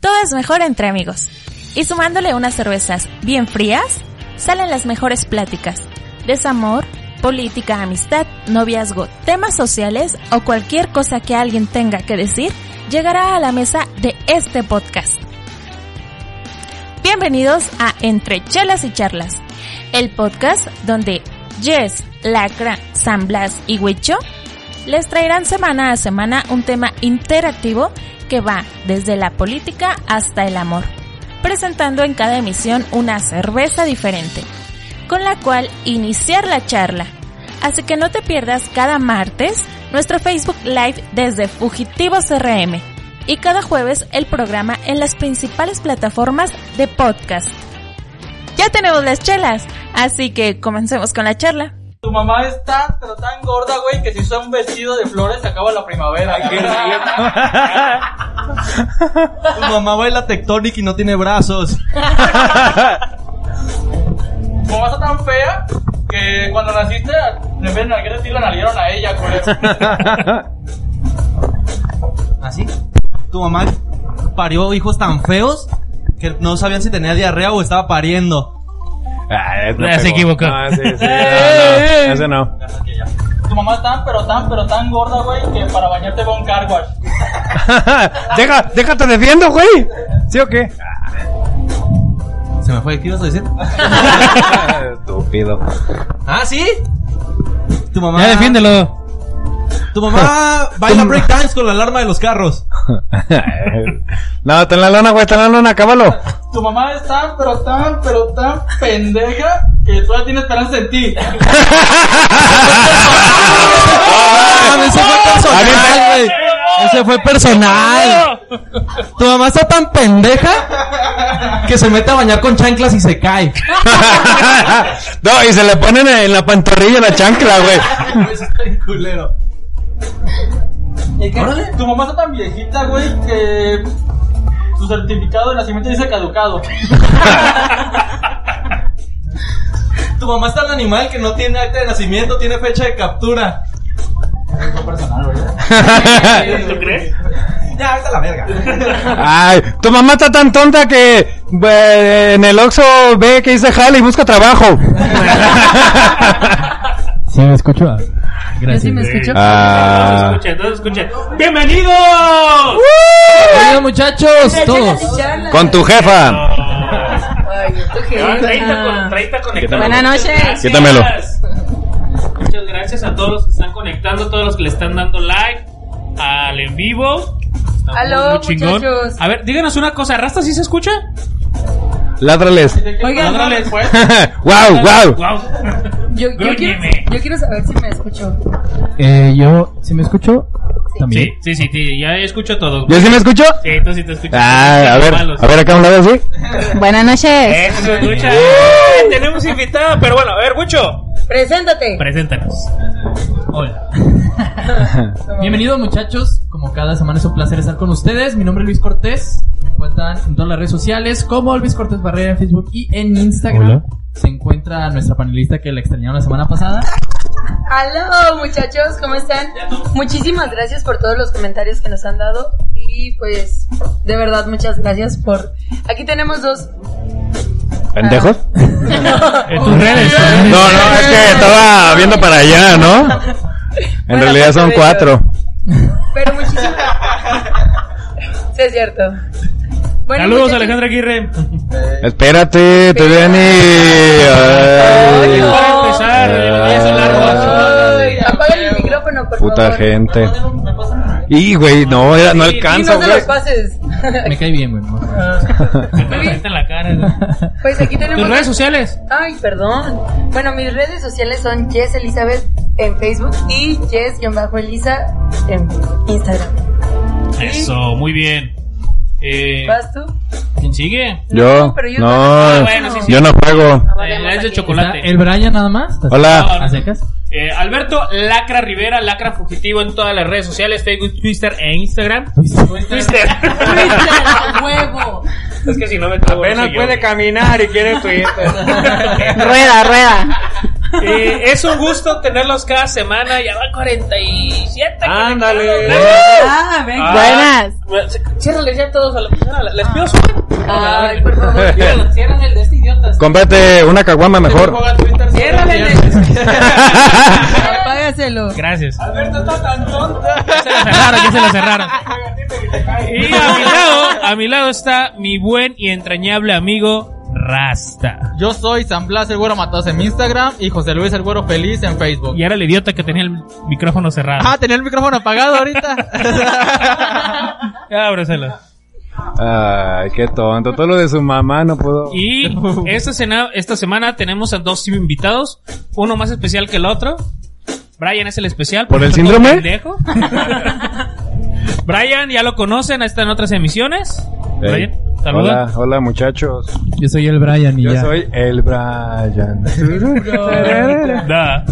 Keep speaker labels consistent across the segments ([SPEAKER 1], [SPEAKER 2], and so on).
[SPEAKER 1] Todo es mejor entre amigos. Y sumándole unas cervezas bien frías, salen las mejores pláticas. Desamor, política, amistad, noviazgo, temas sociales o cualquier cosa que alguien tenga que decir, llegará a la mesa de este podcast. Bienvenidos a Entre Chelas y Charlas, el podcast donde Jess, Lacra, San Blas y Huicho les traerán semana a semana un tema interactivo que va desde la política hasta el amor, presentando en cada emisión una cerveza diferente, con la cual iniciar la charla. Así que no te pierdas cada martes nuestro Facebook Live desde Fugitivos RM y cada jueves el programa en las principales plataformas de podcast. Ya tenemos las chelas, así que comencemos con la charla.
[SPEAKER 2] Tu mamá está pero tan gorda, güey, que si usa un vestido de flores se acaba la primavera.
[SPEAKER 3] Tu mamá baila Tectonic y no tiene brazos.
[SPEAKER 2] Tu mamá está tan fea que cuando naciste, en vez de nalguera, sí la nalguearon a ella, güey.
[SPEAKER 3] ¿Así? Tu mamá parió hijos tan feos que no sabían si tenía diarrea o estaba pariendo.
[SPEAKER 4] Ah, ese no
[SPEAKER 5] Ah, se
[SPEAKER 4] pegó.
[SPEAKER 5] equivocó.
[SPEAKER 4] No, sí, sí, no, no, ese no.
[SPEAKER 2] Tu mamá es tan pero tan pero tan gorda, güey, que para bañarte va a un car wash.
[SPEAKER 4] Deja, déjate defiendo, güey. ¿Sí o qué?
[SPEAKER 3] Se me fue, ¿qué ibas a decir?
[SPEAKER 4] Estúpido.
[SPEAKER 3] ¿Ah, sí? Tu mamá.
[SPEAKER 6] Ah.
[SPEAKER 5] Ya defiéndelo.
[SPEAKER 3] Tu mamá baila breakdance con la alarma de los carros.
[SPEAKER 4] No, está en la lona, güey, está en la lona, acábalo.
[SPEAKER 2] Tu mamá es tan pero tan pero tan pendeja que todavía tiene esperanza en ti.
[SPEAKER 3] Ah, ese fue personal, güey. Ese fue personal. Tu mamá está tan pendeja que se mete a bañar con chanclas y se cae.
[SPEAKER 4] No, y se le ponen en la pantorrilla la chancla, güey.
[SPEAKER 3] Eso está bien culero. Órale.
[SPEAKER 2] Tu mamá está tan viejita, güey, que su certificado de nacimiento dice caducado.
[SPEAKER 3] Tu mamá es tan animal que no tiene acta de nacimiento, tiene fecha de captura.
[SPEAKER 2] ¿Tú crees?
[SPEAKER 3] Ya, vete a la verga.
[SPEAKER 4] Ay, tu mamá está tan tonta que eh, en el Oxxo ve que dice jale y busca trabajo.
[SPEAKER 5] Sí, me escucho. Gracias.
[SPEAKER 6] Yo sí me escucho.
[SPEAKER 4] Ah.
[SPEAKER 7] Entonces escucha. ¡Bienvenidos!
[SPEAKER 5] Oigan, muchachos, todos.
[SPEAKER 4] Con tu jefa.
[SPEAKER 6] Ay, yo tu jefa.
[SPEAKER 7] Traíta con, traíta conectada.
[SPEAKER 6] Ah. Buenas
[SPEAKER 7] Muchas
[SPEAKER 6] noches.
[SPEAKER 7] gracias.
[SPEAKER 4] Quítamelo.
[SPEAKER 7] Muchas gracias a todos los que están conectando, a todos los que le están dando like al en vivo. Está
[SPEAKER 6] Aló,
[SPEAKER 7] muy chingón.
[SPEAKER 6] muchachos.
[SPEAKER 7] A ver, díganos una cosa, ¿Rasta sí se escucha?
[SPEAKER 4] Ládrales.
[SPEAKER 6] Oigan,
[SPEAKER 7] Ándale, pues.
[SPEAKER 4] wow, wow.
[SPEAKER 7] Wow.
[SPEAKER 6] Yo, yo quiero,
[SPEAKER 7] Gruñeme.
[SPEAKER 6] yo quiero saber si me escucho.
[SPEAKER 5] Eh, yo, ¿sí me escucho? También.
[SPEAKER 7] Sí, sí, sí, sí, ya escucho todo.
[SPEAKER 4] ¿Yo sí me escucho?
[SPEAKER 7] Sí, tú sí te escuchas.
[SPEAKER 4] Ah, a ver,
[SPEAKER 7] Malos.
[SPEAKER 4] a ver acá a un lado así.
[SPEAKER 6] Buenas noches.
[SPEAKER 7] Eso se escucha. Eh, Tenemos invitada, pero bueno, a ver, Gucho,
[SPEAKER 6] Preséntate.
[SPEAKER 7] preséntanos. Hola.
[SPEAKER 8] Bienvenidos muchachos, como cada semana es un placer estar con ustedes. Mi nombre es Luis Cortés. Me encuentran en todas las redes sociales como Luis Cortés Barrera en Facebook y en Instagram.
[SPEAKER 5] Hola.
[SPEAKER 8] Se encuentra nuestra panelista que la extrañaron la semana pasada.
[SPEAKER 6] Aló, muchachos, ¿cómo están? Muchísimas gracias por todos los comentarios que nos han dado. Y pues, de verdad, muchas gracias por. Aquí tenemos dos.
[SPEAKER 4] ¿Pendejos?
[SPEAKER 7] En tus redes.
[SPEAKER 4] No, no, es que estaba viendo para allá, ¿no? En
[SPEAKER 6] Bueno,
[SPEAKER 4] realidad son
[SPEAKER 6] pues,
[SPEAKER 4] cuatro.
[SPEAKER 6] Pero muchísimas. sí, es cierto. Bueno,
[SPEAKER 7] Saludos,
[SPEAKER 6] muchachos-
[SPEAKER 7] Alejandra Aguirre.
[SPEAKER 4] Espérate, tú ya ni...
[SPEAKER 6] Ay,
[SPEAKER 4] Ay, Ah,
[SPEAKER 7] Para
[SPEAKER 6] no.
[SPEAKER 7] empezar, el día es largo.
[SPEAKER 6] Ay, Apaga el micrófono, por
[SPEAKER 4] puta
[SPEAKER 6] favor.
[SPEAKER 4] gente. Y, güey, no, era- no
[SPEAKER 6] Y
[SPEAKER 4] alcanzo,
[SPEAKER 6] no se
[SPEAKER 4] güey.
[SPEAKER 6] los pases.
[SPEAKER 8] Me cae bien, güey. ¿no?
[SPEAKER 7] Se te la en la cara. güey.
[SPEAKER 6] Pues aquí tenemos.
[SPEAKER 7] ¿Tus redes sociales?
[SPEAKER 6] Ay, perdón. Bueno, mis redes sociales son Jess Elizabeth en Facebook y Jess-Elisa en Instagram.
[SPEAKER 7] Eso, muy bien. Eh,
[SPEAKER 6] ¿Vas tú?
[SPEAKER 7] ¿Quién sigue?
[SPEAKER 4] Yo,
[SPEAKER 6] pero yo
[SPEAKER 7] Ah,
[SPEAKER 4] no,
[SPEAKER 7] bueno, sí, sí.
[SPEAKER 4] yo no juego.
[SPEAKER 6] No
[SPEAKER 7] Eh,
[SPEAKER 6] valemos
[SPEAKER 7] es de
[SPEAKER 6] aquí.
[SPEAKER 8] Está
[SPEAKER 7] chocolate. Ah,
[SPEAKER 8] el Brian nada más. ¿Estás-
[SPEAKER 4] Hola.
[SPEAKER 8] ¿A secas?
[SPEAKER 7] Eh, Alberto Lacra Rivera, Lacra Fugitivo en todas las redes sociales, Facebook, Twitter e Instagram. Twitter.
[SPEAKER 6] ¡Al huevo!
[SPEAKER 7] es que si no me trago.
[SPEAKER 5] caminar y quiere Twitter.
[SPEAKER 6] Rueda, rueda.
[SPEAKER 7] Eh, es un gusto tenerlos cada semana. Ya va 47.
[SPEAKER 4] Ándale.
[SPEAKER 7] conectados.
[SPEAKER 6] Ah, ven.
[SPEAKER 7] Ah, Ciérrales ya todos a la persona. Les pido su.
[SPEAKER 6] Ah. Ay, por favor.
[SPEAKER 7] Ciérrale, ciérrale el de este idiota.
[SPEAKER 4] Cómprate una caguama mejor.
[SPEAKER 9] Juega Twitter.
[SPEAKER 7] Ciérrale el de
[SPEAKER 6] Págaselo.
[SPEAKER 7] Gracias.
[SPEAKER 9] Alberto está tan tonto.
[SPEAKER 7] cerraron, ya se lo cerraron. Y a mi lado, a mi lado está mi buen y entrañable amigo Rasta.
[SPEAKER 2] Yo soy San Blas el Güero Matas en Instagram y José Luis el Güero Feliz en Facebook.
[SPEAKER 7] Y era el idiota que tenía el micrófono cerrado.
[SPEAKER 2] Ah, tenía el micrófono apagado ahorita.
[SPEAKER 7] Ya, ábraselo.
[SPEAKER 4] Ay, qué tonto. Todo lo de su mamá no puedo.
[SPEAKER 7] Y esta, sena- esta semana tenemos a dos invitados, uno más especial que el otro. Brian es el especial.
[SPEAKER 4] ¿Por el
[SPEAKER 7] porque está todo
[SPEAKER 4] síndrome?
[SPEAKER 7] pendejo. Brian, ya lo conocen, está en otras emisiones.
[SPEAKER 4] Ey.
[SPEAKER 7] Brian, saluda.
[SPEAKER 4] Hola, hola muchachos.
[SPEAKER 3] Yo soy el Brian y
[SPEAKER 4] Yo
[SPEAKER 3] ya.
[SPEAKER 4] soy el Brian.
[SPEAKER 7] Da.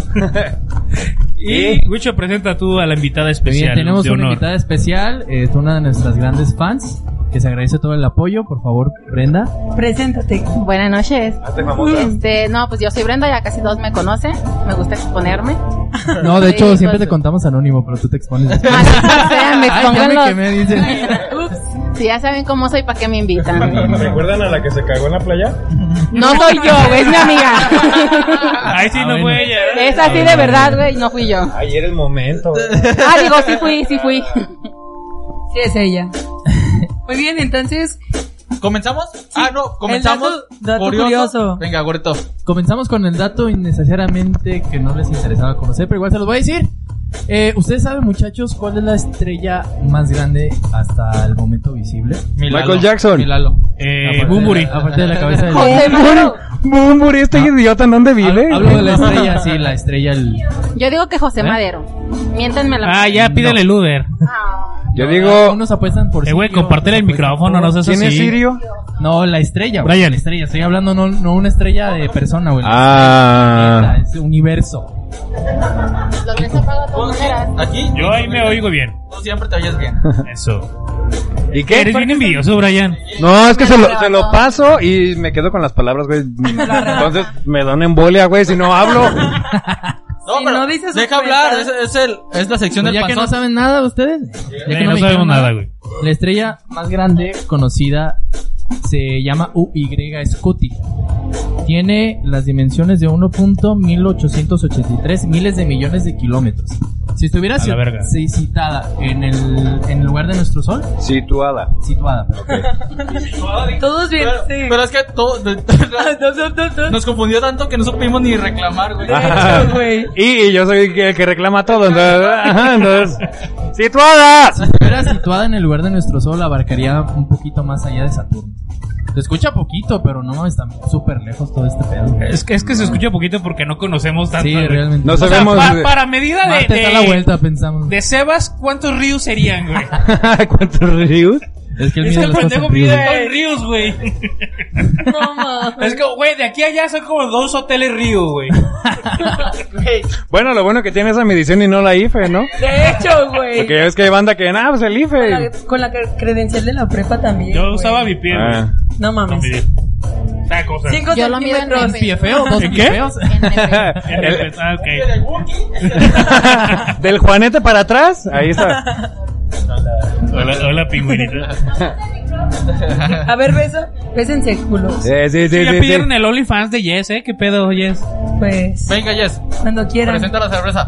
[SPEAKER 7] y Wicho, presenta tú a la invitada
[SPEAKER 3] Muy
[SPEAKER 7] especial.
[SPEAKER 3] Bien, tenemos
[SPEAKER 7] de
[SPEAKER 3] una
[SPEAKER 7] honor.
[SPEAKER 3] invitada especial, eh, es una de nuestras grandes fans, que se agradece todo el apoyo, por favor, Brenda.
[SPEAKER 6] Preséntate.
[SPEAKER 10] Buenas noches.
[SPEAKER 4] Hazte famosa.
[SPEAKER 10] Este, no, pues yo soy Brenda, ya casi todos me conocen. Me gusta exponerme.
[SPEAKER 3] No, de
[SPEAKER 10] Sí,
[SPEAKER 3] hecho,
[SPEAKER 10] pues.
[SPEAKER 3] siempre te contamos anónimo, pero tú te expones.
[SPEAKER 6] Ah,
[SPEAKER 10] Maldita sea, me
[SPEAKER 3] Ay, ya
[SPEAKER 10] expongo en
[SPEAKER 3] me
[SPEAKER 10] los-
[SPEAKER 3] quemé, dice.
[SPEAKER 10] Si ya saben cómo soy, ¿para qué me invitan?
[SPEAKER 4] ¿Recuerdan a la que se cagó en la playa?
[SPEAKER 10] No soy yo, güey, es mi amiga.
[SPEAKER 7] Ay, sí, no
[SPEAKER 3] Ah, bueno.
[SPEAKER 7] fue ella.
[SPEAKER 10] Es así de verdad, güey, no fui yo.
[SPEAKER 4] Ayer el momento.
[SPEAKER 10] Ah, digo, sí fui, sí fui.
[SPEAKER 6] Sí, es ella. Muy bien, entonces,
[SPEAKER 2] ¿Comenzamos? Ah, no, comenzamos.
[SPEAKER 6] dato- dato curioso.
[SPEAKER 2] Venga, gorrito.
[SPEAKER 3] Comenzamos con el dato innecesariamente que no les interesaba conocer, pero igual se los voy a decir. Eh, ¿Ustedes saben, muchachos, cuál es la estrella más grande hasta el momento visible?
[SPEAKER 2] Mi
[SPEAKER 4] Michael
[SPEAKER 2] Lalo,
[SPEAKER 4] Jackson.
[SPEAKER 2] mi Lalo.
[SPEAKER 7] Eh,
[SPEAKER 3] Aparte-
[SPEAKER 7] Bumburi.
[SPEAKER 3] Aparte de la cabeza de
[SPEAKER 10] José Moro.
[SPEAKER 4] Bumburi, este idiota, ¿en dónde vive?
[SPEAKER 3] Hablo de la estrella, sí, la estrella. el-
[SPEAKER 10] Yo digo que José
[SPEAKER 3] ¿Eh?
[SPEAKER 10] Madero. Miéntenme la.
[SPEAKER 7] Ah, ya pídele el Uber.
[SPEAKER 10] Ah,
[SPEAKER 4] Yo digo,
[SPEAKER 3] Algunos apuestan por
[SPEAKER 7] Eh, güey,
[SPEAKER 3] Sirio,
[SPEAKER 7] compártele el
[SPEAKER 3] otros apuestan
[SPEAKER 7] micrófono,
[SPEAKER 3] por-
[SPEAKER 7] no seas
[SPEAKER 4] ¿quién es
[SPEAKER 7] así.
[SPEAKER 4] Sirio?
[SPEAKER 3] No, la estrella, güey.
[SPEAKER 7] Brian.
[SPEAKER 3] La estrella, estoy hablando, no, no una estrella de persona, güey.
[SPEAKER 4] Ah.
[SPEAKER 3] Es universo.
[SPEAKER 10] Los tres apago de todas maneras.
[SPEAKER 2] Aquí.
[SPEAKER 7] Yo ahí me oigo bien.
[SPEAKER 2] Tú siempre te oyes bien.
[SPEAKER 7] Eso.
[SPEAKER 4] ¿Y qué?
[SPEAKER 7] Eres bien envidioso, Brian.
[SPEAKER 4] No, es que se lo, se lo paso y me quedo con las palabras, güey. Entonces me dan embolia, güey, si no hablo.
[SPEAKER 2] No,
[SPEAKER 6] Si no dices
[SPEAKER 2] deja
[SPEAKER 6] sus
[SPEAKER 2] hablar. Es,
[SPEAKER 6] cuentas.
[SPEAKER 2] es el, es la sección
[SPEAKER 3] Pues
[SPEAKER 2] del
[SPEAKER 3] ya que no
[SPEAKER 2] panzón.
[SPEAKER 3] saben nada ustedes. ya que
[SPEAKER 7] Eh, no
[SPEAKER 3] me
[SPEAKER 7] sabemos
[SPEAKER 3] dijeron
[SPEAKER 7] nada, güey.
[SPEAKER 3] La estrella más grande conocida se llama UY Scuti. Tiene las dimensiones de 1.1883 miles de millones de kilómetros. Si estuviera
[SPEAKER 7] la
[SPEAKER 3] ci-
[SPEAKER 7] verga.
[SPEAKER 3] si- citada en el, en el lugar de nuestro sol,
[SPEAKER 4] Situada.
[SPEAKER 3] situada. perdón.
[SPEAKER 6] todos bien. sí.
[SPEAKER 2] Pero es que todo, nos confundió tanto que no supimos ni reclamar, güey.
[SPEAKER 4] Ajá.
[SPEAKER 6] güey.
[SPEAKER 4] Y, y yo soy el que, el que reclama todo, entonces. ajá, entonces, ¡Situadas!
[SPEAKER 3] Estuviera situada en el lugar de nuestro sol, abarcaría un poquito más allá de Saturno. Se escucha poquito, pero no está súper lejos todo este pedo. güey.
[SPEAKER 7] Es que, es que se escucha poquito porque no conocemos tanto.
[SPEAKER 3] Sí,
[SPEAKER 7] güey.
[SPEAKER 3] realmente.
[SPEAKER 4] No
[SPEAKER 7] O sea,
[SPEAKER 4] sabemos.
[SPEAKER 7] pa-
[SPEAKER 4] güey.
[SPEAKER 7] para medida de,
[SPEAKER 3] Marte está a la
[SPEAKER 7] de,
[SPEAKER 3] vuelta, pensamos.
[SPEAKER 7] de Sebas, ¿cuántos ríos serían, güey?
[SPEAKER 4] ¿Cuántos ríos?
[SPEAKER 3] Es que él
[SPEAKER 7] Es
[SPEAKER 3] mide
[SPEAKER 7] que el
[SPEAKER 3] las cosas en
[SPEAKER 7] pendejo
[SPEAKER 3] frío,
[SPEAKER 7] mide
[SPEAKER 3] güey.
[SPEAKER 7] dos ríos, güey. Es que, güey, de aquí a allá son como dos hoteles río, güey.
[SPEAKER 4] Bueno, lo bueno que tiene esa medición y no la IFE, ¿no?
[SPEAKER 6] De hecho, güey.
[SPEAKER 4] Porque ya ves que hay banda que, ah, pues el
[SPEAKER 6] Con
[SPEAKER 4] IFE.
[SPEAKER 6] la- Con la cre- credencial de la prepa también.
[SPEAKER 7] Yo
[SPEAKER 6] güey.
[SPEAKER 7] usaba mi pie, güey.
[SPEAKER 4] Ah.
[SPEAKER 6] No
[SPEAKER 7] No, mi
[SPEAKER 6] mames.
[SPEAKER 7] pie. Esa cosa.
[SPEAKER 6] Cinco
[SPEAKER 10] Yo lo mido en
[SPEAKER 6] centímetros.
[SPEAKER 10] MP.
[SPEAKER 3] pie feo, dos
[SPEAKER 7] ¿En
[SPEAKER 3] pie
[SPEAKER 7] qué?
[SPEAKER 3] feos.
[SPEAKER 10] En efecto.
[SPEAKER 4] El-
[SPEAKER 7] Ah, ok.
[SPEAKER 4] Del Juanete para atrás, ahí está.
[SPEAKER 7] Hola, hola, pingüinita.
[SPEAKER 6] A ver, beso. Bésense culos.
[SPEAKER 4] Sí, sí, sí,
[SPEAKER 7] ya
[SPEAKER 4] sí, sí.
[SPEAKER 7] pidieron el OnlyFans de Yes, ¿eh? ¿Qué pedo, Yes?
[SPEAKER 6] Pues,
[SPEAKER 2] Venga, Jess,
[SPEAKER 6] cuando quieran.
[SPEAKER 2] presenta la cerveza.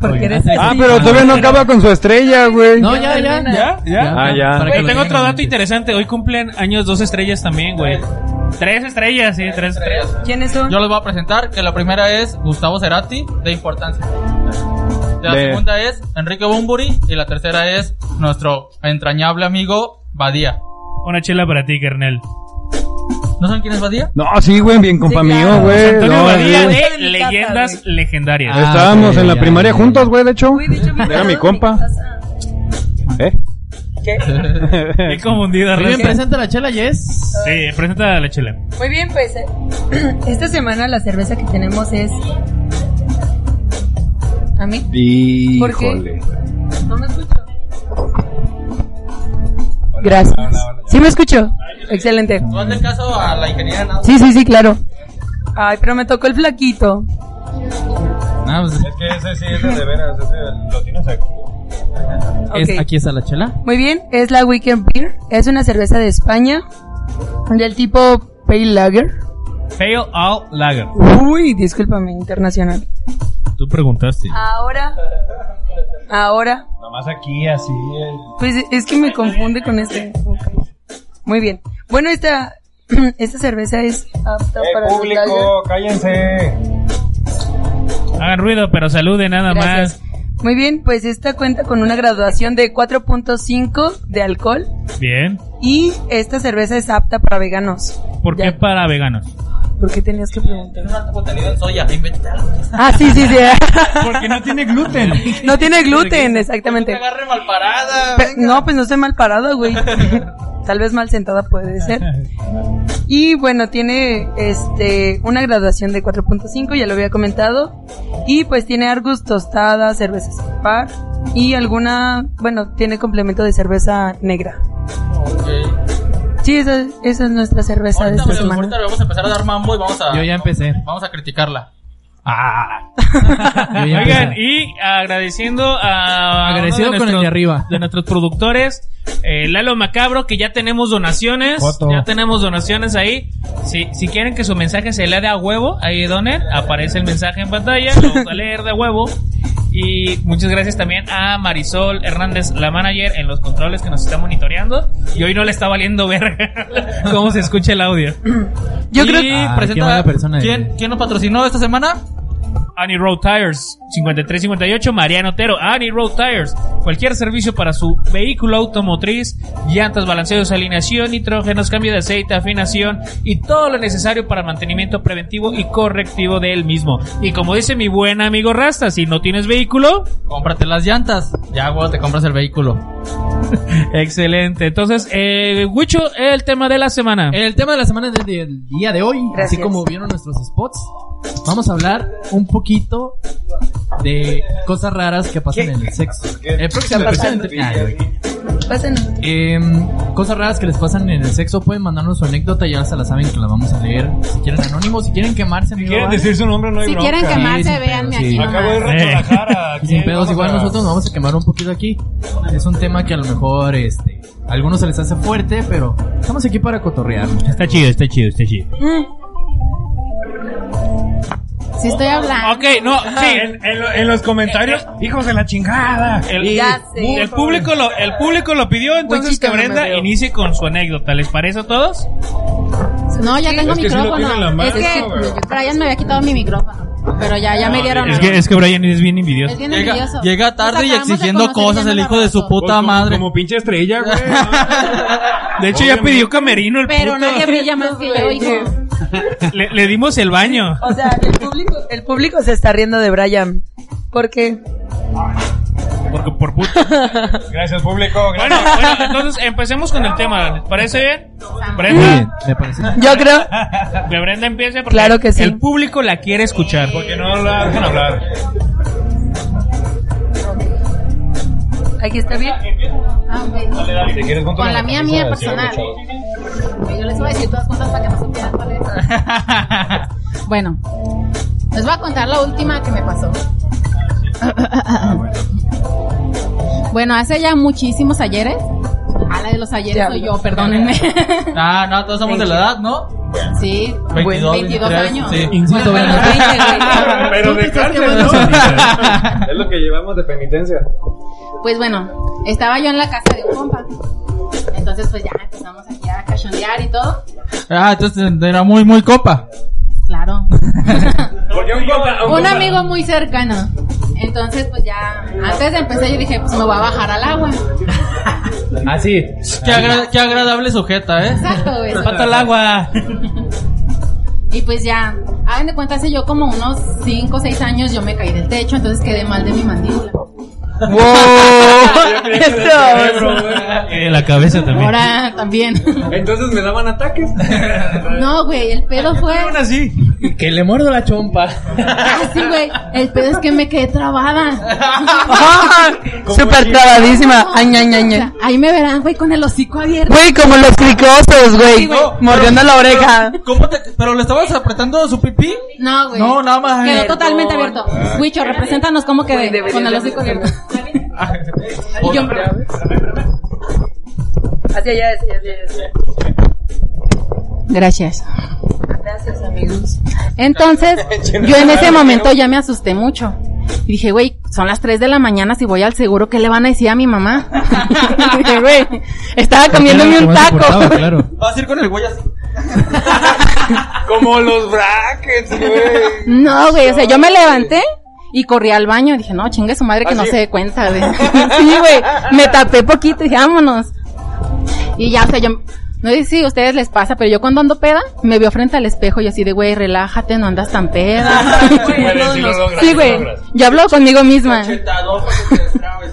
[SPEAKER 6] Porque eres
[SPEAKER 3] Oye,
[SPEAKER 4] Ah,
[SPEAKER 6] así.
[SPEAKER 4] pero todavía no acaba con su estrella, güey.
[SPEAKER 3] No, ya, ya,
[SPEAKER 6] termina.
[SPEAKER 3] ya.
[SPEAKER 4] Ah, ya.
[SPEAKER 3] para que lo
[SPEAKER 7] Güey, tengo
[SPEAKER 3] tengan
[SPEAKER 7] otro
[SPEAKER 3] en
[SPEAKER 7] dato
[SPEAKER 3] mente.
[SPEAKER 7] interesante. Hoy cumplen años dos estrellas también, güey. Tres estrellas, sí, tres estrellas.
[SPEAKER 6] ¿Quiénes son?
[SPEAKER 2] Yo los voy a presentar, que la primera es Gustavo Cerati, de importancia. La
[SPEAKER 4] De-
[SPEAKER 2] segunda es Enrique Bumburi y la tercera es nuestro entrañable amigo Badía.
[SPEAKER 7] Una chela para ti, carnal.
[SPEAKER 2] ¿No saben quién es Badía?
[SPEAKER 4] No, sí, güey, bien compa
[SPEAKER 6] Sí, claro.
[SPEAKER 4] mío, güey.
[SPEAKER 7] Antonio
[SPEAKER 4] No,
[SPEAKER 7] Badía
[SPEAKER 4] sí, güey.
[SPEAKER 7] de
[SPEAKER 6] Está de mi casa,
[SPEAKER 7] Leyendas Legendarias.
[SPEAKER 3] Eh, Ah,
[SPEAKER 4] Estábamos
[SPEAKER 3] güey,
[SPEAKER 4] en la
[SPEAKER 3] ya,
[SPEAKER 4] primaria
[SPEAKER 3] ya,
[SPEAKER 4] juntos, güey, de hecho.
[SPEAKER 6] Güey, de hecho,
[SPEAKER 4] Era
[SPEAKER 6] me
[SPEAKER 4] mi
[SPEAKER 6] quedaron
[SPEAKER 4] compa.
[SPEAKER 6] en casa.
[SPEAKER 4] ¿Eh?
[SPEAKER 6] ¿Qué?
[SPEAKER 3] pues.
[SPEAKER 7] Qué confundida,
[SPEAKER 3] Muy bien,
[SPEAKER 7] raza.
[SPEAKER 3] presenta la chela, Yes.
[SPEAKER 7] Sí, presenta la chela.
[SPEAKER 6] Muy bien, pues eh, esta semana la cerveza que tenemos es... ¿A mí?
[SPEAKER 4] ¿Eh? Híjole.
[SPEAKER 6] No me escucho.
[SPEAKER 10] Gracias.
[SPEAKER 6] Sí me escucho. Excelente.
[SPEAKER 2] ¿No el caso a la ingeniera nada?
[SPEAKER 6] Sí, sí, sí, claro. Ay, pero me tocó el flaquito.
[SPEAKER 3] Ah, pues,
[SPEAKER 4] Es que ese sí es de veras, ese lo tienes aquí.
[SPEAKER 3] es-
[SPEAKER 6] Ok.
[SPEAKER 3] aquí está la chela.
[SPEAKER 6] Muy bien, es la Weekend Beer. Es una cerveza de España del tipo Pale Lager.
[SPEAKER 7] Fail all lager.
[SPEAKER 6] Uy, discúlpame, internacional.
[SPEAKER 7] Tú preguntaste.
[SPEAKER 6] Ahora, ahora,
[SPEAKER 4] Nomás aquí, así.
[SPEAKER 6] pues es que me confunde con este. Ok. Muy bien. Bueno, esta, esta cerveza es apta
[SPEAKER 4] ¡Eh,
[SPEAKER 6] para los lager.
[SPEAKER 4] público! ¡Cállense!
[SPEAKER 7] Hagan ruido, pero salude nada
[SPEAKER 6] Gracias. Muy bien, pues esta cuenta con una graduación de 4.5 de alcohol
[SPEAKER 7] más. Bien.
[SPEAKER 6] y esta cerveza es apta para veganos.
[SPEAKER 7] ¿Por qué
[SPEAKER 6] Ya.
[SPEAKER 7] para veganos?
[SPEAKER 6] ¿Por qué tenías que preguntar?
[SPEAKER 2] Tiene un alto contenido en soya, invéntate algo.
[SPEAKER 6] Ah, sí, sí, sí.
[SPEAKER 3] Porque no tiene gluten.
[SPEAKER 6] No tiene gluten, exactamente.
[SPEAKER 2] Te agarre mal parada.
[SPEAKER 6] Pe- No, pues no estoy mal parada, güey. Tal vez mal sentada puede ser. Y bueno, tiene este una graduación de 4.5, ya lo había comentado. Y pues tiene Argus tostada, cerveza sin par y alguna, bueno, tiene complemento de cerveza negra. Sí, esa, esa es nuestra cerveza de
[SPEAKER 2] Ahorita,
[SPEAKER 6] esta
[SPEAKER 2] le- ahorita
[SPEAKER 6] semana.
[SPEAKER 2] le vamos a empezar a dar mambo y vamos a.
[SPEAKER 3] Yo ya empecé.
[SPEAKER 2] Vamos a criticarla.
[SPEAKER 3] Yo ya
[SPEAKER 7] Oigan,
[SPEAKER 3] empecé.
[SPEAKER 7] y agradeciendo a.
[SPEAKER 3] Agradecido
[SPEAKER 7] uno de
[SPEAKER 3] con el de arriba.
[SPEAKER 7] De nuestros productores, eh, Lalo Macabro, que ya tenemos donaciones.
[SPEAKER 4] Foto.
[SPEAKER 7] Ya tenemos donaciones ahí. Si, si quieren que su mensaje se lea de a huevo, ahí donen. Aparece el mensaje en pantalla. Lo vamos a leer de a huevo. Y muchas gracias también a Marisol Hernández, la manager, en los controles que nos está monitoreando. Y hoy no le está valiendo verga cómo se escucha el audio.
[SPEAKER 2] Yo creo
[SPEAKER 3] Ay,
[SPEAKER 2] que.
[SPEAKER 3] Ah, qué buena persona
[SPEAKER 2] ¿Quién,
[SPEAKER 3] eres.
[SPEAKER 2] ¿Quién nos patrocinó esta semana?
[SPEAKER 7] Annie Road Tires 5358 Mariano Otero Annie Road Tires cualquier servicio para su vehículo automotriz llantas balanceos alineación nitrógenos cambio de aceite afinación y todo lo necesario para mantenimiento preventivo y correctivo del mismo y como dice mi buen amigo Rasta si no tienes vehículo
[SPEAKER 3] Cómprate las llantas. Ya, güey, te compras el vehículo.
[SPEAKER 7] excelente entonces eh, Huicho el tema de la semana
[SPEAKER 3] El tema de la semana del del día de hoy, así
[SPEAKER 6] Gracias.
[SPEAKER 3] como vieron nuestros spots, vamos a hablar un poquito de cosas raras que pasan en el sexo. Eh, El próximo Ay, güey.
[SPEAKER 6] Pásenos.
[SPEAKER 3] Em, cosas raras que les pasan en el sexo, pueden mandarnos su anécdota, ya se la saben que la vamos a leer. Si quieren anónimo, si quieren quemarse, amigo,
[SPEAKER 4] ¿Quieren
[SPEAKER 3] vale.
[SPEAKER 4] decir Ah, su nombre? No hay
[SPEAKER 11] Si
[SPEAKER 4] bronca.
[SPEAKER 11] quieren
[SPEAKER 3] Sí,
[SPEAKER 11] quemarse,
[SPEAKER 3] sin
[SPEAKER 11] véanme
[SPEAKER 3] pedos,
[SPEAKER 11] aquí
[SPEAKER 3] sí.
[SPEAKER 4] Acabo de ir a
[SPEAKER 11] nomás.
[SPEAKER 7] Eh.
[SPEAKER 4] Guadalajara. aquí
[SPEAKER 3] Sin pedos,
[SPEAKER 4] vamos
[SPEAKER 3] igual
[SPEAKER 4] a-
[SPEAKER 3] nosotros nos vamos a quemar un poquito aquí. Es un tema que a lo mejor este, a algunos se les hace fuerte, pero estamos aquí para cotorrear.
[SPEAKER 7] está chido está chido está chido
[SPEAKER 11] Si estoy hablando.
[SPEAKER 7] ok no sí
[SPEAKER 4] En, en lo- en los comentarios, hijos de la chingada.
[SPEAKER 7] El,
[SPEAKER 6] Ya sé.
[SPEAKER 7] el público lo, el público lo pidió, entonces
[SPEAKER 6] Wichita,
[SPEAKER 7] que
[SPEAKER 6] no me
[SPEAKER 7] Brenda
[SPEAKER 6] veo.
[SPEAKER 7] inicie con su anécdota. ¿Les parece a todos?
[SPEAKER 11] No, ya tengo
[SPEAKER 4] Es que sí lo tiene en la mano,
[SPEAKER 11] micrófono. es que
[SPEAKER 4] güey.
[SPEAKER 11] Brian me había quitado mi micrófono. Pero ya, ya me dieron.
[SPEAKER 7] Es que, es que Brian es bien envidioso.
[SPEAKER 11] Es bien
[SPEAKER 2] Llega,
[SPEAKER 11] envidioso.
[SPEAKER 2] llega tarde y
[SPEAKER 11] Nos acabamos de
[SPEAKER 2] exigiendo
[SPEAKER 11] conocer,
[SPEAKER 2] cosas
[SPEAKER 11] ya
[SPEAKER 2] el
[SPEAKER 11] no
[SPEAKER 2] hijo
[SPEAKER 11] la
[SPEAKER 2] de su
[SPEAKER 11] abrazo.
[SPEAKER 4] Pues
[SPEAKER 2] puta
[SPEAKER 4] como-
[SPEAKER 2] madre.
[SPEAKER 4] Como pinche estrella, güey. ¿no?
[SPEAKER 7] De hecho, ya pidió camerino el
[SPEAKER 11] Pero
[SPEAKER 7] puto.
[SPEAKER 11] nadie brilla más que yo, hijo.
[SPEAKER 7] Le, le dimos el baño.
[SPEAKER 6] O sea, el público, el público se está riendo de Brian. ¿Por qué?
[SPEAKER 7] Porque por puto.
[SPEAKER 4] Gracias, público.
[SPEAKER 7] Bueno,
[SPEAKER 4] Gracias.
[SPEAKER 7] bueno, entonces empecemos con el tema. ¿Les parece bien? Brenda,
[SPEAKER 3] Me parece.
[SPEAKER 6] Yo creo.
[SPEAKER 7] que Brenda empiece porque
[SPEAKER 6] Claro que sí.
[SPEAKER 7] el público la quiere escuchar.
[SPEAKER 4] Porque no la dejan hablar.
[SPEAKER 6] Aquí está bien.
[SPEAKER 11] Ah, ok.
[SPEAKER 4] Si quieres, ponte
[SPEAKER 11] Con
[SPEAKER 4] una
[SPEAKER 11] la mía,
[SPEAKER 4] camisa
[SPEAKER 11] mía
[SPEAKER 4] de
[SPEAKER 11] personal.
[SPEAKER 4] ciervo,
[SPEAKER 11] Yo les voy a decir todas juntas para que no supieran cuál es. Bueno, les voy a contar la última que me pasó. Bueno, hace ya muchísimos ayeres. A la de los ayeres
[SPEAKER 6] Ya.
[SPEAKER 11] soy yo, perdónenme.
[SPEAKER 2] Ah, no, todos somos de la edad, ¿no?
[SPEAKER 11] Sí,
[SPEAKER 2] 22,
[SPEAKER 11] 22 años.
[SPEAKER 2] sí.
[SPEAKER 3] Insisto,
[SPEAKER 11] Bueno,
[SPEAKER 3] Brenda.
[SPEAKER 11] 20, güey.
[SPEAKER 4] chavo. Pero
[SPEAKER 11] Tú te
[SPEAKER 4] de
[SPEAKER 11] estás
[SPEAKER 4] cárcel,
[SPEAKER 11] quemando.
[SPEAKER 4] ¿no? Es lo que llevamos de penitencia.
[SPEAKER 11] Pues bueno, estaba yo en la casa de un compa. Entonces pues ya empezamos aquí a cachondear y todo.
[SPEAKER 2] Ah, entonces era muy, muy copa.
[SPEAKER 11] Claro.
[SPEAKER 4] Porque un compa.
[SPEAKER 11] un
[SPEAKER 4] compa-
[SPEAKER 11] amigo muy cercano. Entonces, pues ya, antes de empezar, yo dije, pues me voy a bajar al agua.
[SPEAKER 3] Así.
[SPEAKER 2] Qué, agra- qué agradable sujeta, ¿eh?
[SPEAKER 11] Exacto, güey.
[SPEAKER 2] Falta el agua.
[SPEAKER 11] Y pues ya, hagan de cuenta, hace yo como unos 5 o 6 años yo me caí del techo, entonces quedé mal de mi mandíbula.
[SPEAKER 6] ¡Wow! Esto.
[SPEAKER 3] Eh,
[SPEAKER 7] En la cabeza también.
[SPEAKER 11] Ahora también.
[SPEAKER 4] Entonces me daban ataques.
[SPEAKER 11] No, güey, el pedo fue.
[SPEAKER 7] Aún así.
[SPEAKER 3] Que le muerdo la chompa.
[SPEAKER 11] Ah, sí, güey. El pedo es que me quedé trabada.
[SPEAKER 6] Ah, Súper trabadísima. Ay, ay, ay,
[SPEAKER 11] O
[SPEAKER 6] ay.
[SPEAKER 11] sea, ahí me verán, güey, con el hocico abierto.
[SPEAKER 6] Güey, como los cricosos, güey. Mordiendo la oreja.
[SPEAKER 12] ¿Cómo te, pero le estabas apretando su pipí?
[SPEAKER 11] No, güey.
[SPEAKER 12] No, nada más. Ah.
[SPEAKER 11] Quedó
[SPEAKER 12] Perdón.
[SPEAKER 11] totalmente abierto. Huicho, represéntanos cómo quedé con el hocico abierto. Y yo,
[SPEAKER 6] Hacia allá, hacia allá, hacia allá.
[SPEAKER 11] gracias.
[SPEAKER 6] Gracias, amigos.
[SPEAKER 11] Entonces, yo en ese momento ya me asusté mucho. Y dije, güey, son las 3 de la mañana, si voy al seguro, ¿qué le van a decir a mi mamá? dije, güey, estaba comiéndome un taco.
[SPEAKER 3] claro.
[SPEAKER 12] Vas a ir con el güey así.
[SPEAKER 4] Como los brackets, güey.
[SPEAKER 11] No, güey, o sea, yo me levanté y corrí al baño. Dije, no, chingue su madre que
[SPEAKER 4] ¿Ah,
[SPEAKER 11] no
[SPEAKER 4] sí?
[SPEAKER 11] se dé cuenta, güey. sí, güey, me tapé poquito y dije, vámonos. Y ya, o sea, yo, no sé si a ustedes les pasa, pero yo cuando ando peda, me veo frente al espejo y así de, güey, relájate, no andas tan peda.
[SPEAKER 4] Sí puedes, sí lo logras, sí
[SPEAKER 11] sí,
[SPEAKER 4] lo
[SPEAKER 11] güey,
[SPEAKER 4] logras.
[SPEAKER 11] yo hablo conmigo misma.
[SPEAKER 2] Chetador para que te destrabes.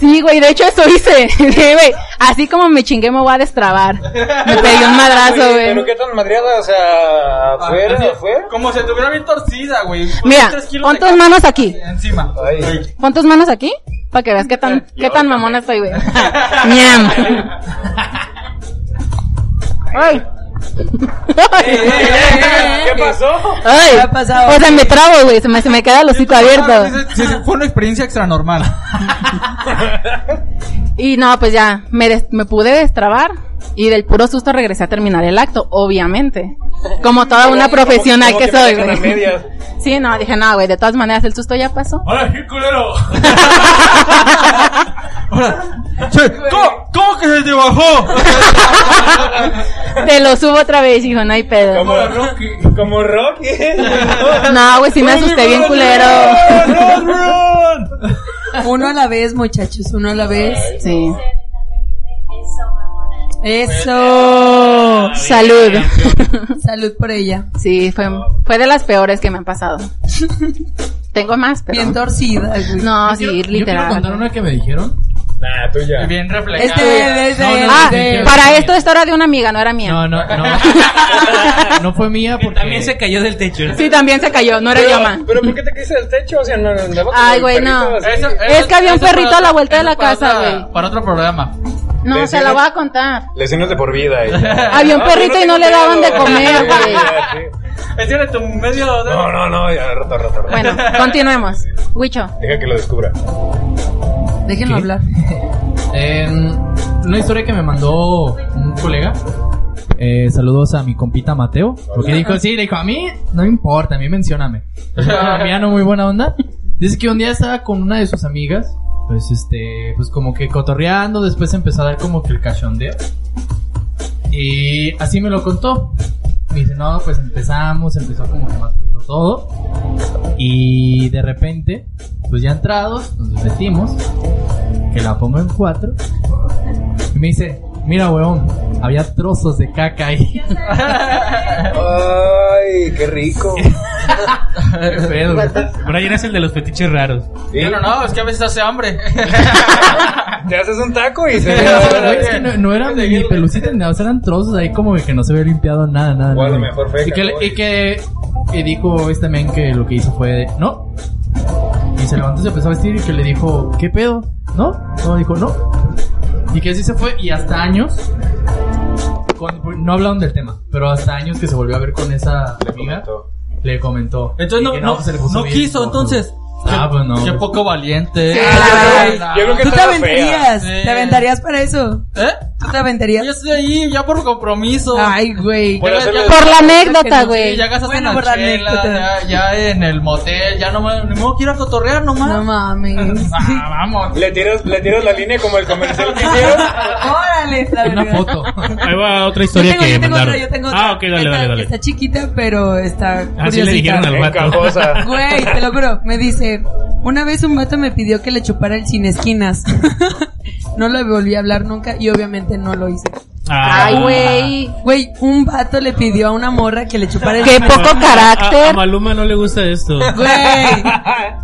[SPEAKER 11] Sí, güey, de hecho eso hice. Dije, güey, así como me chingué, me voy a destrabar. Me pedí un madrazo,
[SPEAKER 4] Oye, Pero
[SPEAKER 11] güey.
[SPEAKER 4] qué tan madreada, o sea,
[SPEAKER 3] Ah,
[SPEAKER 4] afuera, afuera.
[SPEAKER 2] Como si estuviera bien torcida, güey. Con
[SPEAKER 11] Mira,
[SPEAKER 2] tres kilos
[SPEAKER 11] pon
[SPEAKER 2] de
[SPEAKER 11] tus
[SPEAKER 2] carne
[SPEAKER 11] manos aquí.
[SPEAKER 2] Encima.
[SPEAKER 4] Ay.
[SPEAKER 11] Pon tus manos aquí para que veas qué tan, qué tan mamona estoy, güey. Ñam. Ay.
[SPEAKER 3] Eh,
[SPEAKER 4] ¿Qué pasó?
[SPEAKER 11] Ay.
[SPEAKER 6] ¿Qué ha pasado?
[SPEAKER 11] O sea, me trabo, güey. Se me, se me queda el hocico
[SPEAKER 3] Ah,
[SPEAKER 11] abierto.
[SPEAKER 12] Sí, sí, fue una experiencia extra normal.
[SPEAKER 11] Y no, pues ya, me, des- me pude destrabar. Y del puro susto regresé a terminar el acto, obviamente. Como toda una profesional
[SPEAKER 4] como
[SPEAKER 11] que
[SPEAKER 4] que
[SPEAKER 11] soy,
[SPEAKER 4] manejan a
[SPEAKER 11] güey.
[SPEAKER 4] medias.
[SPEAKER 11] Sí, no, dije, no, güey, de todas maneras el susto ya pasó.
[SPEAKER 4] ¡Hola, qué culero!
[SPEAKER 12] Ahora, che, ¿cómo, cómo que se te bajó?
[SPEAKER 11] Te lo subo otra vez, hijo, no hay pedo.
[SPEAKER 4] Como Rocky. Como Rocky.
[SPEAKER 11] No, güey, sí me asusté bien culero.
[SPEAKER 4] Run, run, run.
[SPEAKER 6] Uno a la vez, muchachos, uno a la vez.
[SPEAKER 11] Sí.
[SPEAKER 6] Eso.
[SPEAKER 11] Oh, Salud.
[SPEAKER 6] Salud por ella.
[SPEAKER 11] Sí, fue, fue de las peores que me han pasado. Tengo más, pero.
[SPEAKER 6] Bien torcida, güey.
[SPEAKER 11] No,
[SPEAKER 3] Yo
[SPEAKER 11] sí,
[SPEAKER 3] quiero- Yo quiero contar
[SPEAKER 11] literal.
[SPEAKER 3] una que me dijeron.
[SPEAKER 4] Nah, tú ya.
[SPEAKER 2] Bien reflejado.
[SPEAKER 6] Este, este,
[SPEAKER 3] No, no,
[SPEAKER 11] Ah,
[SPEAKER 3] Sí,
[SPEAKER 11] para
[SPEAKER 3] sí.
[SPEAKER 11] esto esto era de una amiga, no era mía.
[SPEAKER 3] No, no, no. No fue mía porque.
[SPEAKER 7] También se cayó del techo.
[SPEAKER 11] Sí, también se cayó, no era yo, ma.
[SPEAKER 4] Pero, pero ¿por qué te caíste del techo? O sea, no andaba como
[SPEAKER 11] Ay,
[SPEAKER 4] el
[SPEAKER 11] güey,
[SPEAKER 4] perrito
[SPEAKER 11] no.
[SPEAKER 4] así.
[SPEAKER 2] Eso-
[SPEAKER 11] Es que había un
[SPEAKER 2] eso
[SPEAKER 11] perrito
[SPEAKER 2] para-
[SPEAKER 11] a la vuelta de
[SPEAKER 2] eso
[SPEAKER 11] la
[SPEAKER 2] para
[SPEAKER 11] casa,
[SPEAKER 2] otra-
[SPEAKER 11] güey.
[SPEAKER 2] Para otro programa.
[SPEAKER 11] No, se la voy a contar.
[SPEAKER 4] Lesiones de por vida. y-
[SPEAKER 11] Había un
[SPEAKER 4] Ah,
[SPEAKER 11] perrito
[SPEAKER 4] yo
[SPEAKER 11] y no
[SPEAKER 4] tengo
[SPEAKER 11] le daban
[SPEAKER 4] miedo.
[SPEAKER 11] de comer, güey.
[SPEAKER 4] Ya, sí.
[SPEAKER 2] Este era tu medio.
[SPEAKER 4] No, no, no, ya, roto, roto, roto.
[SPEAKER 11] Bueno, continuemos. Huicho.
[SPEAKER 4] Deja que lo descubra.
[SPEAKER 6] Déjenlo hablar.
[SPEAKER 3] Em, una historia que me mandó un colega. Eh, saludos a mi compita Mateo. Porque dijo, sí, le dijo, a mí no me importa, a mí mencióname. Colombiano muy buena onda. Dice que un día estaba con una de sus amigas. Pues este, pues como que cotorreando, después empezó a dar como que el cachondeo. Y así me lo contó. Me dice, no, pues empezamos, empezó como que más fluido todo. Y de repente, pues ya entrados, nos metimos que la pongo en cuatro. Y me dice, mira weón, había trozos de caca ahí.
[SPEAKER 4] Ay, qué rico.
[SPEAKER 3] Qué pedo, güey.
[SPEAKER 7] Brian es el de los fetiches raros.
[SPEAKER 4] Sí.
[SPEAKER 2] Bueno, no, es que a veces hace hambre.
[SPEAKER 4] Te haces un taco y se
[SPEAKER 3] Pero, güey, es que no, no eran ni pelucitas ni nada, o sea, eran trozos ahí como de que no se había limpiado nada, nada.
[SPEAKER 4] O a
[SPEAKER 3] nada.
[SPEAKER 4] lo mejor fue
[SPEAKER 3] y que,
[SPEAKER 4] caca,
[SPEAKER 3] y que y dijo este men que lo que hizo fue, de, no. Y se levantó, se empezó a vestir y que le dijo, ¿qué pedo? ¿No? No, dijo, no. Y que así se fue y hasta años, con- no hablaron del tema, pero hasta años que se volvió a ver con esa amiga. Le comentó.
[SPEAKER 2] Entonces
[SPEAKER 3] Y
[SPEAKER 2] no,
[SPEAKER 3] que pues
[SPEAKER 2] no,
[SPEAKER 3] se le puso
[SPEAKER 2] no
[SPEAKER 3] bien
[SPEAKER 2] quiso,
[SPEAKER 3] loco.
[SPEAKER 2] entonces.
[SPEAKER 3] Ah, pues no.
[SPEAKER 2] Qué poco valiente.
[SPEAKER 6] Ay,
[SPEAKER 4] Yo creo que
[SPEAKER 6] Tú te
[SPEAKER 4] estaba fea.
[SPEAKER 6] aventarías.
[SPEAKER 2] Sí.
[SPEAKER 6] Te aventarías para eso.
[SPEAKER 2] ¿Eh?
[SPEAKER 6] Tú te
[SPEAKER 2] Yo
[SPEAKER 6] aventarías.
[SPEAKER 2] ya estoy ahí, ya por compromiso.
[SPEAKER 6] Ay, güey.
[SPEAKER 4] Por hacerle-
[SPEAKER 11] Por la Ah. anécdota,
[SPEAKER 2] Sí,
[SPEAKER 11] güey.
[SPEAKER 2] ya gastaste
[SPEAKER 6] Ah, Bueno,
[SPEAKER 2] en la
[SPEAKER 6] por la
[SPEAKER 2] chela,
[SPEAKER 6] anécdota.
[SPEAKER 2] ya, ya en el motel, ya no me, ni modo que ir a cotorrear nomás.
[SPEAKER 6] No mames.
[SPEAKER 2] Ah, vamos.
[SPEAKER 4] Le tiras, le tiras la línea como el comercial que hicieron.
[SPEAKER 6] Órale, la
[SPEAKER 3] Una
[SPEAKER 6] verdad.
[SPEAKER 3] foto.
[SPEAKER 7] Ahí va otra
[SPEAKER 6] Yo
[SPEAKER 7] historia
[SPEAKER 6] tengo,
[SPEAKER 7] que
[SPEAKER 6] yo tengo
[SPEAKER 7] mandaron.
[SPEAKER 6] otra, yo tengo otra.
[SPEAKER 7] ah, ok, dale,
[SPEAKER 6] Esta-
[SPEAKER 7] dale, dale.
[SPEAKER 6] Está chiquita, pero está
[SPEAKER 7] Así le
[SPEAKER 6] curiosita.
[SPEAKER 7] dijeron al vato.
[SPEAKER 4] Encajosa.
[SPEAKER 6] Güey, te lo juro, me dice, una vez un vato me pidió que le chupara el sin esquinas. no le volví a hablar nunca y obviamente no lo hice.
[SPEAKER 7] Ah.
[SPEAKER 11] Ay, güey.
[SPEAKER 6] Güey, un vato le pidió a una morra que le chupara el
[SPEAKER 11] Qué
[SPEAKER 6] sin esquinas.
[SPEAKER 11] poco
[SPEAKER 7] A, a
[SPEAKER 11] carácter.
[SPEAKER 7] Maluma no le gusta esto.
[SPEAKER 6] Güey.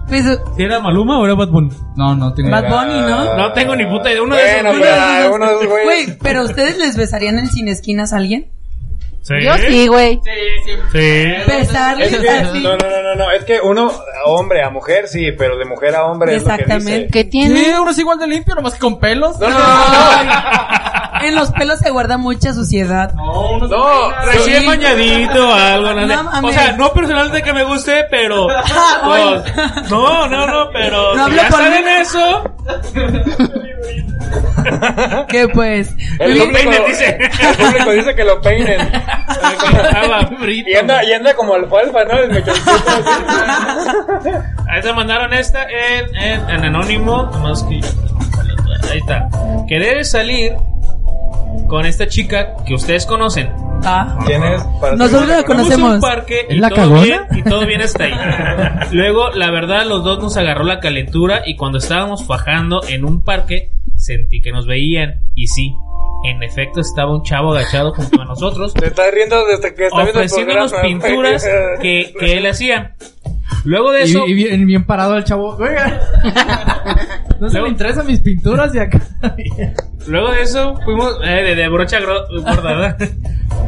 [SPEAKER 6] Pues
[SPEAKER 7] ¿Si era Maluma o era Bad Bunny?
[SPEAKER 3] No, no tengo.
[SPEAKER 7] Ah.
[SPEAKER 6] Bad Bunny, ¿no?
[SPEAKER 7] No tengo ni puta idea. Uno de
[SPEAKER 4] Ah. Bueno,
[SPEAKER 7] esos.
[SPEAKER 4] pero uno de esos
[SPEAKER 6] Güey,
[SPEAKER 4] güeyes.
[SPEAKER 6] pero ustedes les besarían el sin esquinas a alguien?
[SPEAKER 7] Sí.
[SPEAKER 11] Yo sí, güey.
[SPEAKER 2] Sí, sí.
[SPEAKER 7] Sí.
[SPEAKER 6] Besarles
[SPEAKER 4] Es que-
[SPEAKER 6] así.
[SPEAKER 4] no, no, no, no, no, es que uno, a hombre, a mujer sí, pero de mujer a hombre es lo que dice.
[SPEAKER 6] Exactamente.
[SPEAKER 11] ¿Qué tiene?
[SPEAKER 8] uno es igual de limpio, nomás que con pelos.
[SPEAKER 4] No, no,
[SPEAKER 6] En los pelos se guarda mucha suciedad.
[SPEAKER 4] no, no, no,
[SPEAKER 7] Recién
[SPEAKER 4] sí.
[SPEAKER 7] bañadito algo, nada.
[SPEAKER 6] No mames.
[SPEAKER 7] o sea, no personal de que me guste, pero. pues, no, no, no, pero.
[SPEAKER 6] No
[SPEAKER 7] si
[SPEAKER 6] hablo
[SPEAKER 7] ya
[SPEAKER 6] por mí.
[SPEAKER 7] saben eso.
[SPEAKER 6] Que pues.
[SPEAKER 4] El
[SPEAKER 7] Lo
[SPEAKER 4] público-
[SPEAKER 7] peinen, dice.
[SPEAKER 4] El público dice que lo peinen.
[SPEAKER 7] Estaba frito.
[SPEAKER 4] Y anda, y anda como alfalfa, ¿no? El mechoncito así.
[SPEAKER 7] Ahí te mandaron esta en, en, en anónimo. Más que ahí está. Que debes salir con esta chica que ustedes conocen.
[SPEAKER 6] Ah.
[SPEAKER 4] ¿Quién es? Para
[SPEAKER 6] Nosotros la
[SPEAKER 4] terminar con-
[SPEAKER 7] Fuimos a
[SPEAKER 6] Conocemos.
[SPEAKER 7] un parque y
[SPEAKER 8] ¿Es la
[SPEAKER 7] todo
[SPEAKER 8] cagona?
[SPEAKER 7] bien y todo bien hasta ahí. Luego, la verdad, los dos nos agarró la calentura y cuando estábamos fajando en un parque, sentí que nos veían y sí, en efecto estaba un chavo agachado junto a nosotros
[SPEAKER 4] Te estás riendo desde que está viendo el
[SPEAKER 7] ofreciéndonos
[SPEAKER 4] programa.
[SPEAKER 7] pinturas que, que él hacía. Luego de eso,
[SPEAKER 8] Y, y bien, bien parado el chavo. Oiga. No se
[SPEAKER 7] Luego-
[SPEAKER 8] me interesan mis pinturas de acá.
[SPEAKER 7] Luego de eso fuimos eh, de, de brocha gro- gorda, ¿verdad?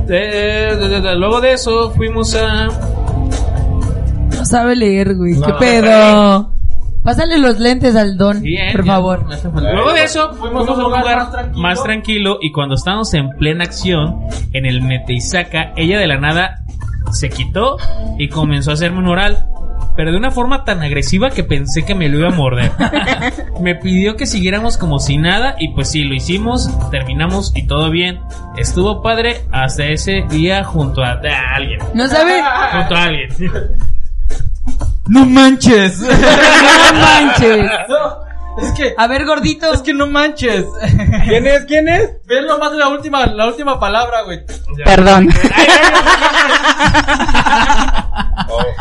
[SPEAKER 7] Eh, de- de- de- luego de eso fuimos a
[SPEAKER 6] No sabe leer, güey. ¿Qué
[SPEAKER 7] no,
[SPEAKER 6] pedo? Pásale los lentes al don,
[SPEAKER 7] Bien,
[SPEAKER 6] por
[SPEAKER 7] eh, ya.
[SPEAKER 6] favor.
[SPEAKER 7] luego de eso fuimos a un lugar más tranquilo. y cuando estábamos en plena acción en el Meteisaca ella de la nada se quitó y comenzó a hacerme un oral pero de una forma tan agresiva que pensé que me lo iba a morder. me pidió que siguiéramos como si nada y pues sí, lo hicimos, terminamos y todo bien. Estuvo padre hasta ese día junto a, a alguien.
[SPEAKER 6] No sabe.
[SPEAKER 7] Junto a alguien.
[SPEAKER 12] ¡No manches!
[SPEAKER 6] No manches.
[SPEAKER 2] Es que,
[SPEAKER 6] A ver, gordito.
[SPEAKER 2] es que no manches.
[SPEAKER 4] ¿Quién es? ¿Quién es?
[SPEAKER 2] Ves nomás la última, la última palabra, güey.
[SPEAKER 11] Perdón.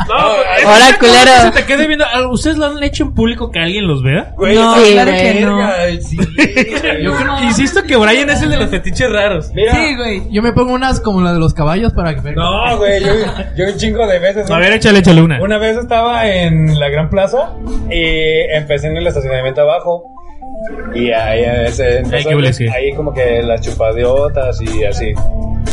[SPEAKER 7] No,
[SPEAKER 11] Hola,
[SPEAKER 7] es que
[SPEAKER 11] culero.
[SPEAKER 7] se te quede viendo. Ah, ¿Ustedes lo han hecho en público que alguien los vea?
[SPEAKER 4] Güey,
[SPEAKER 6] No,
[SPEAKER 11] sí,
[SPEAKER 6] claro
[SPEAKER 11] güey.
[SPEAKER 6] que no.
[SPEAKER 4] ay, sí.
[SPEAKER 7] Yo creo Insisto que Brian es el de los fetiches raros.
[SPEAKER 4] Mira,
[SPEAKER 6] Sí, güey.
[SPEAKER 8] Yo me pongo unas como la de los caballos para que vean.
[SPEAKER 4] no, güey, yo, yo un chingo de veces.
[SPEAKER 7] A ver, échale, échale una.
[SPEAKER 4] Una vez estaba en la Gran Plaza y empecé en el estacionamiento abajo. Y ahí eh, se empezó-
[SPEAKER 7] qué huele, sí.
[SPEAKER 4] ahí como que las chupadiotas y así.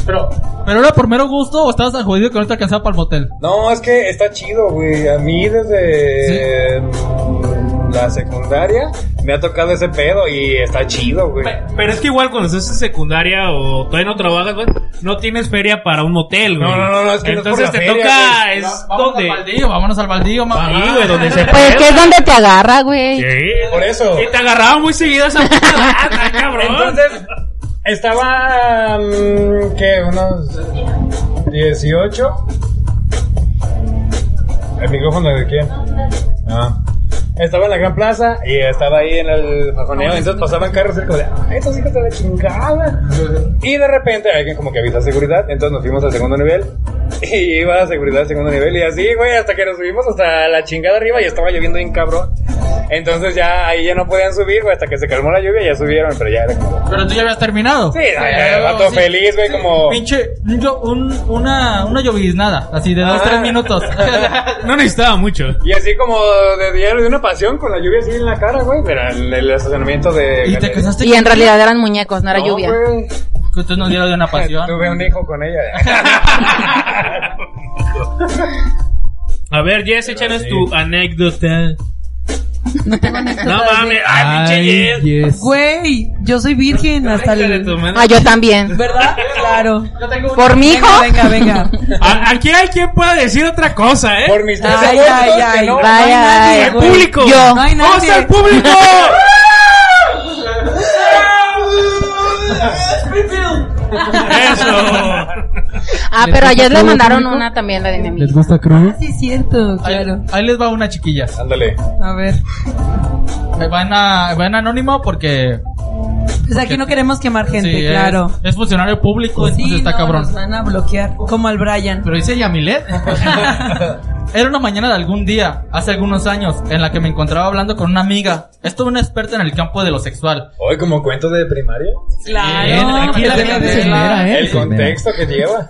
[SPEAKER 2] Pero,
[SPEAKER 8] ¿Pero era por mero gusto o estabas tan jodido que no te alcanzaba para el motel?
[SPEAKER 4] No, es que está chido, güey. A mí desde mm, la secundaria me ha tocado ese pedo y está chido, güey.
[SPEAKER 7] Pe- Pero es que igual cuando estás en secundaria o todavía no trabajas, güey, no tienes feria para un motel, güey.
[SPEAKER 4] No, no, no, no, es que no es por
[SPEAKER 7] Entonces
[SPEAKER 4] la
[SPEAKER 7] te
[SPEAKER 4] feria,
[SPEAKER 7] toca,
[SPEAKER 4] güey.
[SPEAKER 7] es
[SPEAKER 2] vámonos
[SPEAKER 7] donde...
[SPEAKER 2] al baldío, vámonos al baldío, mamá.
[SPEAKER 7] Sí, güey, donde se
[SPEAKER 11] Pues que es donde te agarra, güey.
[SPEAKER 7] Sí.
[SPEAKER 4] Por eso.
[SPEAKER 7] Y te agarraba muy seguido esa puta lata, cabrón.
[SPEAKER 4] Entonces, estaba. mm, ¿Qué? Unos. 18. ¿El micrófono de quién? Ah. Estaba en la Gran Plaza y estaba ahí en el fajoneo. Entonces pasaban carros cerca de. ¡Ah, estos hijos de la chingada! Y de repente alguien como que avisa a seguridad. Entonces nos fuimos al segundo nivel. Y iba a seguridad al segundo nivel. Y así, güey, hasta que nos subimos hasta la chingada arriba y estaba lloviendo bien cabrón. Entonces ya ahí ya no podían subir, güey, hasta que se calmó la lluvia ya subieron. Pero ya era como.
[SPEAKER 2] Pero tú ya habías terminado.
[SPEAKER 4] Sí, ay, ay, vato
[SPEAKER 2] sí.
[SPEAKER 4] feliz, güey, como.
[SPEAKER 2] Pinche, un yo- un- una, una lloviznada, así de dos,
[SPEAKER 4] Ah.
[SPEAKER 2] tres minutos.
[SPEAKER 7] No necesitaba mucho.
[SPEAKER 4] Y así como de diario, de una pasión con la lluvia así en la cara, güey. Pero en el estacionamiento de.
[SPEAKER 2] y te casaste
[SPEAKER 11] Y en realidad eran muñecos, no era
[SPEAKER 4] No,
[SPEAKER 11] lluvia.
[SPEAKER 4] güey.
[SPEAKER 2] que ustedes nos dieron de una pasión.
[SPEAKER 4] Tuve un hijo con ella.
[SPEAKER 7] A ver, Jess, échanos tu anécdota. No
[SPEAKER 6] Total,
[SPEAKER 7] mames, ay, pinche Jess.
[SPEAKER 8] yes.
[SPEAKER 6] Güey, yo soy virgen hasta
[SPEAKER 7] Hija de tu
[SPEAKER 6] el.
[SPEAKER 7] madre.
[SPEAKER 11] Ah, yo también.
[SPEAKER 6] ¿Verdad? Claro.
[SPEAKER 11] Por mi hijo.
[SPEAKER 6] Venga, venga. venga.
[SPEAKER 7] A- Aquí hay quien pueda decir otra cosa, ¿eh?
[SPEAKER 4] Por mis tres
[SPEAKER 6] Ay,
[SPEAKER 4] abuelos,
[SPEAKER 6] ay,
[SPEAKER 4] que
[SPEAKER 6] ay.
[SPEAKER 4] no.
[SPEAKER 11] Vaya,
[SPEAKER 6] nadie,
[SPEAKER 11] vaya.
[SPEAKER 6] güey.
[SPEAKER 7] público.
[SPEAKER 6] Yo. No hay nadie.
[SPEAKER 7] ¡Voz al público! Eso.
[SPEAKER 11] Ah, pero ayer le mandaron una también, la de mi
[SPEAKER 8] ¿Les
[SPEAKER 11] amiga.
[SPEAKER 8] gusta crudo?
[SPEAKER 6] Sí, es cierto,
[SPEAKER 8] Ahí,
[SPEAKER 6] claro.
[SPEAKER 8] ahí les va una chiquillas.
[SPEAKER 4] Ándale.
[SPEAKER 6] A ver.
[SPEAKER 8] Eh, Va en, a- va en anónimo porque.
[SPEAKER 6] Pues aquí no queremos quemar gente,
[SPEAKER 8] sí, es-
[SPEAKER 6] claro.
[SPEAKER 8] Es, funcionario público,
[SPEAKER 6] Sí,
[SPEAKER 8] entonces está
[SPEAKER 6] no,
[SPEAKER 8] cabrón.
[SPEAKER 6] nos van a bloquear, como al Brian.
[SPEAKER 8] Pero dice Yamilet. Era una mañana de algún día, hace algunos años, en la que me encontraba hablando con una amiga. Es toda una experta en el campo de lo sexual.
[SPEAKER 4] Hoy, como cuento de primaria.
[SPEAKER 8] Bien,
[SPEAKER 6] Claro.
[SPEAKER 8] aquí la
[SPEAKER 6] Déjate
[SPEAKER 8] gente
[SPEAKER 6] de
[SPEAKER 8] se
[SPEAKER 6] la-
[SPEAKER 8] entera, ¿eh?
[SPEAKER 4] El contexto que lleva.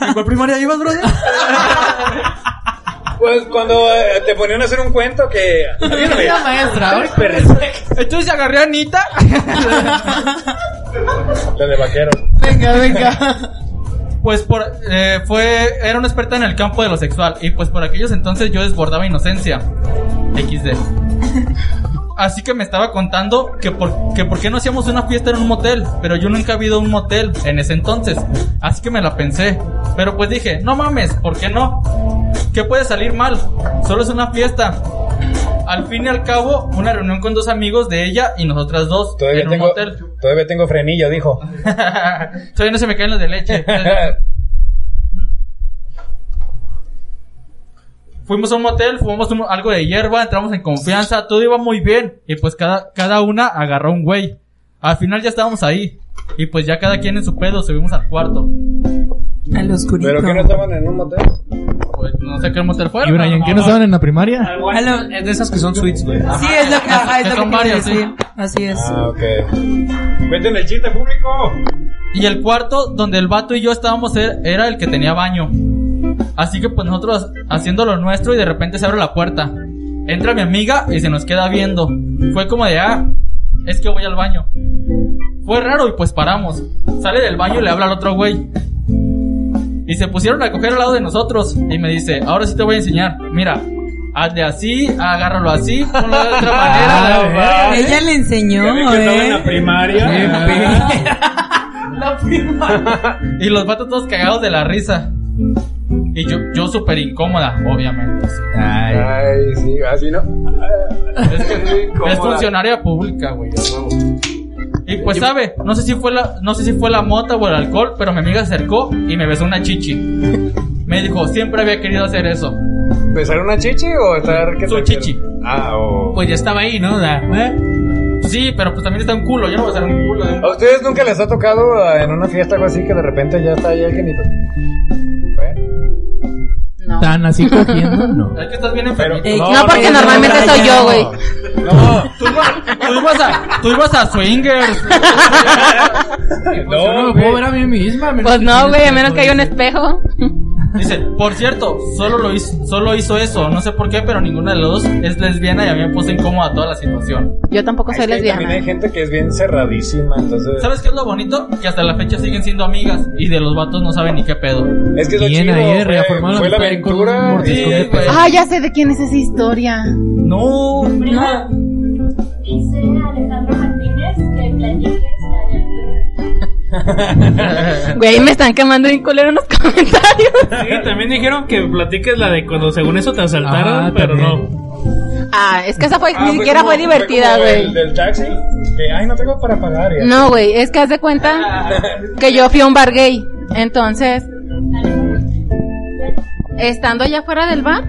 [SPEAKER 8] ¿En cuál primaria llevas, brother?
[SPEAKER 4] Pues cuando eh, te ponían a hacer un cuento que.
[SPEAKER 8] Una maestra. ahora-
[SPEAKER 4] Perres.
[SPEAKER 8] Entonces agarré a Anita.
[SPEAKER 4] La de vaqueros.
[SPEAKER 8] Venga, venga.
[SPEAKER 2] Pues por, eh, fue, era una experta en el campo de lo sexual y pues por aquellos entonces yo desbordaba inocencia. XD. Así que me estaba contando que por, que por qué no hacíamos una fiesta en un motel, pero yo nunca había ido a un motel en ese entonces. Así que me la pensé. Pero pues dije, no mames, ¿por qué no? ¿Qué puede salir mal? Solo es una fiesta. Al fin y al cabo, una reunión con dos amigos de ella y nosotras dos
[SPEAKER 4] Todavía
[SPEAKER 2] en un
[SPEAKER 4] tengo,
[SPEAKER 2] motel.
[SPEAKER 4] todavía tengo frenillo, dijo.
[SPEAKER 2] Todavía no se me caen los de leche. Fuimos a un motel, fumamos un- algo de hierba, entramos en confianza, todo iba muy bien. Y pues cada, cada una agarró un güey. Al final ya estábamos ahí. Y pues ya cada quien en su pedo subimos al cuarto.
[SPEAKER 6] Al oscurito.
[SPEAKER 4] ¿Pero que no estaban en un motel?
[SPEAKER 2] Pues no sé qué motel fue.
[SPEAKER 8] ¿Y Brian, qué no estaban en la primaria?
[SPEAKER 7] Es de esas que son suites, güey.
[SPEAKER 6] Sí, es lo que,
[SPEAKER 8] Ah,
[SPEAKER 6] ajá, es
[SPEAKER 2] Que
[SPEAKER 6] lo
[SPEAKER 2] son
[SPEAKER 6] que quería
[SPEAKER 2] varios, sí.
[SPEAKER 6] decir. Así es.
[SPEAKER 4] Ah, ok. Venden el chiste público.
[SPEAKER 2] Y el cuarto donde el vato y yo estábamos er- era el que tenía baño. Así que pues nosotros haciendo lo nuestro y de repente se abre la puerta. Entra mi amiga y se nos queda viendo. Fue como de, ah, es que voy al baño. Fue raro y pues paramos. Sale del baño y le habla al otro güey. Y se pusieron a coger al lado de nosotros. Y me dice, ahora sí te voy a enseñar. Mira, hazle así, agárralo así, ponlo de otra manera.
[SPEAKER 6] Ella le enseñó,
[SPEAKER 4] Ya ven ¿eh? que estaba en la
[SPEAKER 6] ¿eh?
[SPEAKER 4] primaria.
[SPEAKER 2] Y los vatos todos cagados de la risa. Y yo, yo súper incómoda, obviamente.
[SPEAKER 4] Ay, sí, así no.
[SPEAKER 2] Es, que
[SPEAKER 4] incómoda.
[SPEAKER 2] es funcionaria pública, güey. Y pues sabe, no sé si fue la, no sé si fue la mota o el alcohol, pero mi amiga se acercó y me besó una chichi. Me dijo, siempre había querido hacer eso.
[SPEAKER 4] ¿Besar una chichi o estar que
[SPEAKER 2] Su
[SPEAKER 4] te-
[SPEAKER 2] chichi.
[SPEAKER 4] Ah, o.
[SPEAKER 7] Pues ya estaba ahí, ¿no? Da- ¿eh?
[SPEAKER 2] Sí, pero pues también está un culo, yo no voy a hacer un culo. ¿eh?
[SPEAKER 4] ¿A ustedes nunca les ha tocado ah, en una fiesta o algo así que de repente ya está ahí alguien y. Bueno.
[SPEAKER 11] No.
[SPEAKER 8] Tan así cogiendo, no.
[SPEAKER 2] Es que estás bien enfermito.
[SPEAKER 6] Ey,
[SPEAKER 11] No, porque normalmente
[SPEAKER 6] no,
[SPEAKER 11] soy yo,
[SPEAKER 6] no.
[SPEAKER 11] güey.
[SPEAKER 2] No, tú, ibas- tú ibas a, tú ibas a swingers.
[SPEAKER 8] Pues yo no me puedo ver a mí misma. a menos
[SPEAKER 11] Pues
[SPEAKER 8] que
[SPEAKER 11] no,
[SPEAKER 8] tenga
[SPEAKER 11] güey, a
[SPEAKER 8] espejo,
[SPEAKER 11] menos que haya un
[SPEAKER 8] güey.
[SPEAKER 11] espejo.
[SPEAKER 2] Dice, por cierto, solo lo hizo, solo hizo eso, no sé por qué, pero ninguna de las dos es lesbiana y a mí me puso incómoda toda la situación.
[SPEAKER 11] Yo tampoco soy
[SPEAKER 4] Ay, También hay
[SPEAKER 11] lesbiana.
[SPEAKER 4] gente que es bien cerradísima, entonces.
[SPEAKER 2] ¿Sabes qué es lo bonito? Que hasta la fecha siguen siendo amigas y de los vatos no saben ni qué pedo.
[SPEAKER 4] Es que es lo
[SPEAKER 8] Bien
[SPEAKER 4] chido.
[SPEAKER 8] ahí,
[SPEAKER 4] fue-
[SPEAKER 8] reafirmaron la
[SPEAKER 4] fue la
[SPEAKER 8] amistad con un
[SPEAKER 4] aventura.
[SPEAKER 8] mordisco
[SPEAKER 4] y-
[SPEAKER 8] de
[SPEAKER 2] pe-
[SPEAKER 11] Ah, ya sé de quién es esa historia.
[SPEAKER 2] No, no.
[SPEAKER 13] Dice Alejandro Martínez que platiques la del
[SPEAKER 11] Güey, me están quemando bien culero en los comentarios.
[SPEAKER 7] Sí, también dijeron que platiques la de cuando según eso te asaltaron,
[SPEAKER 8] Ah,
[SPEAKER 7] pero
[SPEAKER 8] también.
[SPEAKER 7] no.
[SPEAKER 11] Ah, es que esa fue,
[SPEAKER 4] Ah,
[SPEAKER 11] ni siquiera
[SPEAKER 4] como-
[SPEAKER 11] fue divertida,
[SPEAKER 4] como
[SPEAKER 11] güey.
[SPEAKER 4] El del taxi. Que, ay, no tengo para pagar. y-
[SPEAKER 11] No, güey, es que haz de cuenta que yo fui a un bar gay. Entonces, estando allá afuera del bar,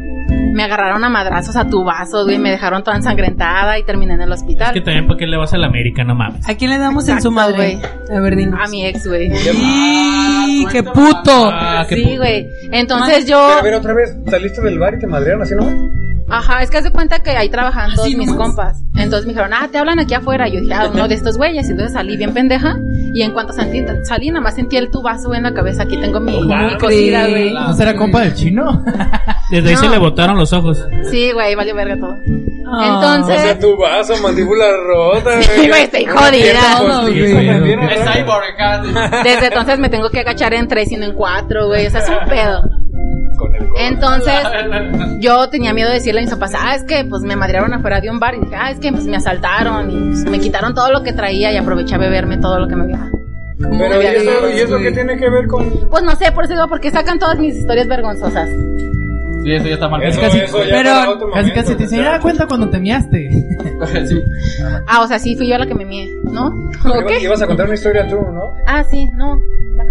[SPEAKER 11] me agarraron a madrazos a tubazos, güey, me dejaron toda ensangrentada y terminé en el
[SPEAKER 7] Es
[SPEAKER 11] hospital.
[SPEAKER 7] que también, ¿para qué le vas a la América? No mames.
[SPEAKER 6] ¿A quién le damos en su
[SPEAKER 11] Exacto,
[SPEAKER 6] madre? A ver, dinos.
[SPEAKER 11] A mi ex, güey.
[SPEAKER 6] ¡Y qué puto!
[SPEAKER 7] Ah, qué
[SPEAKER 11] Sí,
[SPEAKER 7] pu-
[SPEAKER 11] güey. Entonces yo,
[SPEAKER 4] Pero a ver, otra vez, saliste del bar y te madrearon así, ¿no?
[SPEAKER 11] ajá, es que haz de cuenta que ahí
[SPEAKER 4] Ah,
[SPEAKER 11] trabajaban todos
[SPEAKER 6] Así
[SPEAKER 11] mis
[SPEAKER 6] nomás.
[SPEAKER 11] compas. Entonces me dijeron, ah, te hablan aquí afuera. Yo dije, ah, uno de estos güeyes. Entonces salí bien pendeja. Y en cuanto sentí- salí, nada más sentí el tubazo güey, en la cabeza. Aquí tengo mi, mi cosida, güey.
[SPEAKER 4] Ah.
[SPEAKER 8] ¿No será compa del chino?
[SPEAKER 7] Desde ahí
[SPEAKER 11] No.
[SPEAKER 7] se le botaron los ojos.
[SPEAKER 11] Sí, güey, valió verga todo.
[SPEAKER 4] O sea,
[SPEAKER 11] Entonces,
[SPEAKER 4] tu vaso, mandíbula rota.
[SPEAKER 11] Eh. Sí, güey, estoy jodida.
[SPEAKER 4] jodida.
[SPEAKER 2] Es cyborg, acá.
[SPEAKER 11] desde entonces me tengo que agachar en tres y no en cuatro, güey. O sea, es un pedo.
[SPEAKER 4] Con el
[SPEAKER 11] Entonces, yo tenía miedo de decirle a mis papás, ah, es que pues me madrearon afuera de un bar y dije, ah, es que pues me asaltaron y pues, me quitaron todo lo que traía y aproveché a beberme todo lo que me había. como me
[SPEAKER 4] Pero, ¿y
[SPEAKER 11] había
[SPEAKER 4] eso,
[SPEAKER 11] bebido.
[SPEAKER 4] ¿y eso qué tiene que ver con.?
[SPEAKER 11] Pues no sé, por eso digo, porque sacan todas mis historias vergonzosas.
[SPEAKER 2] Sí, eso ya está mal.
[SPEAKER 4] Eso,
[SPEAKER 8] casi-
[SPEAKER 4] eso ya
[SPEAKER 6] pero-
[SPEAKER 4] para otro
[SPEAKER 8] Casi
[SPEAKER 4] momento,
[SPEAKER 8] casi te dicen, ah, cuenta cuando te miaste.
[SPEAKER 2] Sí.
[SPEAKER 11] Ah, o sea, sí, fui yo la que me mié, ¿no? ¿O
[SPEAKER 4] Ibas-
[SPEAKER 11] qué?
[SPEAKER 4] Ibas a contar una historia tú, ¿no?
[SPEAKER 11] Ah, sí, no.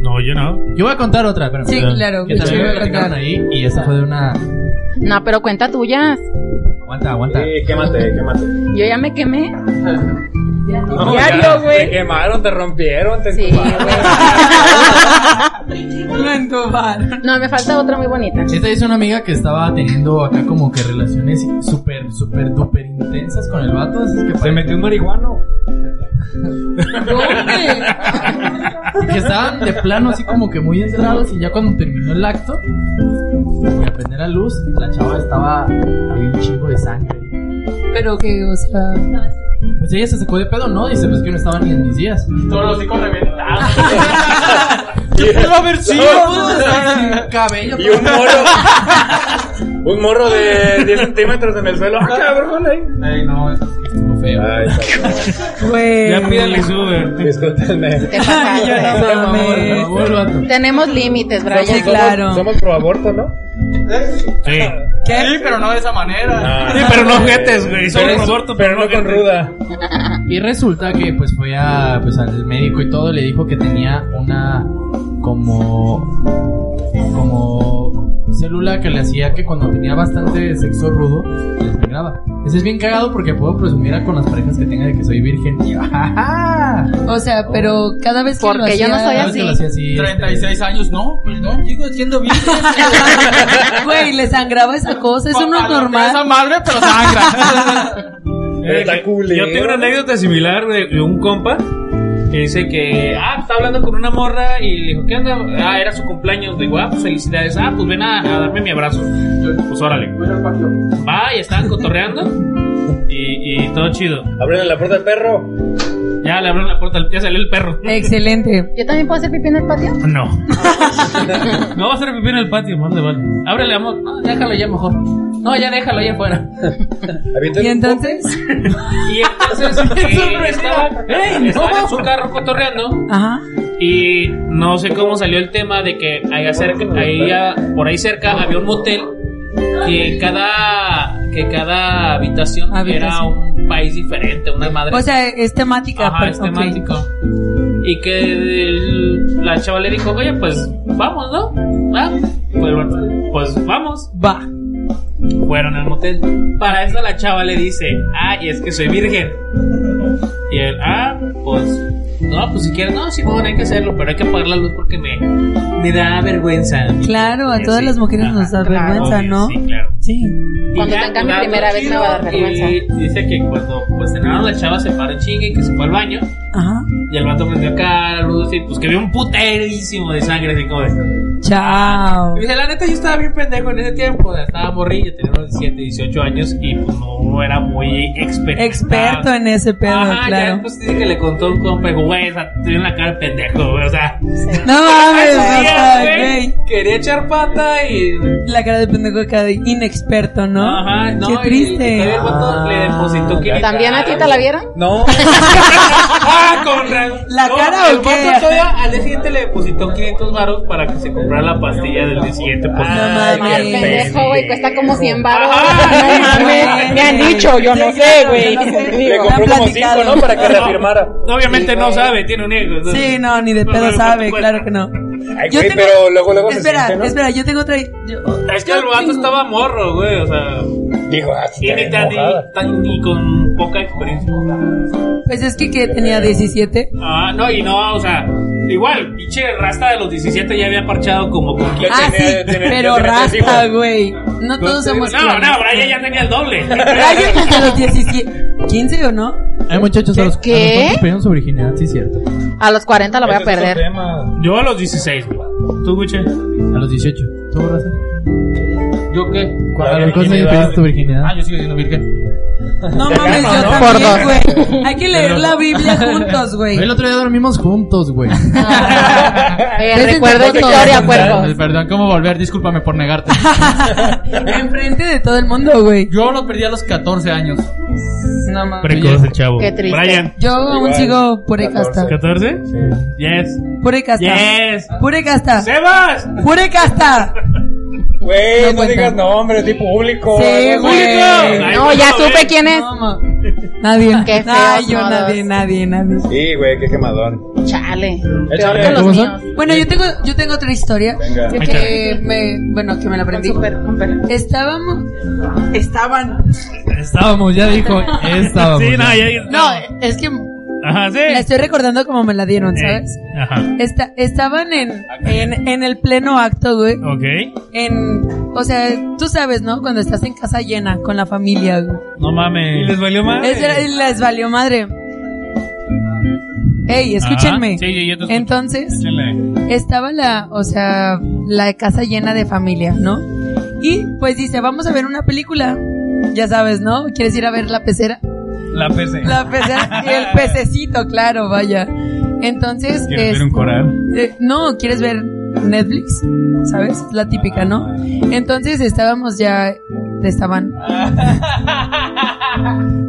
[SPEAKER 7] No, yo no.
[SPEAKER 8] Yo voy a contar otra, pero
[SPEAKER 6] Sí, claro,
[SPEAKER 8] Que
[SPEAKER 6] güey,
[SPEAKER 8] también
[SPEAKER 6] yo
[SPEAKER 8] me
[SPEAKER 6] voy a contar.
[SPEAKER 8] platicaron ahí y esa fue de una...
[SPEAKER 11] No, pero cuenta tuyas.
[SPEAKER 8] Aguanta, aguanta.
[SPEAKER 4] Sí, quémate, quémate.
[SPEAKER 11] Yo ya me quemé.
[SPEAKER 4] No, ya, Te quemaron, te rompieron, te
[SPEAKER 11] Sí,
[SPEAKER 4] entubaron.
[SPEAKER 6] Lo entubaron.
[SPEAKER 11] No, me falta otra muy bonita.
[SPEAKER 8] Esta es una amiga que estaba teniendo acá como que relaciones súper, súper, duper intensas con el vato. así es que
[SPEAKER 4] Se metió un marihuano.
[SPEAKER 8] que estaban de plano así como que muy encerrados y ya cuando terminó el acto y a prender la luz, la chava estaba había un chingo de sangre.
[SPEAKER 6] Pero que, o sea...
[SPEAKER 3] Pues ella se sacó de pedo, ¿no? Dice, pues que no estaba ni en mis días.
[SPEAKER 2] Todos los hijos reventados.
[SPEAKER 7] ¿Qué pudo haber sido?
[SPEAKER 8] Pues,
[SPEAKER 3] cabello.
[SPEAKER 4] Y un morro. Un morro de 10 centímetros en el suelo. ¡Ah, cabrón! ahí!
[SPEAKER 2] Ey, no, eso sí.
[SPEAKER 4] Ay,
[SPEAKER 6] Güey.
[SPEAKER 7] Ya pídanle su eh, Uber.
[SPEAKER 4] discúlpenme.
[SPEAKER 11] Te pasaste.
[SPEAKER 6] ya no mames.
[SPEAKER 11] Tenemos límites, Brian.
[SPEAKER 6] Sí, claro.
[SPEAKER 4] Somos pro aborto, ¿no?
[SPEAKER 7] Sí.
[SPEAKER 2] Sí, pero no de esa manera.
[SPEAKER 7] Sí, pero no jetes, güey. Son
[SPEAKER 4] Pero,
[SPEAKER 7] Roberto,
[SPEAKER 4] pero no con
[SPEAKER 7] jetes.
[SPEAKER 4] ruda.
[SPEAKER 3] Y resulta que pues fue a, pues, al médico y todo, le dijo que tenía una como como célula que le hacía que cuando tenía bastante sexo rudo, le sangraba. Eso es bien cagado porque puedo presumir a con las parejas que tenga de que soy virgen. Y, ¡ajaja!
[SPEAKER 6] O sea, pero cada vez que lo
[SPEAKER 11] Porque yo no
[SPEAKER 6] hacía-
[SPEAKER 11] soy
[SPEAKER 3] Sabes que lo hacía así, este,
[SPEAKER 2] 36 años, no, perdón, sigo siendo bien.
[SPEAKER 6] Güey, le sangraba esa cosa, eso no es
[SPEAKER 2] Esa
[SPEAKER 6] normal.
[SPEAKER 2] madre, pero sangra.
[SPEAKER 4] Pero está culero.
[SPEAKER 7] Eh, Yo tengo una anécdota similar de, de un compa que dice que, ah, está hablando con una morra y le dijo, ¿qué onda? Ah, era su cumpleaños. Digo, ah, pues felicidades. Ah, pues ven a, a darme mi abrazo. Pues órale. Va y estaban cotorreando y, y todo chido.
[SPEAKER 4] Ábrele Ah, la puerta al perro.
[SPEAKER 7] Ya le abrieron la puerta, ya salió el perro.
[SPEAKER 3] Eh.
[SPEAKER 6] Excelente.
[SPEAKER 11] Yo también puedo hacer pipí en el patio.
[SPEAKER 7] No. No va a ser pipí en el patio, mande, vale. Ábrele, amor. No, déjalo ya mejor. No, ya déjalo ahí afuera.
[SPEAKER 4] Avienten
[SPEAKER 6] Y
[SPEAKER 4] un
[SPEAKER 6] entonces,
[SPEAKER 7] Y entonces, eh, estaba,
[SPEAKER 3] ¡Ey,
[SPEAKER 7] estaba en
[SPEAKER 3] no!
[SPEAKER 7] su carro cotorreando.
[SPEAKER 6] ajá.
[SPEAKER 7] Y no sé cómo salió el tema de que ahí cerca, ahí a- por ahí cerca había un motel que cada que cada habitación, era
[SPEAKER 6] Habitación.
[SPEAKER 7] un país diferente, una madre.
[SPEAKER 6] O sea, es temática.
[SPEAKER 7] Ajá,
[SPEAKER 6] pero-
[SPEAKER 7] es
[SPEAKER 6] Pues, ok.
[SPEAKER 7] temático. Y que el- la chava le dijo, oye, pues vamos, ¿no? Ah, pues, bueno, pues vamos.
[SPEAKER 6] Va.
[SPEAKER 7] Fueron al motel. Para eso la chava le dice, ah, y es que soy virgen. Y él, ah, pues, no, pues si quieres, no, sí, bueno, hay que hacerlo, pero hay que apagar la luz porque me, me da vergüenza.
[SPEAKER 6] Claro, a
[SPEAKER 7] Sí,
[SPEAKER 6] todas
[SPEAKER 7] sí.
[SPEAKER 6] las mujeres
[SPEAKER 7] Ajá,
[SPEAKER 6] nos da
[SPEAKER 7] claro,
[SPEAKER 6] vergüenza,
[SPEAKER 7] obvio,
[SPEAKER 6] ¿no?
[SPEAKER 7] Sí, claro.
[SPEAKER 6] Sí.
[SPEAKER 7] Y
[SPEAKER 11] Cuando
[SPEAKER 7] ya,
[SPEAKER 11] tenga mi
[SPEAKER 7] durando
[SPEAKER 11] primera vez me va a dar
[SPEAKER 7] chido, y
[SPEAKER 11] vergüenza.
[SPEAKER 7] Dice que cuando pues terminaron la chava se paró chingue y que se fue al baño.
[SPEAKER 6] Ajá.
[SPEAKER 7] Y el vato prendió acá la luz y pues que vio un puterísimo de sangre así como de...
[SPEAKER 6] Chao.
[SPEAKER 7] Y dice, la neta, yo estaba bien pendejo en ese tiempo. Estaba morrillo, tenía unos 17, 18 años y pues no era muy experto.
[SPEAKER 6] Experto en ese pedo,
[SPEAKER 7] Ajá, ya
[SPEAKER 6] claro.
[SPEAKER 7] después dice que le contó un compa, dijo, güey, o sea, tiene la cara de pendejo, güey, o sea.
[SPEAKER 6] No
[SPEAKER 7] Ay,
[SPEAKER 6] mames, o
[SPEAKER 7] sí,
[SPEAKER 6] sea,
[SPEAKER 7] güey,
[SPEAKER 6] güey.
[SPEAKER 7] Quería echar pata y.
[SPEAKER 6] La cara de pendejo acá de inexperto, ¿no?
[SPEAKER 7] Ajá, no.
[SPEAKER 6] Qué
[SPEAKER 7] y- Y,
[SPEAKER 6] triste.
[SPEAKER 7] todavía el
[SPEAKER 6] Ah.
[SPEAKER 7] vato le depositó que.
[SPEAKER 11] ¿También a ti te la vieron?
[SPEAKER 4] No.
[SPEAKER 7] ¡Ah, con razón!
[SPEAKER 6] ¿La
[SPEAKER 7] No,
[SPEAKER 6] cara o
[SPEAKER 7] el vato
[SPEAKER 6] qué?
[SPEAKER 7] todavía al día siguiente le depositó 500 baros para que se comprara la pastilla del día siguiente. Pues,
[SPEAKER 6] Ay,
[SPEAKER 11] Ay,
[SPEAKER 6] qué
[SPEAKER 11] pendejo, güey. Cuesta como 100 baros.
[SPEAKER 7] Ajá,
[SPEAKER 11] No mames.
[SPEAKER 6] Güey.
[SPEAKER 14] Me han dicho, yo no
[SPEAKER 6] Sí,
[SPEAKER 14] sé,
[SPEAKER 6] claro,
[SPEAKER 14] güey.
[SPEAKER 6] yo no sé.
[SPEAKER 4] Le
[SPEAKER 6] Te han
[SPEAKER 4] compró como
[SPEAKER 6] platicado.
[SPEAKER 4] cinco, ¿no? Para que
[SPEAKER 7] No,
[SPEAKER 4] reafirmara.
[SPEAKER 7] Obviamente no sabe, tiene un ego. entonces-
[SPEAKER 6] Sí, no, ni de
[SPEAKER 7] No,
[SPEAKER 6] pedo
[SPEAKER 7] pero
[SPEAKER 6] sabe,
[SPEAKER 7] cuesta.
[SPEAKER 6] claro que no.
[SPEAKER 4] Ay,
[SPEAKER 6] Yo
[SPEAKER 4] güey,
[SPEAKER 6] tengo-
[SPEAKER 4] pero luego, luego
[SPEAKER 6] Espera,
[SPEAKER 4] se siente, ¿no?
[SPEAKER 6] espera, yo tengo otra. yo-
[SPEAKER 7] Es que el vato estaba morro, güey, o sea.
[SPEAKER 4] Dijo, ah, sí,
[SPEAKER 7] Y
[SPEAKER 4] está
[SPEAKER 7] ni,
[SPEAKER 4] bien
[SPEAKER 7] tan- ni-
[SPEAKER 4] mojada.
[SPEAKER 7] tan- ni con poca experiencia.
[SPEAKER 6] Pues es que que tenía 17.
[SPEAKER 7] Ah, no, y no, o sea, igual, pinche rasta de los 17 ya había parchado como con 15.
[SPEAKER 6] Ah, sí,
[SPEAKER 4] tenía- tenía- tenía
[SPEAKER 6] pero
[SPEAKER 4] tres
[SPEAKER 6] rasta,
[SPEAKER 4] hijos.
[SPEAKER 6] güey. No todos somos
[SPEAKER 7] No, no,
[SPEAKER 6] clones.
[SPEAKER 7] Brian ya tenía el doble.
[SPEAKER 6] Brian desde los 17. ¿15 o no?
[SPEAKER 3] Hay muchachos a los
[SPEAKER 11] ¿Qué?
[SPEAKER 3] a los cuales perdieron su virginidad, sí, cierto.
[SPEAKER 11] A los 40 la voy a
[SPEAKER 4] Ese es otro
[SPEAKER 11] perder.
[SPEAKER 4] tema.
[SPEAKER 7] Yo a los 16, güey. ¿Tú, Guche?
[SPEAKER 3] A los 18. ¿Tú, Raza?
[SPEAKER 2] ¿Yo qué?
[SPEAKER 3] ¿A los cuántos años
[SPEAKER 4] virginidad.
[SPEAKER 3] perdiste tu virginidad?
[SPEAKER 2] Ah, yo sigo siendo virgen.
[SPEAKER 6] No mames, yo
[SPEAKER 11] Por
[SPEAKER 6] también, güey. Hay que leer la Biblia juntos, güey.
[SPEAKER 3] El otro día dormimos juntos, güey.
[SPEAKER 11] Eh, recuerdo
[SPEAKER 6] entonces,
[SPEAKER 11] historia,
[SPEAKER 6] ¿no?
[SPEAKER 11] puerco.
[SPEAKER 2] Perdón, ¿cómo volver? Discúlpame por negarte.
[SPEAKER 6] Enfrente de todo el mundo, güey.
[SPEAKER 2] Yo lo perdí a los 14 años.
[SPEAKER 6] No mames.
[SPEAKER 7] Precoz el chavo.
[SPEAKER 11] Qué triste.
[SPEAKER 7] Brian,
[SPEAKER 6] Yo aún
[SPEAKER 4] Igual,
[SPEAKER 6] sigo pure casta.
[SPEAKER 7] 14? Yes.
[SPEAKER 6] Pure casta.
[SPEAKER 7] Yes.
[SPEAKER 6] Pure casta.
[SPEAKER 7] ¡Sebas!
[SPEAKER 6] Pure casta. No
[SPEAKER 4] Güey, no,
[SPEAKER 6] cuenta.
[SPEAKER 4] digas nombres, di público.
[SPEAKER 6] Sí,
[SPEAKER 4] No,
[SPEAKER 6] güey.
[SPEAKER 7] Ay,
[SPEAKER 11] No, ya supe quién es.
[SPEAKER 6] No, ma- Nadie.
[SPEAKER 11] Qué feos
[SPEAKER 6] Ay, yo
[SPEAKER 11] modos.
[SPEAKER 6] nadie, nadie, nadie.
[SPEAKER 4] Sí, güey, qué quemadón.
[SPEAKER 11] Chale. Peor
[SPEAKER 4] Échale.
[SPEAKER 11] que los
[SPEAKER 3] ¿Cómo
[SPEAKER 11] míos.
[SPEAKER 3] son?
[SPEAKER 6] Bueno, yo tengo, yo tengo otra historia
[SPEAKER 4] Venga.
[SPEAKER 6] que me, bueno, que me la aprendí. Estábamos, estaban.
[SPEAKER 3] Estábamos, ya dijo. Estábamos.
[SPEAKER 7] Sí, no,
[SPEAKER 3] ya.
[SPEAKER 7] ya.
[SPEAKER 6] No, es que
[SPEAKER 7] Ajá, sí.
[SPEAKER 6] la estoy recordando como me la dieron, ¿sabes?
[SPEAKER 7] Eh, Ajá.
[SPEAKER 6] Esta- estaban en, en, en el pleno acto, güey.
[SPEAKER 7] Ok.
[SPEAKER 6] En, o sea, tú sabes, ¿no? Cuando estás en casa llena con la familia, güey.
[SPEAKER 7] No mames. ¿Les valió más?
[SPEAKER 6] Es- les valió madre. Ey, escúchenme.
[SPEAKER 7] Sí, sí, yo te escucho.
[SPEAKER 6] Entonces,
[SPEAKER 7] Échale.
[SPEAKER 6] estaba la, o sea, la casa llena de familia, ¿no? Y pues dice, vamos a ver una película. Ya sabes, ¿no? ¿Quieres ir a ver la pecera?
[SPEAKER 7] La PC.
[SPEAKER 6] La pece- y el pececito, claro, vaya. Entonces.
[SPEAKER 7] ¿Quieres ver un
[SPEAKER 6] este,
[SPEAKER 7] coral?
[SPEAKER 6] eh, no, ¿quieres ver Netflix? ¿Sabes? La típica, ¿no? Entonces estábamos ya. Estaban.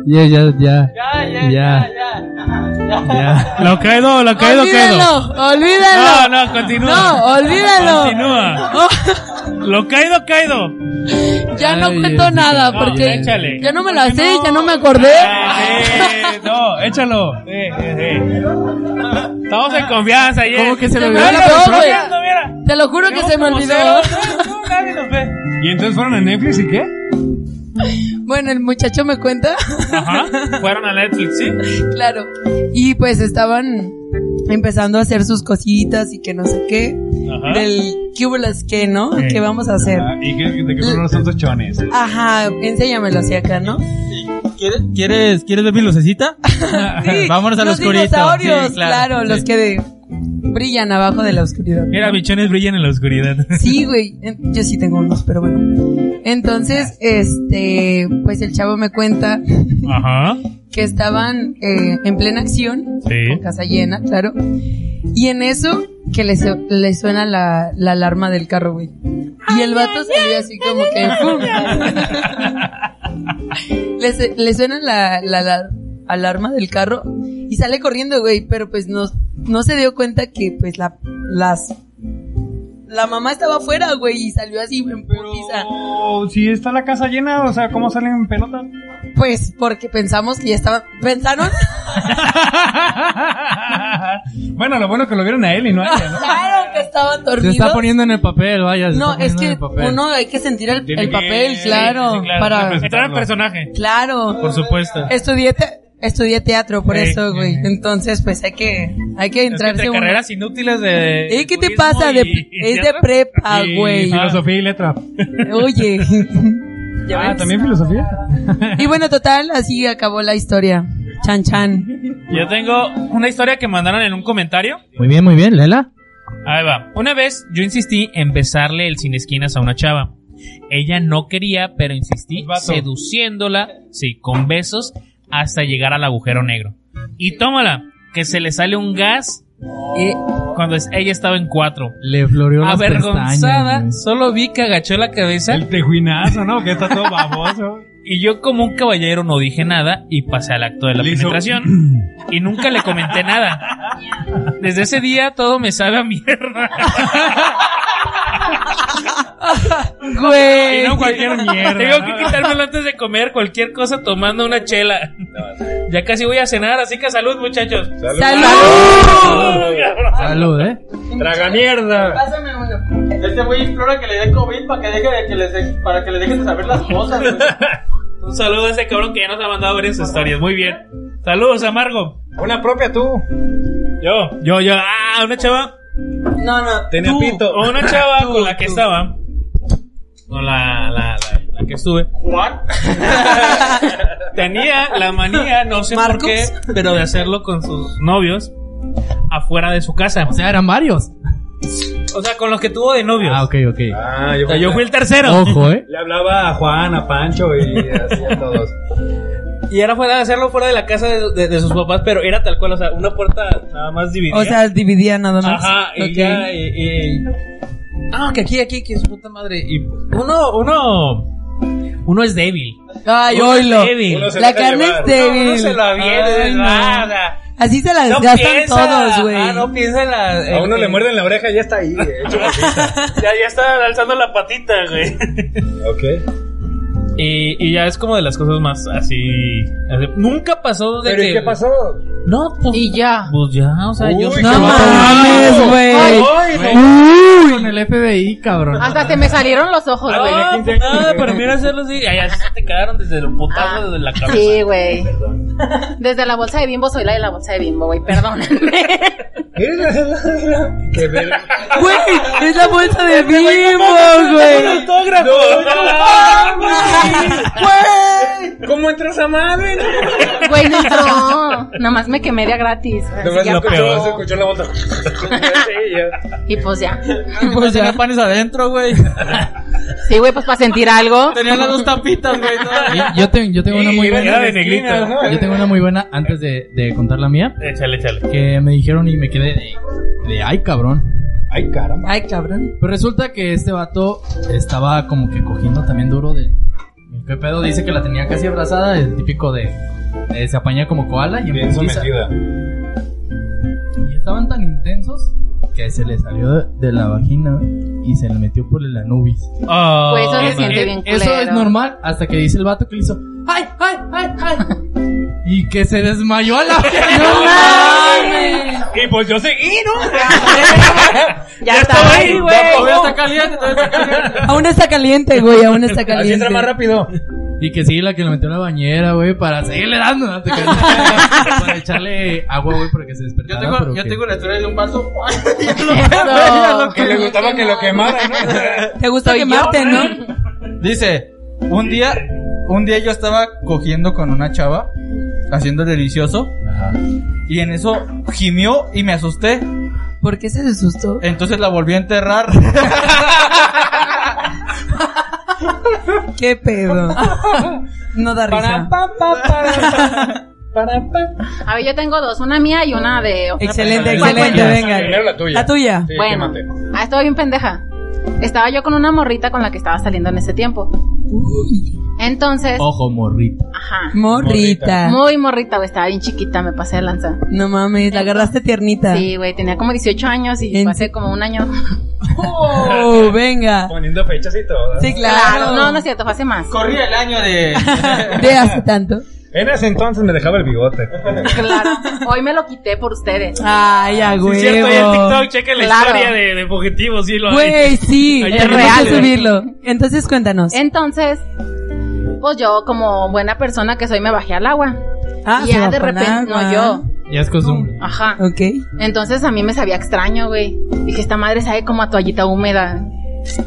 [SPEAKER 8] Ya, ya, ya.
[SPEAKER 2] Ya,
[SPEAKER 8] ya, Ya. Ya.
[SPEAKER 7] Lo quedo, lo quedo, quedo.
[SPEAKER 6] ¡Olvídalo! ¡Olvídalo!
[SPEAKER 7] No, no, continúa.
[SPEAKER 6] No, olvídalo. Oh,
[SPEAKER 7] Continúa. Lo caído, caído.
[SPEAKER 6] ya no
[SPEAKER 8] Ay,
[SPEAKER 6] cuento
[SPEAKER 8] Diosito.
[SPEAKER 6] nada
[SPEAKER 7] No,
[SPEAKER 6] porque.
[SPEAKER 7] échale.
[SPEAKER 6] Ya no me la
[SPEAKER 7] Porque
[SPEAKER 6] sé,
[SPEAKER 7] no.
[SPEAKER 6] ya no me acordé.
[SPEAKER 7] Eh, no, échalo. Eh, eh, eh. Estamos en confianza ayer.
[SPEAKER 8] Como que se le
[SPEAKER 7] Ay,
[SPEAKER 8] olvidó
[SPEAKER 6] la
[SPEAKER 7] lo
[SPEAKER 6] persona.
[SPEAKER 7] estoy viendo, mira.
[SPEAKER 6] Te lo juro que
[SPEAKER 7] Llevo
[SPEAKER 6] se me
[SPEAKER 7] como
[SPEAKER 6] olvidó.
[SPEAKER 7] cero. No, no, nadie nos ve.
[SPEAKER 4] ¿Y entonces fueron a Netflix y qué?
[SPEAKER 6] Bueno, el muchacho me cuenta.
[SPEAKER 7] Ajá. Fueron a Netflix, ¿sí?
[SPEAKER 6] Claro. Y pues estaban empezando a hacer sus cositas y que no sé qué.
[SPEAKER 7] Ajá.
[SPEAKER 6] Del qué hubo las que, ¿no?
[SPEAKER 7] Sí.
[SPEAKER 6] ¿Qué vamos a hacer?
[SPEAKER 4] Ah, ¿Y qué, de qué fueron los tantos chones?
[SPEAKER 6] Ajá, enséñamelo hacia acá, ¿no?
[SPEAKER 2] ¿Quieres, quieres, quieres ver mi lucecita?
[SPEAKER 6] Sí,
[SPEAKER 2] Vámonos al
[SPEAKER 6] los
[SPEAKER 2] oscurito.
[SPEAKER 6] dinosaurios,
[SPEAKER 2] Sí,
[SPEAKER 6] claro,
[SPEAKER 2] sí.
[SPEAKER 6] los que de- brillan abajo de la oscuridad.
[SPEAKER 7] Mira, bichones brillan en la oscuridad.
[SPEAKER 6] Sí, güey. En- Yo sí tengo unos, pero bueno. Entonces, este, pues el chavo me cuenta
[SPEAKER 7] Ajá.
[SPEAKER 6] que estaban eh, en plena acción,
[SPEAKER 7] Sí.
[SPEAKER 6] con casa llena, claro. Y en eso que le, su- le suena la, la alarma del carro, güey. Y el vato salió así como que... ¡pum! le, su- le suena la, la, la alarma del carro y sale corriendo, güey, pero pues no, no se dio cuenta que pues la, las... La mamá estaba afuera, güey, y salió así en putiza.
[SPEAKER 4] Pero si está la casa llena, o sea, ¿cómo salen pelotas?
[SPEAKER 6] Pues porque pensamos que ya estaban... ¿Pensaron?
[SPEAKER 4] bueno, lo bueno que lo vieron a él y no a ella, ¿no?
[SPEAKER 6] claro que estaban
[SPEAKER 8] Se
[SPEAKER 6] dormidos.
[SPEAKER 8] está poniendo en el papel, vaya. se
[SPEAKER 6] No,
[SPEAKER 8] está
[SPEAKER 6] es
[SPEAKER 8] poniendo en
[SPEAKER 6] que
[SPEAKER 8] el papel.
[SPEAKER 6] uno hay que sentir el,
[SPEAKER 4] Tiene
[SPEAKER 6] el
[SPEAKER 4] que-
[SPEAKER 6] papel,
[SPEAKER 4] sí,
[SPEAKER 6] claro,
[SPEAKER 4] sí, claro,
[SPEAKER 6] para...
[SPEAKER 4] claro.
[SPEAKER 7] Entrar en personaje.
[SPEAKER 6] Claro.
[SPEAKER 2] Por supuesto.
[SPEAKER 6] Estudié, te- estudié teatro, por
[SPEAKER 7] Sí,
[SPEAKER 6] eso, güey.
[SPEAKER 7] sí.
[SPEAKER 6] Entonces, pues hay que, hay que
[SPEAKER 7] Es que
[SPEAKER 6] entrarse
[SPEAKER 7] entre
[SPEAKER 6] uno.
[SPEAKER 7] carreras inútiles de.
[SPEAKER 6] ¿Eh, qué te
[SPEAKER 7] turismo
[SPEAKER 6] pasa?
[SPEAKER 7] y-
[SPEAKER 6] De-
[SPEAKER 7] y
[SPEAKER 6] es de
[SPEAKER 7] teatro.
[SPEAKER 6] prepa,
[SPEAKER 7] Y-
[SPEAKER 6] güey.
[SPEAKER 7] Ah,
[SPEAKER 4] Filosofía y letra.
[SPEAKER 6] Oye. Ya
[SPEAKER 4] Ah,
[SPEAKER 6] ves.
[SPEAKER 4] ¿también filosofía?
[SPEAKER 6] Y bueno, total, así acabó la historia. Chan chan.
[SPEAKER 7] Yo tengo una historia que mandaron en un comentario.
[SPEAKER 8] Muy bien, muy bien, Lela.
[SPEAKER 7] Ahí va. Una vez yo insistí en besarle el sin esquinas a una chava. Ella no quería, pero insistí seduciéndola, sí, con besos hasta llegar al agujero negro. Y tómala, que se le sale un gas eh, cuando es- ella estaba en cuatro.
[SPEAKER 8] Le floreó las
[SPEAKER 7] Avergonzada,
[SPEAKER 8] pestañas,
[SPEAKER 7] solo vi que agachó la cabeza
[SPEAKER 4] El tejuinazo, ¿no? Que está todo baboso.
[SPEAKER 7] y yo como un caballero no dije nada y pasé al acto de la
[SPEAKER 4] Le hizo-
[SPEAKER 7] penetración y nunca le comenté nada. Desde ese día todo me sabe a mierda.
[SPEAKER 6] Güey.
[SPEAKER 7] Y no cualquier mierda. Tengo
[SPEAKER 4] ¿no?
[SPEAKER 7] que quitármelo antes de comer cualquier cosa tomando una chela. Ya casi voy a cenar, así que salud, muchachos.
[SPEAKER 6] ¡Salud!
[SPEAKER 8] güey. Salud, eh.
[SPEAKER 4] Traga mierda.
[SPEAKER 6] Pásame uno.
[SPEAKER 2] Este güey implora que le dé COVID para que deje de que les de- para que le dejen de saber las cosas. güey.
[SPEAKER 7] Un saludo a ese cabrón que ya nos ha mandado varias historias. Muy bien. Saludos, Amargo.
[SPEAKER 4] Una propia tú.
[SPEAKER 7] Yo, yo, yo. Ah, una chava.
[SPEAKER 6] No, no.
[SPEAKER 4] Tenía
[SPEAKER 6] tú.
[SPEAKER 4] pito.
[SPEAKER 7] Una chava
[SPEAKER 6] Tú,
[SPEAKER 7] con la que
[SPEAKER 6] tú.
[SPEAKER 7] estaba. Con la, la, la, la que estuve.
[SPEAKER 2] Juan.
[SPEAKER 7] Tenía la manía, no sé
[SPEAKER 6] Marcos.
[SPEAKER 7] por qué, pero de hacerlo con sus novios afuera de su casa.
[SPEAKER 8] O sea, eran varios.
[SPEAKER 7] O sea, con los que tuvo de novios.
[SPEAKER 8] Ah, ok, ok.
[SPEAKER 4] Ah, yo,
[SPEAKER 7] O sea, yo fui el tercero.
[SPEAKER 3] Oh.
[SPEAKER 8] Ojo, eh.
[SPEAKER 4] Le hablaba a Juan, a Pancho y así a todos.
[SPEAKER 7] Y era fuera de hacerlo fuera de la casa de, de- de sus papás, pero era tal cual, o sea, una puerta nada más dividida.
[SPEAKER 6] O sea, dividía nada más.
[SPEAKER 7] ajá, y
[SPEAKER 6] Ok.
[SPEAKER 7] ya, y, y- Ah, que aquí, aquí, que es puta madre. Y uno, uno, uno es débil.
[SPEAKER 6] Ay,
[SPEAKER 7] Uno es
[SPEAKER 6] oilo.
[SPEAKER 7] débil.
[SPEAKER 4] Uno se
[SPEAKER 6] La
[SPEAKER 4] deja
[SPEAKER 6] carne
[SPEAKER 4] llevar.
[SPEAKER 6] es
[SPEAKER 7] No,
[SPEAKER 6] débil.
[SPEAKER 7] uno se lo avienta,
[SPEAKER 6] Ay, no.
[SPEAKER 7] nada.
[SPEAKER 6] Así se las
[SPEAKER 7] No
[SPEAKER 6] gastan
[SPEAKER 7] piensa,
[SPEAKER 6] todos, güey.
[SPEAKER 7] Ah, no piensa en la.
[SPEAKER 4] A
[SPEAKER 7] en-
[SPEAKER 4] uno le
[SPEAKER 7] en-
[SPEAKER 4] muerden la oreja y ya está ahí. eh, hecho bolita.
[SPEAKER 7] Ya, ya está alzando la patita, güey.
[SPEAKER 4] ok.
[SPEAKER 7] Y, y ya es como de las cosas más así. así- Nunca pasó de
[SPEAKER 4] Pero
[SPEAKER 7] que.
[SPEAKER 4] ¿y qué pasó?
[SPEAKER 7] No, pues.
[SPEAKER 11] Y ya.
[SPEAKER 7] Pues ya, o sea, yo.
[SPEAKER 4] Uy,
[SPEAKER 6] No
[SPEAKER 4] qué
[SPEAKER 6] mames, güey.
[SPEAKER 8] Con el FBI, cabrón.
[SPEAKER 11] Hasta se me salieron los ojos,
[SPEAKER 7] Ah,
[SPEAKER 11] güey.
[SPEAKER 4] tenía 15
[SPEAKER 7] pues
[SPEAKER 4] años.
[SPEAKER 7] nada, pero mira hacerlo así. Ay, así se te cagaron desde el putazo de la cabeza.
[SPEAKER 11] Ah, Sí, güey. Desde la bolsa de bimbo soy la de la bolsa de bimbo, güey. Perdónenme.
[SPEAKER 4] Qué verga.
[SPEAKER 6] Güey, es la bolsa de bimbo, güey.
[SPEAKER 7] ¡Autógrafo!
[SPEAKER 4] No, no,
[SPEAKER 6] Güey.
[SPEAKER 4] ¿Cómo entra esa madre?
[SPEAKER 11] Güey, no, no. Nada más me quemé de a gratis.
[SPEAKER 4] Nomás
[SPEAKER 11] Ya
[SPEAKER 4] lo
[SPEAKER 11] acabó.
[SPEAKER 4] peor. Se escuchó la moto. Sí, ya.
[SPEAKER 11] Y pues ya.
[SPEAKER 2] Pues tenía panes adentro, güey.
[SPEAKER 11] Sí, güey, pues para sentir algo.
[SPEAKER 2] Tenía las dos tapitas, güey.
[SPEAKER 3] Y
[SPEAKER 2] ¿no?
[SPEAKER 3] Yo, te- yo tengo una muy
[SPEAKER 4] Y venía
[SPEAKER 3] buena.
[SPEAKER 4] de negrito.
[SPEAKER 3] Yo tengo una muy buena antes de, de contar la mía.
[SPEAKER 7] Échale, échale.
[SPEAKER 3] Que me dijeron y me quedé de, de ay cabrón.
[SPEAKER 4] Ay, caramba.
[SPEAKER 6] Ay, cabrón.
[SPEAKER 3] Pues resulta que este vato estaba como que cogiendo también duro de. ¿Qué pedo? Dice que la tenía casi abrazada, el típico de. de se apaña como koala y
[SPEAKER 4] Bien
[SPEAKER 3] empieza-
[SPEAKER 4] sometida.
[SPEAKER 3] Y estaban tan intensos que se le salió de, de la vagina y se le metió por el anubis.
[SPEAKER 7] Ah,
[SPEAKER 11] Pues eso se
[SPEAKER 7] man.
[SPEAKER 11] siente bien culero.
[SPEAKER 3] Eh, Eso es normal hasta que dice el vato que le hizo ¡Ay, ay, ay, ay! y que se desmayó a la
[SPEAKER 11] ¡No mames!
[SPEAKER 4] Y pues yo seguí, ¿no?
[SPEAKER 11] Ya estaba ahí, güey.
[SPEAKER 6] Aún está caliente, güey, aún está caliente.
[SPEAKER 4] Así entra más rápido.
[SPEAKER 3] Y que sí, la que le metió en la bañera, güey, para seguirle dando, ¿no? Te creas. para echarle agua, güey, para que se
[SPEAKER 2] Yo
[SPEAKER 3] despertara.
[SPEAKER 2] tengo,
[SPEAKER 3] pero
[SPEAKER 2] yo
[SPEAKER 3] que-
[SPEAKER 2] tengo la historia de un vato.
[SPEAKER 4] Que le gustaba que lo quemara, ¿no?
[SPEAKER 6] Te gusta quemarte, ¿no?
[SPEAKER 2] Dice, un día, un día yo estaba cogiendo con una chava, haciendo el delicioso, y en eso gimió y me asusté.
[SPEAKER 6] ¿Por qué se asustó?
[SPEAKER 2] Entonces la volví a enterrar.
[SPEAKER 6] ¿Qué pedo? No da risa.
[SPEAKER 11] A ver, yo tengo dos, una mía y una de...
[SPEAKER 6] Excelente,
[SPEAKER 11] Bueno,
[SPEAKER 6] excelente,
[SPEAKER 11] bueno.
[SPEAKER 6] venga.
[SPEAKER 4] Primero la tuya.
[SPEAKER 6] La tuya.
[SPEAKER 4] Sí,
[SPEAKER 11] bueno,
[SPEAKER 4] quémate.
[SPEAKER 11] ah, estaba bien pendeja. Estaba yo con una morrita con la que estaba saliendo en ese tiempo. Entonces,
[SPEAKER 3] Ojo, morrito.
[SPEAKER 11] ajá.
[SPEAKER 6] Morrita.
[SPEAKER 11] Muy morrita, güey, estaba bien chiquita, me pasé de lanza.
[SPEAKER 6] No mames, la agarraste tiernita.
[SPEAKER 11] Sí, güey, tenía como 18 años y
[SPEAKER 6] En-
[SPEAKER 11] pasé como un año.
[SPEAKER 6] Oh, venga.
[SPEAKER 4] Poniendo fechas y todo. ¿no?
[SPEAKER 6] Sí,
[SPEAKER 11] Claro,
[SPEAKER 6] claro.
[SPEAKER 11] no, no es cierto, fue hace más.
[SPEAKER 2] Corría el año de...
[SPEAKER 6] De hace tanto.
[SPEAKER 4] En ese entonces me dejaba el bigote.
[SPEAKER 11] Claro. Hoy me lo quité por ustedes.
[SPEAKER 6] Ay, a
[SPEAKER 7] Sí, es cierto, ahí en
[SPEAKER 6] huevo.
[SPEAKER 7] TikTok, chequen la
[SPEAKER 11] Claro.
[SPEAKER 7] historia de, de fugitivos, sí lo hay.
[SPEAKER 6] Güey, sí,
[SPEAKER 7] Ahí
[SPEAKER 6] es
[SPEAKER 7] tenemos
[SPEAKER 6] real
[SPEAKER 7] que
[SPEAKER 6] subirlo. Entonces cuéntanos.
[SPEAKER 11] Entonces, pues yo como buena persona que soy me bajé al agua.
[SPEAKER 6] Ah,
[SPEAKER 11] y
[SPEAKER 6] se
[SPEAKER 11] ya
[SPEAKER 6] va
[SPEAKER 11] de
[SPEAKER 6] con
[SPEAKER 11] repente,
[SPEAKER 6] agua.
[SPEAKER 11] no yo,
[SPEAKER 3] Ya es costumbre.
[SPEAKER 11] ajá.
[SPEAKER 6] Ok.
[SPEAKER 11] Entonces a mí me sabía extraño, güey. Dije, esta madre sabe como a toallita húmeda.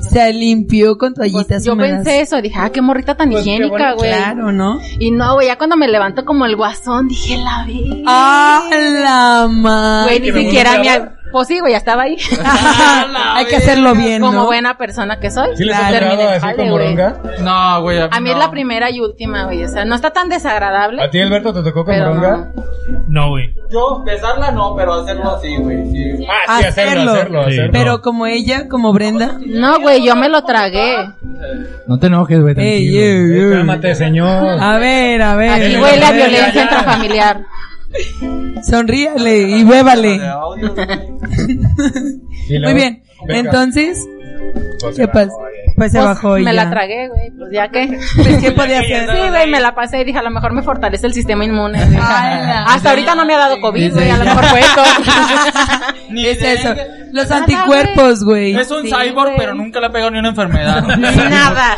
[SPEAKER 6] Se limpió con
[SPEAKER 11] Pues,
[SPEAKER 6] toallitas
[SPEAKER 11] yo
[SPEAKER 6] húmedas.
[SPEAKER 11] pensé eso, dije, ah, qué morrita tan
[SPEAKER 4] Pues, qué
[SPEAKER 11] higiénica,
[SPEAKER 4] bueno,
[SPEAKER 11] güey.
[SPEAKER 6] Claro, ¿no?
[SPEAKER 11] Y no, güey, ya cuando me levanto como el guasón, dije, la vi.
[SPEAKER 6] ¡Ah, la
[SPEAKER 11] Güey,
[SPEAKER 6] madre!
[SPEAKER 11] ni
[SPEAKER 4] que me
[SPEAKER 11] siquiera me...
[SPEAKER 4] volteaba.
[SPEAKER 11] ha- Pues sí, güey, ya estaba ahí.
[SPEAKER 6] Hay que hacerlo Ah, bien, ¿no?
[SPEAKER 11] como buena persona que soy.
[SPEAKER 4] ¿Sí les ha
[SPEAKER 11] Claro.
[SPEAKER 4] tocado
[SPEAKER 11] Terminé
[SPEAKER 4] así
[SPEAKER 11] jale,
[SPEAKER 4] con
[SPEAKER 11] güey.
[SPEAKER 4] moronga?
[SPEAKER 2] No, güey.
[SPEAKER 11] A mí
[SPEAKER 2] no.
[SPEAKER 11] es la primera y última, güey. O sea, no está tan desagradable.
[SPEAKER 4] ¿A ti, Alberto, te tocó con
[SPEAKER 11] Pero
[SPEAKER 4] moronga?
[SPEAKER 7] No, güey.
[SPEAKER 2] Yo besarla no, pero hacerlo así, güey. Sí.
[SPEAKER 4] Ah, sí, hacerlo,
[SPEAKER 6] Hacerlo.
[SPEAKER 4] hacerlo,
[SPEAKER 7] Sí.
[SPEAKER 4] hacerlo.
[SPEAKER 6] Pero como ella, como Brenda.
[SPEAKER 11] No, güey, yo me lo tragué.
[SPEAKER 3] No te enojes, güey,
[SPEAKER 6] Ey,
[SPEAKER 3] tranquilo.
[SPEAKER 6] ey, ey.
[SPEAKER 4] Cálmate, señor.
[SPEAKER 6] A ver, a
[SPEAKER 11] Aquí
[SPEAKER 6] ver.
[SPEAKER 11] huele
[SPEAKER 4] ya,
[SPEAKER 11] a
[SPEAKER 4] ya, ya.
[SPEAKER 11] violencia intrafamiliar.
[SPEAKER 6] Sonríale y huévale.
[SPEAKER 2] De audio, güey.
[SPEAKER 4] Y luego-
[SPEAKER 6] Muy bien.
[SPEAKER 4] Venga.
[SPEAKER 6] Entonces,
[SPEAKER 4] Pues se
[SPEAKER 6] ¿qué pasa?
[SPEAKER 4] bajó, oye.
[SPEAKER 6] Pues se
[SPEAKER 11] Pues,
[SPEAKER 6] bajó
[SPEAKER 11] Me
[SPEAKER 6] ella.
[SPEAKER 11] la tragué, güey. Pues ya que.
[SPEAKER 6] Pues, ¿Qué podía hacer?
[SPEAKER 11] Sí, güey, me la pasé y dije, a lo mejor me fortalece el sistema inmune. Dije, "Ah,
[SPEAKER 6] Ala.
[SPEAKER 11] Hasta ahorita no me ha dado COVID, güey, a lo mejor fue esto.
[SPEAKER 2] Ni
[SPEAKER 6] Es
[SPEAKER 2] de-
[SPEAKER 6] eso. Los
[SPEAKER 11] Nada,
[SPEAKER 6] anticuerpos, güey.
[SPEAKER 2] Es un
[SPEAKER 11] Sí,
[SPEAKER 2] cyborg,
[SPEAKER 11] güey.
[SPEAKER 2] pero nunca le ha pegado ni una enfermedad.
[SPEAKER 11] Ni nada.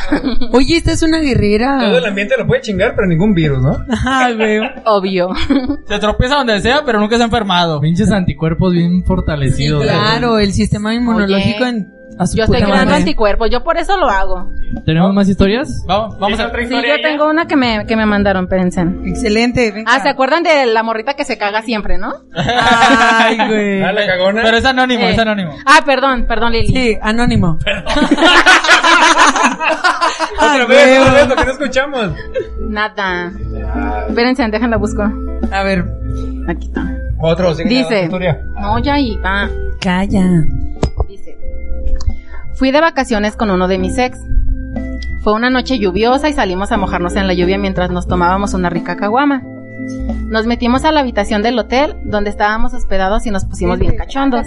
[SPEAKER 6] Oye, esta es una
[SPEAKER 4] Todo el
[SPEAKER 6] guerrera.
[SPEAKER 4] ambiente lo puede chingar, pero ningún virus, ¿no?
[SPEAKER 6] Ajá, güey.
[SPEAKER 11] Obvio.
[SPEAKER 2] Se tropieza donde sea, pero nunca se ha enfermado.
[SPEAKER 3] Pinches anticuerpos bien fortalecidos. güey.
[SPEAKER 6] Claro, el sistema inmunológico
[SPEAKER 11] Oye,
[SPEAKER 6] en a su
[SPEAKER 11] Yo estoy
[SPEAKER 6] puta
[SPEAKER 11] creando
[SPEAKER 6] madre.
[SPEAKER 11] anticuerpos, yo por eso lo hago.
[SPEAKER 3] ¿Tenemos más historias?
[SPEAKER 2] Vamos, vamos a...
[SPEAKER 11] Sí, yo tengo una que me, que me mandaron, espérense.
[SPEAKER 6] Excelente. venga.
[SPEAKER 11] Ah, ¿se acuerdan de la morrita que se caga siempre, no?
[SPEAKER 6] Ay, güey.
[SPEAKER 4] Ah, la cagona.
[SPEAKER 2] Pero es anónimo,
[SPEAKER 11] Eh.
[SPEAKER 2] es anónimo.
[SPEAKER 11] Ah, perdón, perdón, Lili.
[SPEAKER 6] Sí, anónimo.
[SPEAKER 4] Otra vez, otra vez, lo que no escuchamos.
[SPEAKER 11] Nada. Espérense, déjenla busco.
[SPEAKER 6] A ver,
[SPEAKER 11] Aquí está.
[SPEAKER 4] Otro, sigue
[SPEAKER 11] Dice.
[SPEAKER 4] la historia.
[SPEAKER 11] No, ya iba.
[SPEAKER 6] calla.
[SPEAKER 11] Dice. Fui de vacaciones con uno de mis ex. Fue una noche lluviosa y salimos a mojarnos en la lluvia mientras nos tomábamos una rica caguama. Nos metimos a la habitación del hotel donde estábamos hospedados y nos pusimos bien cachondos.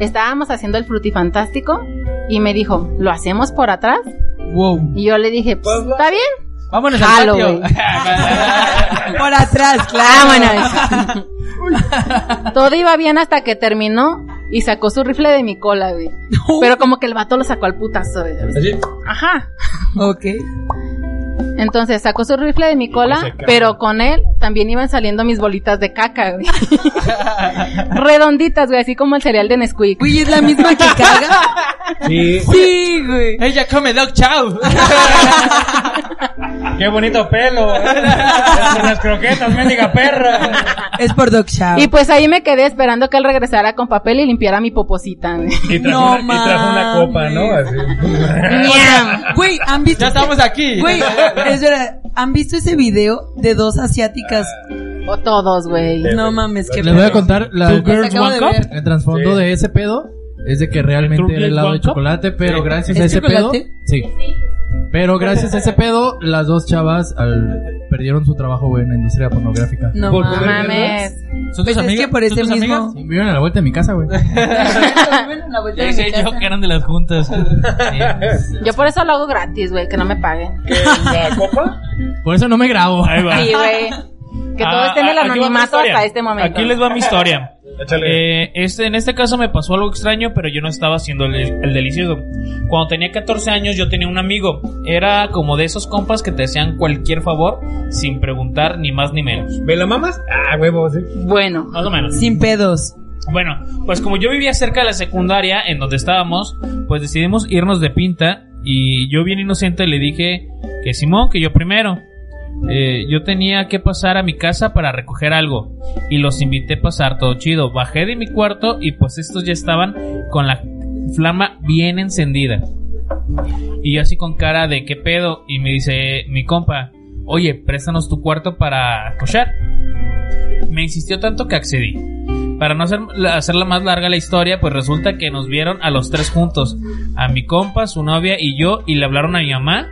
[SPEAKER 11] Estábamos haciendo el frutifantástico y me dijo, ¿lo hacemos por atrás?
[SPEAKER 6] Wow.
[SPEAKER 11] Y yo le dije, "Pues, ¿está bien?
[SPEAKER 2] Vámonos
[SPEAKER 11] Jalo,
[SPEAKER 2] al
[SPEAKER 11] güey.
[SPEAKER 2] patio.
[SPEAKER 6] Por atrás, claro.
[SPEAKER 11] Vámonos. Ah, Todo iba bien hasta que terminó y sacó su rifle de mi cola, güey. Pero como que el vato lo sacó al putazo, güey.
[SPEAKER 4] Así.
[SPEAKER 11] Ajá.
[SPEAKER 6] Ok.
[SPEAKER 11] Entonces sacó su rifle de mi
[SPEAKER 4] pues
[SPEAKER 11] cola, pero con él también iban saliendo mis bolitas de caca, güey. Redonditas, güey, así como el cereal de Nesquik.
[SPEAKER 6] Güey, es la misma que caga.
[SPEAKER 4] Sí.
[SPEAKER 6] Sí, güey.
[SPEAKER 2] Ella come dog, chao.
[SPEAKER 4] Qué bonito pelo. Las croquetas, mendiga perra.
[SPEAKER 6] Es por Doc Shaw.
[SPEAKER 11] Y pues ahí me quedé esperando que él regresara con papel y limpiara mi poposita.
[SPEAKER 4] Y trajo,
[SPEAKER 6] No
[SPEAKER 4] una, y trajo una copa, ¿no? Así.
[SPEAKER 6] Güey, ¿han visto?
[SPEAKER 2] Ya estamos aquí.
[SPEAKER 6] Güey, es verdad, ¿han visto ese video de dos asiáticas?
[SPEAKER 11] O todos, güey.
[SPEAKER 6] No mames, qué
[SPEAKER 3] Les voy a
[SPEAKER 6] pedo.
[SPEAKER 3] contar la
[SPEAKER 7] Two girls,
[SPEAKER 6] acabo
[SPEAKER 7] one
[SPEAKER 6] de
[SPEAKER 7] cup.
[SPEAKER 6] ver.
[SPEAKER 3] El trasfondo
[SPEAKER 4] Sí.
[SPEAKER 3] de ese pedo es de que realmente
[SPEAKER 7] ¿Turkey
[SPEAKER 3] era helado de
[SPEAKER 7] guanco?
[SPEAKER 3] chocolate, pero gracias a
[SPEAKER 6] ¿Es
[SPEAKER 3] ese
[SPEAKER 6] chocolate?
[SPEAKER 3] pedo. Sí. Pero gracias a ese pedo, las dos chavas al- perdieron su trabajo, güey, en la industria pornográfica.
[SPEAKER 6] No
[SPEAKER 4] Por-
[SPEAKER 11] No
[SPEAKER 6] mames.
[SPEAKER 11] mames.
[SPEAKER 2] ¿Son
[SPEAKER 6] Pues
[SPEAKER 2] tus
[SPEAKER 6] es
[SPEAKER 2] amigas?
[SPEAKER 6] que por
[SPEAKER 2] ¿Son
[SPEAKER 6] ese
[SPEAKER 2] tus
[SPEAKER 6] mismo.
[SPEAKER 2] amigas?
[SPEAKER 3] Sí, Vivieron a la vuelta de mi casa, güey.
[SPEAKER 7] Ya decía yo que eran de las juntas.
[SPEAKER 11] Yo por eso lo hago gratis, güey, que no me paguen.
[SPEAKER 4] ¿Qué, ¿La copa?
[SPEAKER 3] Por eso no me grabo.
[SPEAKER 7] Ahí va.
[SPEAKER 11] Sí, güey. Que todo
[SPEAKER 7] Ah,
[SPEAKER 11] esté en el
[SPEAKER 7] ah, aquí va mi
[SPEAKER 11] anonimato
[SPEAKER 7] historia.
[SPEAKER 11] hasta este momento.
[SPEAKER 7] Aquí les va mi historia.
[SPEAKER 4] Échale.
[SPEAKER 7] Eh, este, en este caso me pasó algo extraño, pero yo no estaba haciendo el, el delicioso. Cuando tenía 14 años yo tenía un amigo. Era como de esos compas que te hacían cualquier favor sin preguntar ni más ni menos.
[SPEAKER 4] ¿Me la mamas? Ah, huevo, sí.
[SPEAKER 11] Bueno.
[SPEAKER 7] Más o menos.
[SPEAKER 6] Sin pedos.
[SPEAKER 7] Bueno, pues como yo vivía cerca de la secundaria en donde estábamos, pues decidimos irnos de pinta y yo bien inocente le dije que Simón, que yo primero. Eh, yo tenía que pasar a mi casa para recoger algo y los invité a pasar todo chido. Bajé de mi cuarto y pues estos ya estaban con la flama bien encendida. Y yo así con cara de qué pedo y me dice mi compa, oye, préstanos tu cuarto para escuchar. Me insistió tanto que accedí. Para no hacer, la- hacerla más larga la historia, pues resulta que nos vieron a los tres juntos. A mi compa, su novia y yo, y le hablaron a mi mamá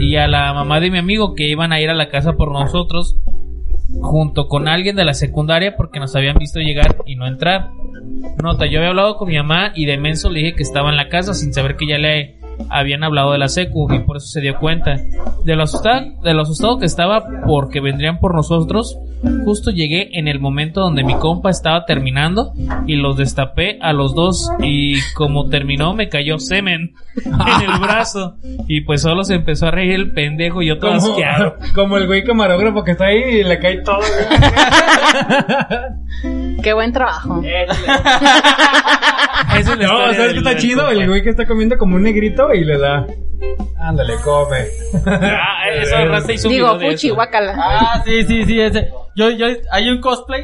[SPEAKER 7] y a la mamá de mi amigo que iban a ir a la casa por nosotros junto con alguien de la secundaria porque nos habían visto llegar y no entrar. Nota, yo había hablado con mi mamá y de menso le dije que estaba en la casa sin saber que ya le habían hablado de la secu y por eso se dio cuenta. De lo, asusta- de lo asustado que estaba porque vendrían por nosotros, justo llegué en el momento donde mi compa estaba terminando y los destapé a los dos y como terminó me cayó semen en el brazo y pues solo se empezó a reír el pendejo y yo todo
[SPEAKER 4] Como,
[SPEAKER 7] asqueado.
[SPEAKER 4] como el güey camarógrafo que está ahí y le cae todo. güey.
[SPEAKER 11] Qué buen trabajo.
[SPEAKER 7] Esa es la
[SPEAKER 4] No,
[SPEAKER 7] historia
[SPEAKER 4] ¿sabes qué
[SPEAKER 7] del-
[SPEAKER 4] está
[SPEAKER 7] del
[SPEAKER 4] chido?
[SPEAKER 7] compa.
[SPEAKER 4] El güey que está comiendo como un negrito y le da. Ándale, come.
[SPEAKER 7] Ah, eso Rasta hizo un
[SPEAKER 11] Digo,
[SPEAKER 7] video de
[SPEAKER 11] puchi,
[SPEAKER 7] eso.
[SPEAKER 11] guacala.
[SPEAKER 2] Ah, sí, sí, sí, ese. Yo, yo, hay un cosplay.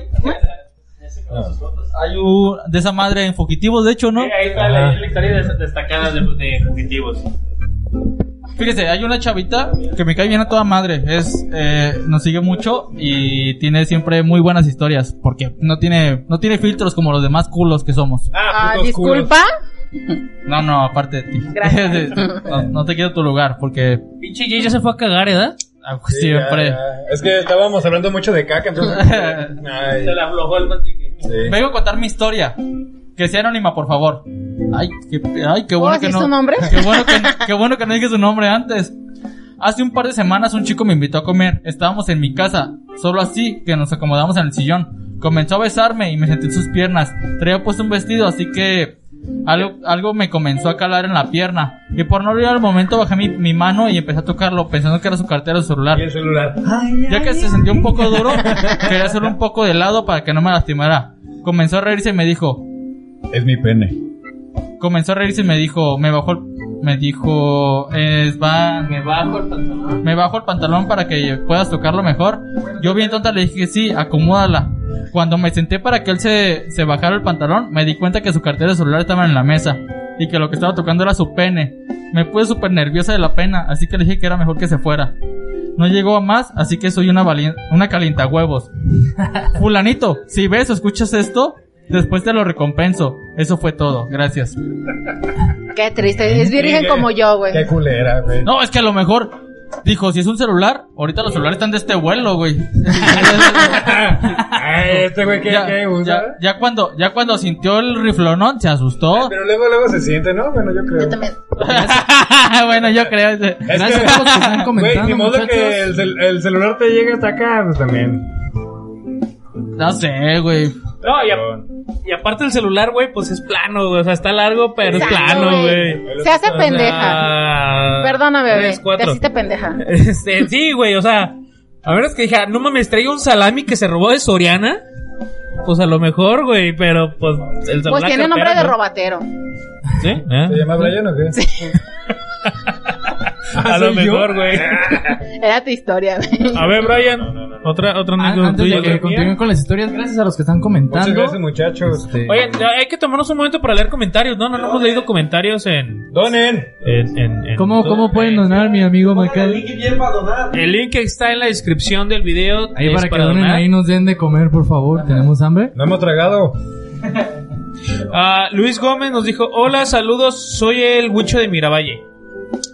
[SPEAKER 2] Hay un, de esa madre en fugitivos, de hecho, ¿no?
[SPEAKER 7] Eh, Ahí está
[SPEAKER 4] Ah.
[SPEAKER 7] la, la historia des- destacada de, de fugitivos.
[SPEAKER 2] Fíjese, hay una chavita que me cae bien a toda madre. Es, eh, nos sigue mucho y tiene siempre muy buenas historias porque no tiene, no tiene filtros como los demás culos que somos.
[SPEAKER 4] Ah,
[SPEAKER 11] Ah,
[SPEAKER 4] putos culos.
[SPEAKER 11] disculpa.
[SPEAKER 2] No, no, aparte de ti.
[SPEAKER 11] Gracias.
[SPEAKER 2] no, no te quiero tu lugar porque
[SPEAKER 7] Pinche Jay ya se fue a cagar, ¿eh? ¿verdad?
[SPEAKER 2] ah, pues,
[SPEAKER 4] Sí,
[SPEAKER 2] siempre.
[SPEAKER 4] ya, ya. Es que estábamos hablando mucho de caca, entonces. Ay,
[SPEAKER 7] Se le aflojó el patique.
[SPEAKER 4] sí.
[SPEAKER 2] Vengo a contar mi historia. Que sea anónima, por favor. Ay, qué, ay, qué
[SPEAKER 11] ¿Puedo
[SPEAKER 2] bueno que
[SPEAKER 11] decir
[SPEAKER 2] no.
[SPEAKER 11] su nombre?
[SPEAKER 2] Qué bueno que, qué bueno que no dije su nombre antes. Hace un par de semanas un chico me invitó a comer. Estábamos en mi casa, solo así que nos acomodamos en el sillón. Comenzó a besarme y me sentí en sus piernas. Traía puesto un vestido, así que algo, algo me comenzó a calar en la pierna. Y por no olvidar el momento bajé mi, mi mano y empecé a tocarlo pensando que era su cartera o su celular.
[SPEAKER 4] Y el celular.
[SPEAKER 2] Ya que se sintió un poco duro, quería hacerlo un poco de lado para que no me lastimara. Comenzó a reírse y me dijo,
[SPEAKER 4] Es mi pene.
[SPEAKER 2] comenzó a reírse y me dijo, me bajó el, me dijo, es va, me bajo el pantalón. Me bajo el pantalón para que puedas tocarlo mejor. Yo bien tonta le dije, sí, acomódala. Cuando me senté para que él se, se bajara el pantalón, me di cuenta que su cartera y celular estaban en la mesa y que lo que estaba tocando era su pene. Me puse súper nerviosa de la pena, así que le dije que era mejor que se fuera. No llegó a más, así que soy una, valien- una calientahuevos. Fulanito, si ves o escuchas esto, después te lo recompenso. Eso fue todo, gracias.
[SPEAKER 11] Qué triste. Es virgen
[SPEAKER 4] Sí,
[SPEAKER 11] como yo, güey.
[SPEAKER 4] Qué culera, güey.
[SPEAKER 2] No, es que a lo mejor dijo, si es un celular, ahorita los celulares están de este vuelo, güey.
[SPEAKER 4] Ay, este güey, ¿qué,
[SPEAKER 2] ya,
[SPEAKER 4] qué usa?
[SPEAKER 2] ya- ya cuando ya cuando sintió el riflonón se asustó.
[SPEAKER 4] Pero luego, luego se siente, ¿no? Bueno, yo creo.
[SPEAKER 11] Yo también.
[SPEAKER 2] Ah, bueno, yo creo ese-
[SPEAKER 4] Es
[SPEAKER 3] Gracias a todos los que están comentando,
[SPEAKER 4] Güey, ni modo
[SPEAKER 3] muchachos.
[SPEAKER 4] que el, cel- el celular te llegue hasta acá, pues también.
[SPEAKER 2] no sé, güey.
[SPEAKER 7] No, y, a- y aparte el celular, güey, pues es plano, güey. O sea, está largo, pero es
[SPEAKER 11] Exacto,
[SPEAKER 7] plano,
[SPEAKER 11] güey.
[SPEAKER 7] güey.
[SPEAKER 11] Se
[SPEAKER 4] Ah.
[SPEAKER 11] hace pendeja.
[SPEAKER 7] Pendeja.
[SPEAKER 11] Perdona, bebé.
[SPEAKER 7] Tres,
[SPEAKER 11] Te
[SPEAKER 7] cuatro.
[SPEAKER 11] hiciste pendeja.
[SPEAKER 7] Este, sí, güey, o sea, a menos que dije, "Ah, no mames, traigo un salami que se robó de Soriana. Pues a lo mejor, güey, pero pues el celular.
[SPEAKER 11] Pues tiene nombre
[SPEAKER 7] cartera,
[SPEAKER 11] de
[SPEAKER 7] ¿no?
[SPEAKER 11] robatero.
[SPEAKER 7] ¿Sí? ¿Eh?
[SPEAKER 4] ¿Se llama Brian o qué?
[SPEAKER 3] Ah,
[SPEAKER 7] A lo mejor, güey.
[SPEAKER 11] Era tu historia, güey.
[SPEAKER 7] A ver, Brian. Otra, otra
[SPEAKER 3] Ah,
[SPEAKER 7] anécdota
[SPEAKER 3] Antes de
[SPEAKER 7] tuya.
[SPEAKER 3] que continúen con las historias, gracias a los que están
[SPEAKER 4] Muchas
[SPEAKER 3] comentando.
[SPEAKER 4] gracias, muchachos.
[SPEAKER 7] Oye, hay que tomarnos un momento para leer comentarios. No, no, no hemos leído comentarios en.
[SPEAKER 4] Donen.
[SPEAKER 7] en, en- en-
[SPEAKER 3] ¿Cómo, ¿Cómo pueden donar, mi amigo Macal?
[SPEAKER 7] El link está en la descripción del video.
[SPEAKER 3] Ahí
[SPEAKER 7] es
[SPEAKER 3] para que donen, ahí nos den de comer, por favor. ¿Tenemos hambre?
[SPEAKER 4] No hemos tragado.
[SPEAKER 7] Ah, Luis Gómez nos dijo: Hola, saludos. Soy el Huicho de Miravalle.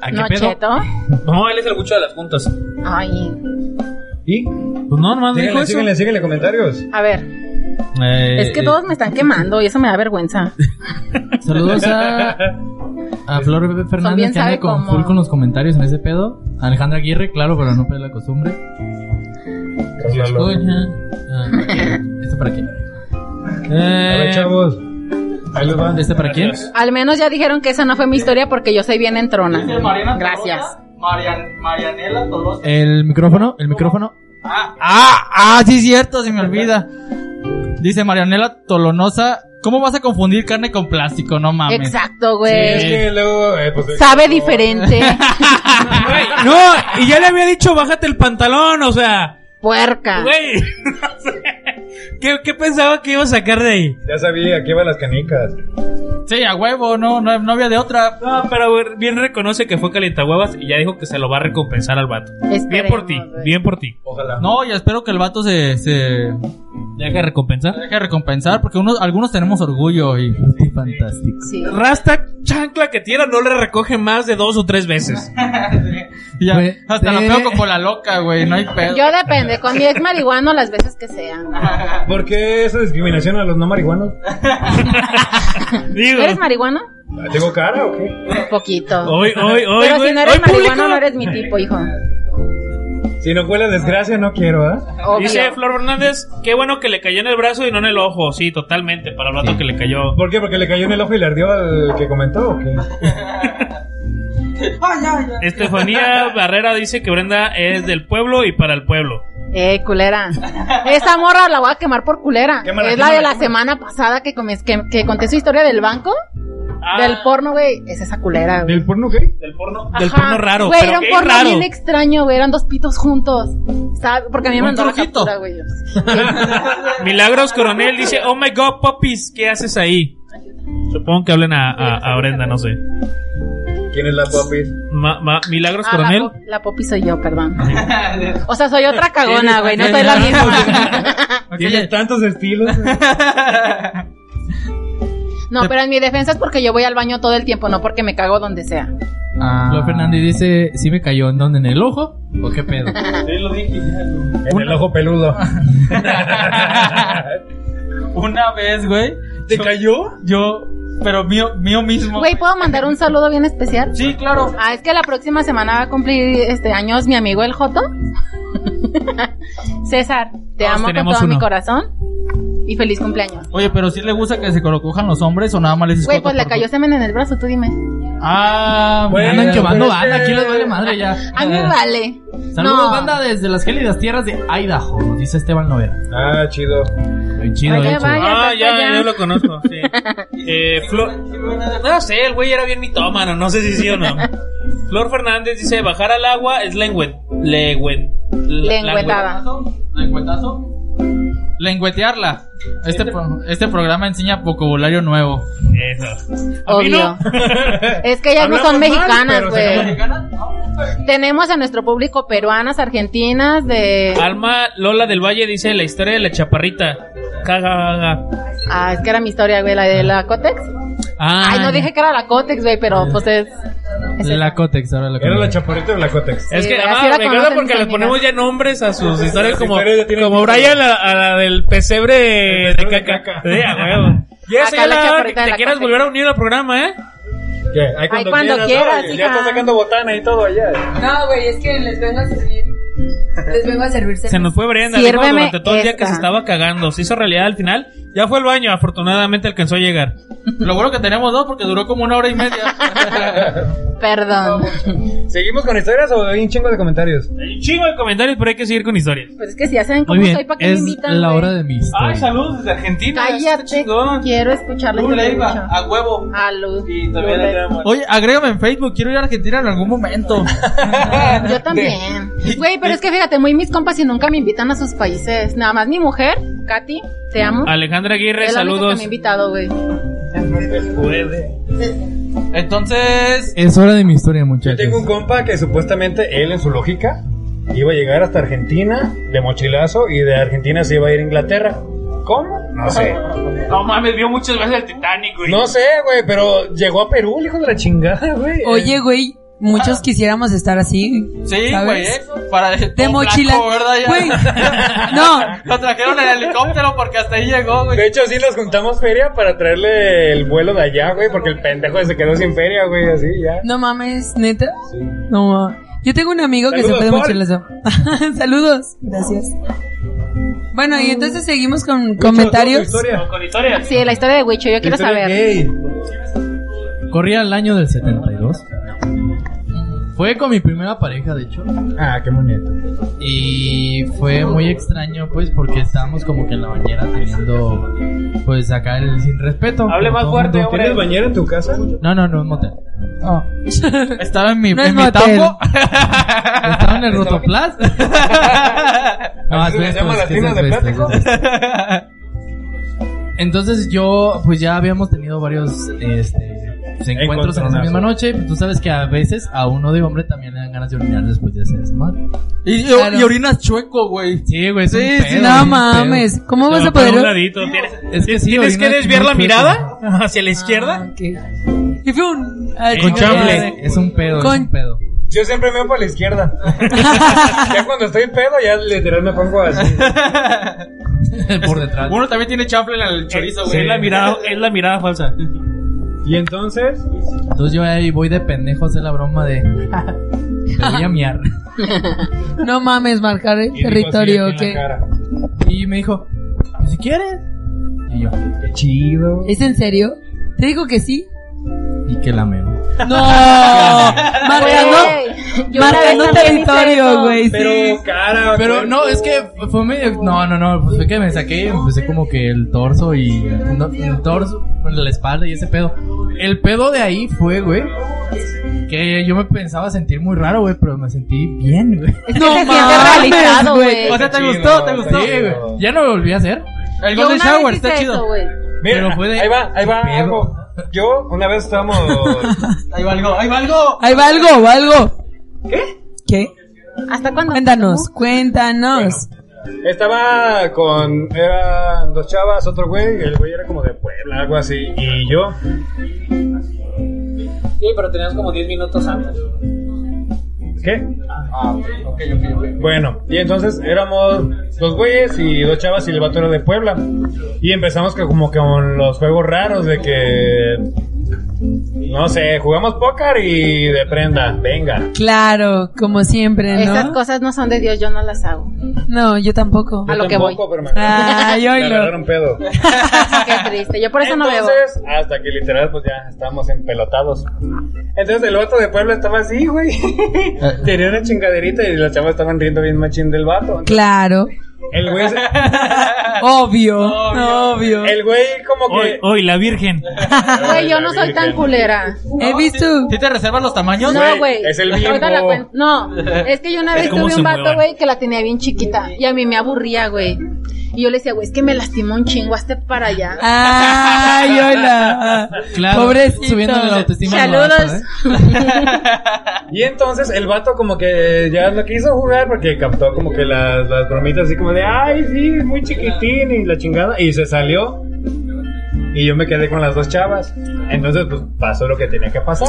[SPEAKER 7] ¿A Ah, qué
[SPEAKER 11] No,
[SPEAKER 7] pedo?
[SPEAKER 11] cheto.
[SPEAKER 7] No, él es el Huicho de las puntas.
[SPEAKER 11] Ay.
[SPEAKER 4] ¿Y?
[SPEAKER 7] Pues no, nomás dijo
[SPEAKER 4] Síguenle,
[SPEAKER 7] eso.
[SPEAKER 4] síguenle, síguenle comentarios.
[SPEAKER 11] A ver,
[SPEAKER 7] Eh,
[SPEAKER 11] es que todos me están quemando y eso me da vergüenza.
[SPEAKER 3] Saludos a, a Flor
[SPEAKER 11] Son bien
[SPEAKER 3] Fernández que
[SPEAKER 11] sabe
[SPEAKER 3] anda con
[SPEAKER 11] cómo.
[SPEAKER 3] full con los comentarios en ese pedo. Alejandra Aguirre, claro, pero no pega la costumbre.
[SPEAKER 4] Rólalo.
[SPEAKER 3] Ah, ¿Este para Eh, quién?
[SPEAKER 4] A ver, chavos. Ahí los van.
[SPEAKER 3] ¿Este para quién?
[SPEAKER 11] Al menos ya dijeron que esa no fue mi historia porque yo soy bien entrona.
[SPEAKER 2] Mariana
[SPEAKER 11] Gracias.
[SPEAKER 2] Tolosa, Marian- Marianela Tolosa.
[SPEAKER 3] ¿El micrófono? ¿El micrófono?
[SPEAKER 2] Ah, ah, sí, cierto, se me olvida. Dice Marianela Tolonosa, ¿cómo vas a confundir carne con plástico? No mames.
[SPEAKER 11] Exacto,
[SPEAKER 4] Es
[SPEAKER 11] güey.
[SPEAKER 4] que luego. eh, pues,
[SPEAKER 11] Sabe diferente.
[SPEAKER 7] güey, no, y ya le había dicho: Bájate el pantalón, o sea.
[SPEAKER 11] Puerca.
[SPEAKER 7] Güey, no sé. ¿Qué, ¿Qué pensaba que iba a sacar de ahí?
[SPEAKER 4] Ya sabía, aquí van las canicas.
[SPEAKER 2] Sí, a huevo, no, no, no había de otra.
[SPEAKER 7] No, pero güey, bien reconoce que fue calientahuevas y ya dijo que se lo va a recompensar al vato. bien por ti,
[SPEAKER 11] Esperemos, güey.
[SPEAKER 7] bien por ti.
[SPEAKER 4] Ojalá.
[SPEAKER 2] No, y espero que el vato se, se
[SPEAKER 7] Ya que recompensar.
[SPEAKER 2] deje recompensar, porque unos, algunos tenemos orgullo y...
[SPEAKER 3] Este fantástico.
[SPEAKER 11] Sí.
[SPEAKER 7] Rasta chancla que tira no le recoge más de dos o tres veces.
[SPEAKER 2] y ya,
[SPEAKER 3] Güey,
[SPEAKER 2] hasta la
[SPEAKER 3] sí.
[SPEAKER 2] pego como la loca, güey, no hay pedo.
[SPEAKER 11] Pues, Yo depende, con mi ex marihuano las veces que sean.
[SPEAKER 4] ¿Por qué esa discriminación a los no marihuanos?
[SPEAKER 7] Digo,
[SPEAKER 11] ¿Eres marihuano?
[SPEAKER 4] ¿Tengo cara o qué?
[SPEAKER 11] Poquito.
[SPEAKER 7] hoy, hoy, hoy,
[SPEAKER 11] Pero
[SPEAKER 7] güey.
[SPEAKER 11] si no eres
[SPEAKER 7] Hoy,
[SPEAKER 11] marihuano
[SPEAKER 7] público.
[SPEAKER 11] no eres mi tipo, hijo.
[SPEAKER 4] Si no fue la desgracia, no quiero, ¿ah?
[SPEAKER 11] Obvio.
[SPEAKER 7] Dice Flor Hernández, qué bueno que le cayó en el brazo y no en el ojo. Sí, totalmente, para el vato que le cayó.
[SPEAKER 4] ¿Por qué? ¿Porque le cayó en el ojo y le ardió al que comentó o qué?
[SPEAKER 7] Estefanía Barrera dice que Brenda es del pueblo y para el pueblo.
[SPEAKER 11] Eh, culera. Esa morra la voy a quemar por culera.
[SPEAKER 4] Quémala,
[SPEAKER 11] es la de
[SPEAKER 4] quémala,
[SPEAKER 11] la semana pasada que, comes- que, que conté su historia del banco,
[SPEAKER 7] Ah,
[SPEAKER 11] del porno, güey. Es esa culera, güey.
[SPEAKER 4] ¿Del porno qué?
[SPEAKER 7] del porno, del
[SPEAKER 11] Ajá.
[SPEAKER 7] porno raro.
[SPEAKER 11] Güey,
[SPEAKER 7] pero
[SPEAKER 11] era un
[SPEAKER 7] qué
[SPEAKER 11] porno
[SPEAKER 7] raro.
[SPEAKER 11] bien extraño, güey. Eran dos pitos juntos. ¿Sabe? Porque a mí me
[SPEAKER 2] Un
[SPEAKER 11] mandó la
[SPEAKER 2] trujito.
[SPEAKER 11] captura, güey.
[SPEAKER 7] Milagros Coronel dice, oh my god, puppies, ¿qué haces ahí? Supongo que hablen a, a- a Brenda, no sé.
[SPEAKER 4] ¿Quién es la papi?
[SPEAKER 7] Ma- ma- Milagros
[SPEAKER 11] Ah, la,
[SPEAKER 7] Coronel.
[SPEAKER 11] po- la popi soy yo, perdón. O sea, soy otra cagona, güey. No soy la misma.
[SPEAKER 4] Tiene tantos estilos.
[SPEAKER 11] No, pero en mi defensa es porque yo voy al baño todo el tiempo, no porque me cago donde sea.
[SPEAKER 3] Flor Ah. Fernández dice, ¿sí me cayó en dónde? ¿En el ojo? ¿O qué pedo?
[SPEAKER 4] En el ojo peludo.
[SPEAKER 2] Una vez, güey. ¿Te cayó? Yo, pero mío, mío mismo.
[SPEAKER 11] Güey, ¿puedo mandar un saludo bien especial?
[SPEAKER 2] Sí, claro.
[SPEAKER 11] Ah, es que la próxima semana va a cumplir este años mi amigo el Joto. César, te
[SPEAKER 7] Todos
[SPEAKER 11] amo con
[SPEAKER 7] tenemos
[SPEAKER 11] todo mi
[SPEAKER 7] uno. Pues,
[SPEAKER 11] corazón. Y feliz cumpleaños.
[SPEAKER 2] Oye, pero si le gusta que se colocojan los hombres o nada más les
[SPEAKER 11] Güey, pues le cayó semen en el brazo, tú dime.
[SPEAKER 2] Ah,
[SPEAKER 3] Me andan
[SPEAKER 2] mira,
[SPEAKER 3] quemando
[SPEAKER 2] pues,
[SPEAKER 3] banda, aquí les vale madre ya.
[SPEAKER 11] A mí me
[SPEAKER 7] Ah.
[SPEAKER 11] vale.
[SPEAKER 3] Saludos,
[SPEAKER 11] No.
[SPEAKER 3] banda, desde las gélidas tierras de Idaho, nos dice Esteban Novera.
[SPEAKER 4] Ah, chido.
[SPEAKER 3] Muy chido,
[SPEAKER 11] Vaya,
[SPEAKER 3] de hecho.
[SPEAKER 11] vaya.
[SPEAKER 7] Ah,
[SPEAKER 11] está
[SPEAKER 7] ya,
[SPEAKER 11] allá.
[SPEAKER 7] yo lo conozco, sí. Eh, Flor... No sé, el güey era bien mitómano, no sé si sí o no. Flor Fernández dice, bajar al agua es lengüen... Lengüen...
[SPEAKER 11] Lengüetada.
[SPEAKER 2] ¿Lengüetazo? Lengüetearla. Este, pro- este programa enseña vocabulario nuevo.
[SPEAKER 7] Eso. A mí no.
[SPEAKER 11] Es que ellas no
[SPEAKER 4] Hablamos
[SPEAKER 11] son
[SPEAKER 4] mal,
[SPEAKER 11] mexicanas,
[SPEAKER 4] pero
[SPEAKER 11] güey. Tenemos a nuestro público peruanas, argentinas, de...
[SPEAKER 7] Alma Lola del Valle dice la historia de la chaparrita. Caga, caga.
[SPEAKER 11] Ah, es que era mi historia, güey, la de la Cotex.
[SPEAKER 7] Ah,
[SPEAKER 11] Ay, no dije que era la Cotex, güey, pero pues es... es
[SPEAKER 3] La Cotex, ahora la
[SPEAKER 4] ¿Era la
[SPEAKER 3] Cotex.
[SPEAKER 4] chaparrita o la cótex?
[SPEAKER 7] Es
[SPEAKER 11] Sí,
[SPEAKER 7] que
[SPEAKER 11] güey,
[SPEAKER 7] ah,
[SPEAKER 11] así la
[SPEAKER 7] me encanta
[SPEAKER 11] conocen
[SPEAKER 7] porque
[SPEAKER 11] mis
[SPEAKER 7] le
[SPEAKER 11] amigas.
[SPEAKER 7] ponemos ya nombres a sus historias
[SPEAKER 4] Las
[SPEAKER 7] como,
[SPEAKER 4] historias ya tienen
[SPEAKER 7] como
[SPEAKER 4] nombre.
[SPEAKER 7] Brian a, a la del pesebre
[SPEAKER 4] El
[SPEAKER 7] de
[SPEAKER 4] pesebre de
[SPEAKER 7] caca.
[SPEAKER 4] caca.
[SPEAKER 7] Sí, a huevo. Y
[SPEAKER 11] Acá
[SPEAKER 7] esa ya
[SPEAKER 11] la
[SPEAKER 7] la-
[SPEAKER 11] chaparrita de
[SPEAKER 7] te
[SPEAKER 11] la
[SPEAKER 7] quieras
[SPEAKER 11] Cotex.
[SPEAKER 7] volver a unir al programa, ¿eh?
[SPEAKER 4] ¿Qué? Ahí
[SPEAKER 11] Ay, cuando quieras,
[SPEAKER 4] ¿no?
[SPEAKER 11] hija.
[SPEAKER 4] Ya está sacando botana y todo allá.
[SPEAKER 6] No, güey, es que les vengo a servir. Les vengo a servirse.
[SPEAKER 7] Se nos fue Brenda, dijo
[SPEAKER 11] Siérveme
[SPEAKER 7] durante todo el día que
[SPEAKER 11] esta.
[SPEAKER 7] se estaba cagando. Se hizo realidad al final. Ya fue al baño, afortunadamente alcanzó a llegar.
[SPEAKER 2] Lo bueno que teníamos dos porque duró como una hora y media.
[SPEAKER 11] Perdón.
[SPEAKER 4] ¿Seguimos con historias o hay un chingo de comentarios?
[SPEAKER 7] Hay un chingo de comentarios, pero hay que seguir con historias.
[SPEAKER 11] Pues es que si hacen
[SPEAKER 3] Muy
[SPEAKER 11] como
[SPEAKER 3] bien,
[SPEAKER 11] soy, ¿para qué me
[SPEAKER 3] es
[SPEAKER 11] invitan?
[SPEAKER 3] la
[SPEAKER 11] güey?
[SPEAKER 3] hora de mi historia.
[SPEAKER 7] Ay, saludos desde Argentina.
[SPEAKER 11] Cállate. Quiero escuchar la
[SPEAKER 2] Tú,
[SPEAKER 11] historia.
[SPEAKER 2] Leiva,
[SPEAKER 11] de Lucha.
[SPEAKER 2] a huevo.
[SPEAKER 11] A luz.
[SPEAKER 2] Y también
[SPEAKER 11] Yo
[SPEAKER 2] a Leiva. Oye, agrégame en Facebook, quiero ir a Argentina en algún momento.
[SPEAKER 11] le- Yo también. Güey, pero es que fíjate, muy mis compas y nunca me invitan a sus países. Nada más mi mujer, Katy, te amo.
[SPEAKER 7] Alejandra Aguirre,
[SPEAKER 11] Es la única que
[SPEAKER 7] saludos.
[SPEAKER 11] me ha invitado, güey.
[SPEAKER 2] Entonces,
[SPEAKER 3] Es hora de mi historia,
[SPEAKER 4] Yo
[SPEAKER 3] muchachos.
[SPEAKER 4] tengo un compa que supuestamente él en su lógica iba a llegar hasta Argentina de mochilazo y de Argentina se iba a ir a Inglaterra. ¿Cómo? No sé.
[SPEAKER 7] No mames, vio muchas veces el Titanic, güey.
[SPEAKER 4] No sé, güey, pero llegó a Perú, el hijo de la chingada, güey. Eh,
[SPEAKER 6] Oye, güey, muchos quisiéramos estar así.
[SPEAKER 2] sí,
[SPEAKER 6] ¿sabes?
[SPEAKER 2] güey, ¿eh? Para
[SPEAKER 6] De mochila. Güey, no.
[SPEAKER 2] Lo trajeron en helicóptero porque hasta ahí llegó, güey.
[SPEAKER 4] De hecho, sí nos juntamos feria para traerle el vuelo de allá, güey, porque el pendejo se quedó sin feria, güey, así ya.
[SPEAKER 6] No mames, neta. No mames. Yo tengo un amigo que se
[SPEAKER 4] Saludos,
[SPEAKER 6] puede
[SPEAKER 4] Paul.
[SPEAKER 6] mucho las Saludos. Gracias. Bueno, y entonces seguimos con comentarios.
[SPEAKER 7] Con historias.
[SPEAKER 11] Sí, la historia de Wicho, yo quiero saber.
[SPEAKER 3] Corría el año del 72. Fue con mi primera pareja, de hecho.
[SPEAKER 4] Ah, qué bonito.
[SPEAKER 3] Y fue muy extraño, pues, porque estábamos como que en la bañera teniendo, pues, acá el sin respeto.
[SPEAKER 7] Hable
[SPEAKER 3] como
[SPEAKER 7] más
[SPEAKER 3] todo
[SPEAKER 7] fuerte,
[SPEAKER 3] mundo
[SPEAKER 7] hombre.
[SPEAKER 4] ¿Tienes bañera en tu casa?
[SPEAKER 3] quiere. No, no, no, un motel.
[SPEAKER 2] Estaba en mi,
[SPEAKER 6] Oh. No es
[SPEAKER 2] en mi
[SPEAKER 6] motel.
[SPEAKER 2] tambo.
[SPEAKER 3] Estaba en el Rotoplas.
[SPEAKER 4] Así se les llama las tiendas de plástico.
[SPEAKER 3] Entonces yo, pues ya habíamos tenido varios este, pues, encuentros en esa
[SPEAKER 4] Encontronazos.
[SPEAKER 3] misma noche. Tú sabes que a veces a uno de hombre también le dan ganas de orinar después de hacer desmadre.
[SPEAKER 2] Y, y-
[SPEAKER 6] Claro.
[SPEAKER 2] y orinas chueco, güey.
[SPEAKER 3] Sí, güey, es
[SPEAKER 2] Sí,
[SPEAKER 3] un
[SPEAKER 2] sí,
[SPEAKER 3] pedo, es
[SPEAKER 6] No
[SPEAKER 3] un
[SPEAKER 6] mames, ¿cómo
[SPEAKER 7] Te
[SPEAKER 6] vas
[SPEAKER 7] lo
[SPEAKER 6] a
[SPEAKER 7] pongo a un
[SPEAKER 6] poder?
[SPEAKER 7] ladito. Tienes,
[SPEAKER 3] pedo. Es que sí,
[SPEAKER 7] tienes que
[SPEAKER 3] orina
[SPEAKER 7] desviar la
[SPEAKER 3] muy
[SPEAKER 7] mirada hacia la izquierda.
[SPEAKER 6] Ah, ok. Y fue un ah,
[SPEAKER 7] Con
[SPEAKER 6] chingada.
[SPEAKER 7] chamble.
[SPEAKER 3] fuerte. Es un pedo, es
[SPEAKER 6] Con-
[SPEAKER 3] un pedo.
[SPEAKER 4] Yo siempre me voy para la izquierda. ya cuando estoy pedo, ya literal me pongo así.
[SPEAKER 3] Por detrás.
[SPEAKER 2] Uno también tiene chanfle en el chorizo,
[SPEAKER 7] Es
[SPEAKER 2] güey.
[SPEAKER 7] la mirada, es la mirada falsa.
[SPEAKER 4] Y entonces,
[SPEAKER 3] Entonces yo ahí voy de pendejo a hacer la broma de... Te voy a miar.
[SPEAKER 6] No mames, marcar el
[SPEAKER 4] y dijo
[SPEAKER 6] territorio.
[SPEAKER 4] así en la
[SPEAKER 6] que
[SPEAKER 4] cara.
[SPEAKER 3] Y me dijo, "Pues si quieres. Y yo,
[SPEAKER 4] Qué chido.
[SPEAKER 6] ¿Es en serio? Te digo que sí.
[SPEAKER 3] y que la meo.
[SPEAKER 6] No, marcando,
[SPEAKER 11] Güey, yo una vez
[SPEAKER 6] marcando
[SPEAKER 11] también hice
[SPEAKER 6] territorio,
[SPEAKER 11] eso.
[SPEAKER 6] güey. sí.
[SPEAKER 4] Pero cara,
[SPEAKER 3] Pero
[SPEAKER 4] güey.
[SPEAKER 3] no, es que fue medio. No, no, no. Pues fue que me saqué. Empecé como que el torso y. no, el torso, la espalda y ese pedo. El pedo de ahí fue, güey. Que yo me pensaba sentir muy raro, güey. Pero me sentí bien, güey.
[SPEAKER 11] Es que
[SPEAKER 6] No
[SPEAKER 11] se siente
[SPEAKER 6] mames,
[SPEAKER 11] realizado,
[SPEAKER 6] güey.
[SPEAKER 11] güey.
[SPEAKER 2] O sea, ¿te
[SPEAKER 4] Chido,
[SPEAKER 2] gustó? ¿Te gustó?
[SPEAKER 3] Sí, güey. Ya no lo volví a hacer.
[SPEAKER 2] El Golden
[SPEAKER 11] Yo una vez
[SPEAKER 2] Shower
[SPEAKER 11] hice
[SPEAKER 2] está
[SPEAKER 11] eso,
[SPEAKER 2] chido.
[SPEAKER 11] güey.
[SPEAKER 4] Mira,
[SPEAKER 3] pero fue de-
[SPEAKER 4] ahí va, ahí va
[SPEAKER 3] Pero-
[SPEAKER 4] algo. Yo una vez estábamos
[SPEAKER 2] Ahí va algo, ahí va algo.
[SPEAKER 6] Ahí va algo, va algo. ¿Qué? ¿Qué?
[SPEAKER 11] ¿Hasta cuándo?
[SPEAKER 6] Cuéntanos, cuéntanos.
[SPEAKER 4] Estaba con. Eran dos chavas, otro güey. El güey era como de Puebla, algo así. Y yo.
[SPEAKER 7] Sí, pero teníamos como 10 minutos antes. Ah,
[SPEAKER 4] ¿Qué? Bueno, y entonces éramos dos güeyes y dos chavas y el vato era de Puebla. Y empezamos que como que con los juegos raros de que. No sé, jugamos póker y de prenda, venga.
[SPEAKER 6] Claro, como siempre, ¿no?
[SPEAKER 11] Esas cosas no son de Dios, yo no las hago.
[SPEAKER 6] No, yo tampoco.
[SPEAKER 11] A lo que voy. Ah,
[SPEAKER 4] Tampoco, pero me-
[SPEAKER 6] Ay,
[SPEAKER 4] me
[SPEAKER 6] oilo.
[SPEAKER 4] agarraron pedo.
[SPEAKER 11] Qué triste. Yo por eso no bebo.
[SPEAKER 4] Entonces, hasta que literal, pues ya estábamos empelotados. Entonces el vato de Puebla estaba así, güey. Tenía una chingaderita y las chavas estaban riendo bien machín del vato.
[SPEAKER 6] Claro.
[SPEAKER 4] El güey, se-
[SPEAKER 6] Obvio, obvio.
[SPEAKER 4] el güey como
[SPEAKER 7] Hoy,
[SPEAKER 4] que.
[SPEAKER 7] hoy, la Virgen.
[SPEAKER 11] Güey, yo no soy tan culera.
[SPEAKER 6] He visto.
[SPEAKER 2] ¿Sí te reservas los tamaños?
[SPEAKER 11] No, güey.
[SPEAKER 4] es el
[SPEAKER 11] Ahorita
[SPEAKER 4] bimbo.
[SPEAKER 11] la cuen- No, es que yo una vez
[SPEAKER 7] cómo
[SPEAKER 11] tuve
[SPEAKER 7] se
[SPEAKER 11] un vato,
[SPEAKER 7] muevan.
[SPEAKER 11] güey, que la tenía bien chiquita. Y a mí me aburría, güey. Y yo le decía, güey, es que me lastimó un chingo, hazte para allá.
[SPEAKER 6] Ah, Ay, oila.
[SPEAKER 3] Claro.
[SPEAKER 6] Pobrecito.
[SPEAKER 3] Subiendo la autoestima. al
[SPEAKER 11] Saludos.
[SPEAKER 3] vato, ¿eh?
[SPEAKER 4] Y entonces el vato como que ya no quiso jugar porque captó como que las, las bromitas así como de, ay, sí, es muy chiquitín y la chingada. Y se salió. Y yo me quedé con las dos chavas. Entonces, pues pasó lo que tenía que pasar.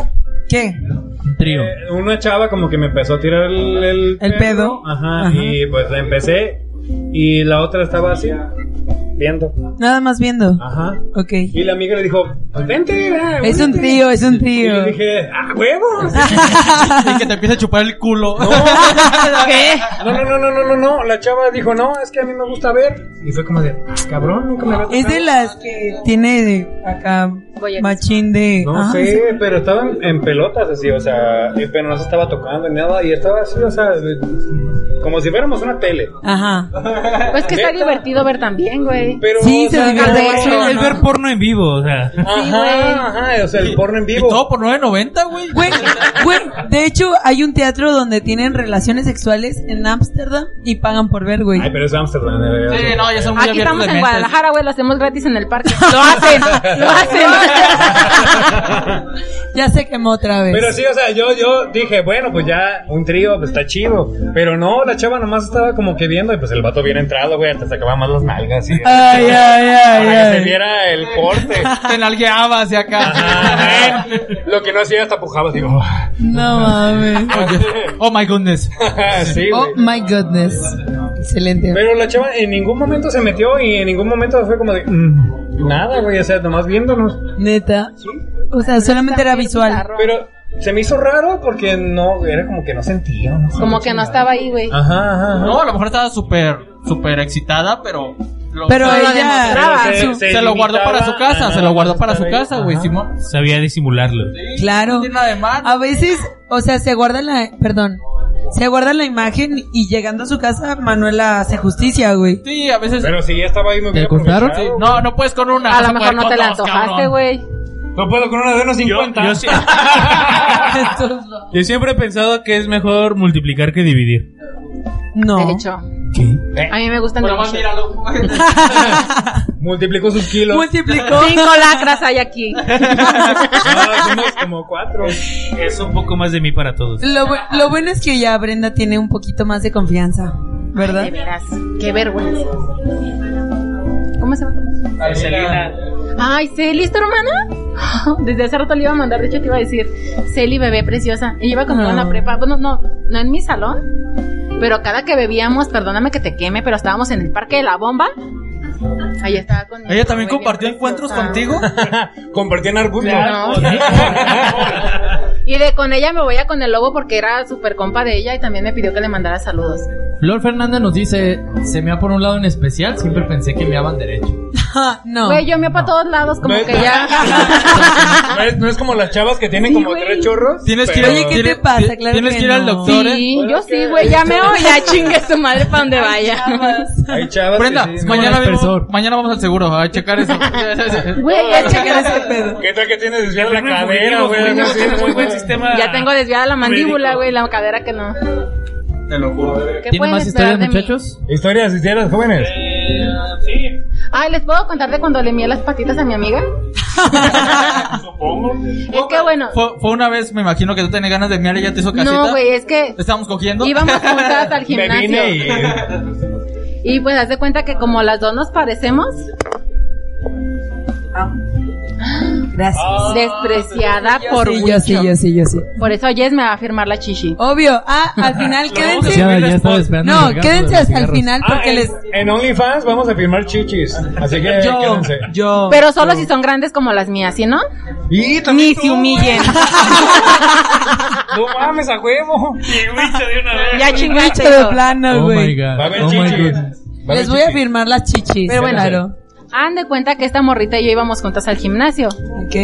[SPEAKER 6] ¿Qué?
[SPEAKER 3] Un trío.
[SPEAKER 4] Eh, Una chava como que me empezó a tirar el, el
[SPEAKER 6] El pedo.
[SPEAKER 4] Ajá,
[SPEAKER 6] Ajá.
[SPEAKER 4] Y pues la empecé. Y la otra estaba así. viendo.
[SPEAKER 6] Nada más viendo.
[SPEAKER 4] Ajá.
[SPEAKER 6] Ok.
[SPEAKER 4] Y la amiga le dijo, pues vente, era,
[SPEAKER 6] Es un
[SPEAKER 4] únete".
[SPEAKER 6] tío, es un
[SPEAKER 4] Y
[SPEAKER 6] tío.
[SPEAKER 4] le dije, ¡ah, huevo!
[SPEAKER 2] Y que te empieza a chupar el culo.
[SPEAKER 6] ¿Qué?
[SPEAKER 4] No, no, no, no, no, no, no. La chava dijo, no, es que a mí me gusta ver. Y fue como de, "Ah, cabrón, nunca me va a
[SPEAKER 6] Es de las que tiene de acá
[SPEAKER 11] Voy a-
[SPEAKER 6] machín de...
[SPEAKER 4] No
[SPEAKER 6] Ah,
[SPEAKER 4] sé,
[SPEAKER 6] sí.
[SPEAKER 4] pero estaba en, en pelotas así, o sea, y- pero no se estaba tocando ni nada. Y estaba así, o sea, de- como si fuéramos una tele.
[SPEAKER 6] Ajá.
[SPEAKER 11] Pues que está
[SPEAKER 4] Neta.
[SPEAKER 11] divertido ver también, güey.
[SPEAKER 4] Pero,
[SPEAKER 6] Sí,
[SPEAKER 4] o
[SPEAKER 6] se
[SPEAKER 4] sea,
[SPEAKER 6] ve
[SPEAKER 4] no-
[SPEAKER 6] de eso.
[SPEAKER 7] El ver porno en vivo, o sea.
[SPEAKER 4] Ajá, ajá, o sea, el porno en
[SPEAKER 2] Y
[SPEAKER 4] vivo.
[SPEAKER 2] todo por 9.90, güey.
[SPEAKER 6] Güey, güey, de hecho hay un teatro donde tienen relaciones sexuales en Ámsterdam y pagan por ver, güey.
[SPEAKER 4] Ay, pero es Amsterdam. eh,
[SPEAKER 2] Sí,
[SPEAKER 4] o sea.
[SPEAKER 2] no, ya son muy
[SPEAKER 11] Aquí
[SPEAKER 2] abiertos
[SPEAKER 11] estamos
[SPEAKER 2] de
[SPEAKER 11] en
[SPEAKER 2] mentes.
[SPEAKER 11] Guadalajara, güey, lo hacemos gratis en el parque. Lo hacen, lo hacen.
[SPEAKER 6] Ya se quemó otra vez.
[SPEAKER 4] Pero sí, o sea, yo, yo dije, bueno, pues ya un trío, pues está chido. Pero no, la chava nomás estaba como que viendo y pues el vato bien entrado, güey, hasta sacaba más las nalgas. Y,
[SPEAKER 6] Ay, ay, ay,
[SPEAKER 4] para que se
[SPEAKER 6] ay.
[SPEAKER 4] viera el corte.
[SPEAKER 2] Te nalgueaba hacia acá.
[SPEAKER 4] Ajá, eh. Lo que no hacía hasta pujaba, digo.
[SPEAKER 6] No mames.
[SPEAKER 2] Oh my goodness.
[SPEAKER 4] sí,
[SPEAKER 6] Oh
[SPEAKER 4] güey.
[SPEAKER 11] mm.
[SPEAKER 6] my goodness. Excelente.
[SPEAKER 4] Pero la chava en ningún momento se metió y en ningún momento fue como de... "Mm, nada, güey, o sea, nomás viéndonos.
[SPEAKER 6] Neta. O sea, solamente era visual.
[SPEAKER 4] Pero se me hizo raro porque no, era como que no sentía. no sé.
[SPEAKER 11] Como que no estaba ahí, güey.
[SPEAKER 4] Ajá, ajá. ajá.
[SPEAKER 2] No, a lo mejor estaba súper, súper excitada, pero. lo-
[SPEAKER 6] Pero
[SPEAKER 11] lo
[SPEAKER 6] ella.
[SPEAKER 11] demostraba.
[SPEAKER 4] Pero
[SPEAKER 6] su-
[SPEAKER 2] se lo guardó para su
[SPEAKER 4] limitaba
[SPEAKER 2] casa,
[SPEAKER 4] a
[SPEAKER 2] se lo guardó para su
[SPEAKER 4] estar ahí.
[SPEAKER 2] casa, güey, Simón.
[SPEAKER 7] Sabía disimularlo.
[SPEAKER 6] Claro. Ah,
[SPEAKER 2] No tiene nada de malo.
[SPEAKER 6] A veces, o sea, se guarda la. Perdón. Se guarda la imagen y llegando a su casa, Manuela hace justicia, güey.
[SPEAKER 2] Sí, a veces.
[SPEAKER 4] Pero sí, ya estaba ahí muy bien.
[SPEAKER 3] cortaron?
[SPEAKER 2] Sí, No, no puedes con una.
[SPEAKER 11] A
[SPEAKER 2] Ah, vas
[SPEAKER 11] lo
[SPEAKER 2] poder
[SPEAKER 11] mejor no
[SPEAKER 2] con
[SPEAKER 11] te la
[SPEAKER 2] dos,
[SPEAKER 11] antojaste,
[SPEAKER 2] cabrón.
[SPEAKER 11] güey.
[SPEAKER 4] No puedo con una de unos 50.
[SPEAKER 7] Yo, sí- yo siempre he pensado que es mejor multiplicar que dividir.
[SPEAKER 11] De
[SPEAKER 6] No.
[SPEAKER 11] hecho.
[SPEAKER 4] Eh,
[SPEAKER 11] A mí me gustan
[SPEAKER 2] Pero más
[SPEAKER 11] mucho.
[SPEAKER 2] míralo.
[SPEAKER 4] Multiplicó sus kilos.
[SPEAKER 6] Multiplicó.
[SPEAKER 11] Cinco lacras hay aquí.
[SPEAKER 4] Ah, somos como cuatro.
[SPEAKER 7] Es un poco más de mí para todos.
[SPEAKER 6] Lo, bu- lo bueno es que ya Brenda tiene un poquito más de confianza, ¿verdad?
[SPEAKER 11] De veras. Qué vergüenza. ¿Cómo se va a tomar? Ay, Celi, ¿es tu hermana? Desde hace rato le iba a mandar, de hecho te iba a decir, Celi, bebé preciosa. Ella iba conmigo en la
[SPEAKER 6] No.
[SPEAKER 11] prepa, bueno, no, no en mi salón, pero cada que bebíamos, perdóname que te queme, pero estábamos en el Parque de la Bomba. Ahí estaba con mi
[SPEAKER 2] ¿Ella también
[SPEAKER 11] bebé
[SPEAKER 2] compartió
[SPEAKER 11] preciosa.
[SPEAKER 2] encuentros contigo?
[SPEAKER 4] Compartían arbusto.
[SPEAKER 11] Claro. Y de con ella me voy a con el lobo porque era súper compa de ella y también me pidió que le mandara saludos.
[SPEAKER 3] Flor Fernanda nos dice, se me ha por un lado en especial, siempre pensé que me haban derecho.
[SPEAKER 6] Ja, no.
[SPEAKER 11] Güey, yo me para todos lados, como
[SPEAKER 4] No es-
[SPEAKER 11] que ya.
[SPEAKER 4] No es, no es como las chavas que tienen
[SPEAKER 11] Sí,
[SPEAKER 4] como
[SPEAKER 11] güey.
[SPEAKER 4] tres chorros.
[SPEAKER 2] Tienes que ir
[SPEAKER 4] pero-
[SPEAKER 6] Oye, ¿qué te
[SPEAKER 2] Tienes-
[SPEAKER 6] pasa? Claro
[SPEAKER 2] tienes
[SPEAKER 6] que
[SPEAKER 2] que ir al
[SPEAKER 6] no.
[SPEAKER 2] doctor.
[SPEAKER 11] Sí, yo sí, güey, ya me voy, ya chingue su madre para donde vaya.
[SPEAKER 4] Hay chavas
[SPEAKER 2] Brenda,
[SPEAKER 4] que sí, no.
[SPEAKER 2] mañana,
[SPEAKER 3] buen
[SPEAKER 2] vamos,
[SPEAKER 3] aspersor.
[SPEAKER 2] mañana vamos al seguro a checar eso.
[SPEAKER 11] Güey, ya
[SPEAKER 6] Checar
[SPEAKER 11] chingue
[SPEAKER 6] ese pedo.
[SPEAKER 4] ¿Qué tal que tienes desviada la
[SPEAKER 7] Muy
[SPEAKER 4] cadera,
[SPEAKER 7] buen-
[SPEAKER 4] güey?
[SPEAKER 7] muy
[SPEAKER 4] No sé,
[SPEAKER 7] buen- muy
[SPEAKER 4] güey.
[SPEAKER 7] buen sistema.
[SPEAKER 11] Ya tengo desviada la mandíbula,
[SPEAKER 7] Ah, Médico.
[SPEAKER 11] güey, la cadera que no.
[SPEAKER 2] Te lo juro.
[SPEAKER 11] ¿Qué
[SPEAKER 3] ¿Tienen
[SPEAKER 11] pueden
[SPEAKER 3] más
[SPEAKER 11] esperar
[SPEAKER 3] historias,
[SPEAKER 11] de mí?
[SPEAKER 3] muchachos?
[SPEAKER 4] Historias, historias jóvenes.
[SPEAKER 11] Ay, ¿les puedo contar de cuando le mié las patitas a mi amiga? Supongo. Es que bueno,
[SPEAKER 2] Fue, fue una vez, me imagino que tú tenías ganas de miar y ella te hizo casita.
[SPEAKER 11] no, güey, es que
[SPEAKER 2] Estábamos cogiendo.
[SPEAKER 11] íbamos juntas al
[SPEAKER 4] Me vine
[SPEAKER 11] gimnasio.
[SPEAKER 4] y.
[SPEAKER 11] Y pues haz de cuenta que como las dos nos parecemos,
[SPEAKER 6] Gracias.
[SPEAKER 11] despreciada Ah, por
[SPEAKER 6] Sí, yo sí,
[SPEAKER 11] mucho.
[SPEAKER 6] yo sí, yo sí.
[SPEAKER 11] Por eso Jess me va a firmar la chichi.
[SPEAKER 6] Obvio. Ah, al final
[SPEAKER 3] Sí,
[SPEAKER 6] quédense.
[SPEAKER 3] ya estaba esperando el
[SPEAKER 6] No,
[SPEAKER 3] regazo de
[SPEAKER 6] quédense
[SPEAKER 3] los
[SPEAKER 6] hasta el
[SPEAKER 3] cigarros.
[SPEAKER 6] final
[SPEAKER 4] Ah,
[SPEAKER 6] porque
[SPEAKER 4] en,
[SPEAKER 6] les.
[SPEAKER 4] en OnlyFans vamos a firmar chichis. Así que
[SPEAKER 6] Yo,
[SPEAKER 4] Eh, quédense.
[SPEAKER 6] yo.
[SPEAKER 11] Pero solo si son grandes como las mías, ¿sí no?
[SPEAKER 4] Y
[SPEAKER 11] Ni
[SPEAKER 4] también tú,
[SPEAKER 11] se humillen.
[SPEAKER 4] güey. No mames, a huevo.
[SPEAKER 11] ya chingaste.
[SPEAKER 6] Gacho de plano,
[SPEAKER 3] Oh my
[SPEAKER 6] güey.
[SPEAKER 3] god.
[SPEAKER 4] Va a haber
[SPEAKER 3] Oh my
[SPEAKER 4] chichis.
[SPEAKER 3] goodness.
[SPEAKER 4] Va haber
[SPEAKER 6] Les voy a
[SPEAKER 4] chichis.
[SPEAKER 6] firmar las chichis.
[SPEAKER 11] Pero bueno.
[SPEAKER 6] claro.
[SPEAKER 11] Han de cuenta que esta morrita y yo íbamos juntas al gimnasio.
[SPEAKER 6] Ok.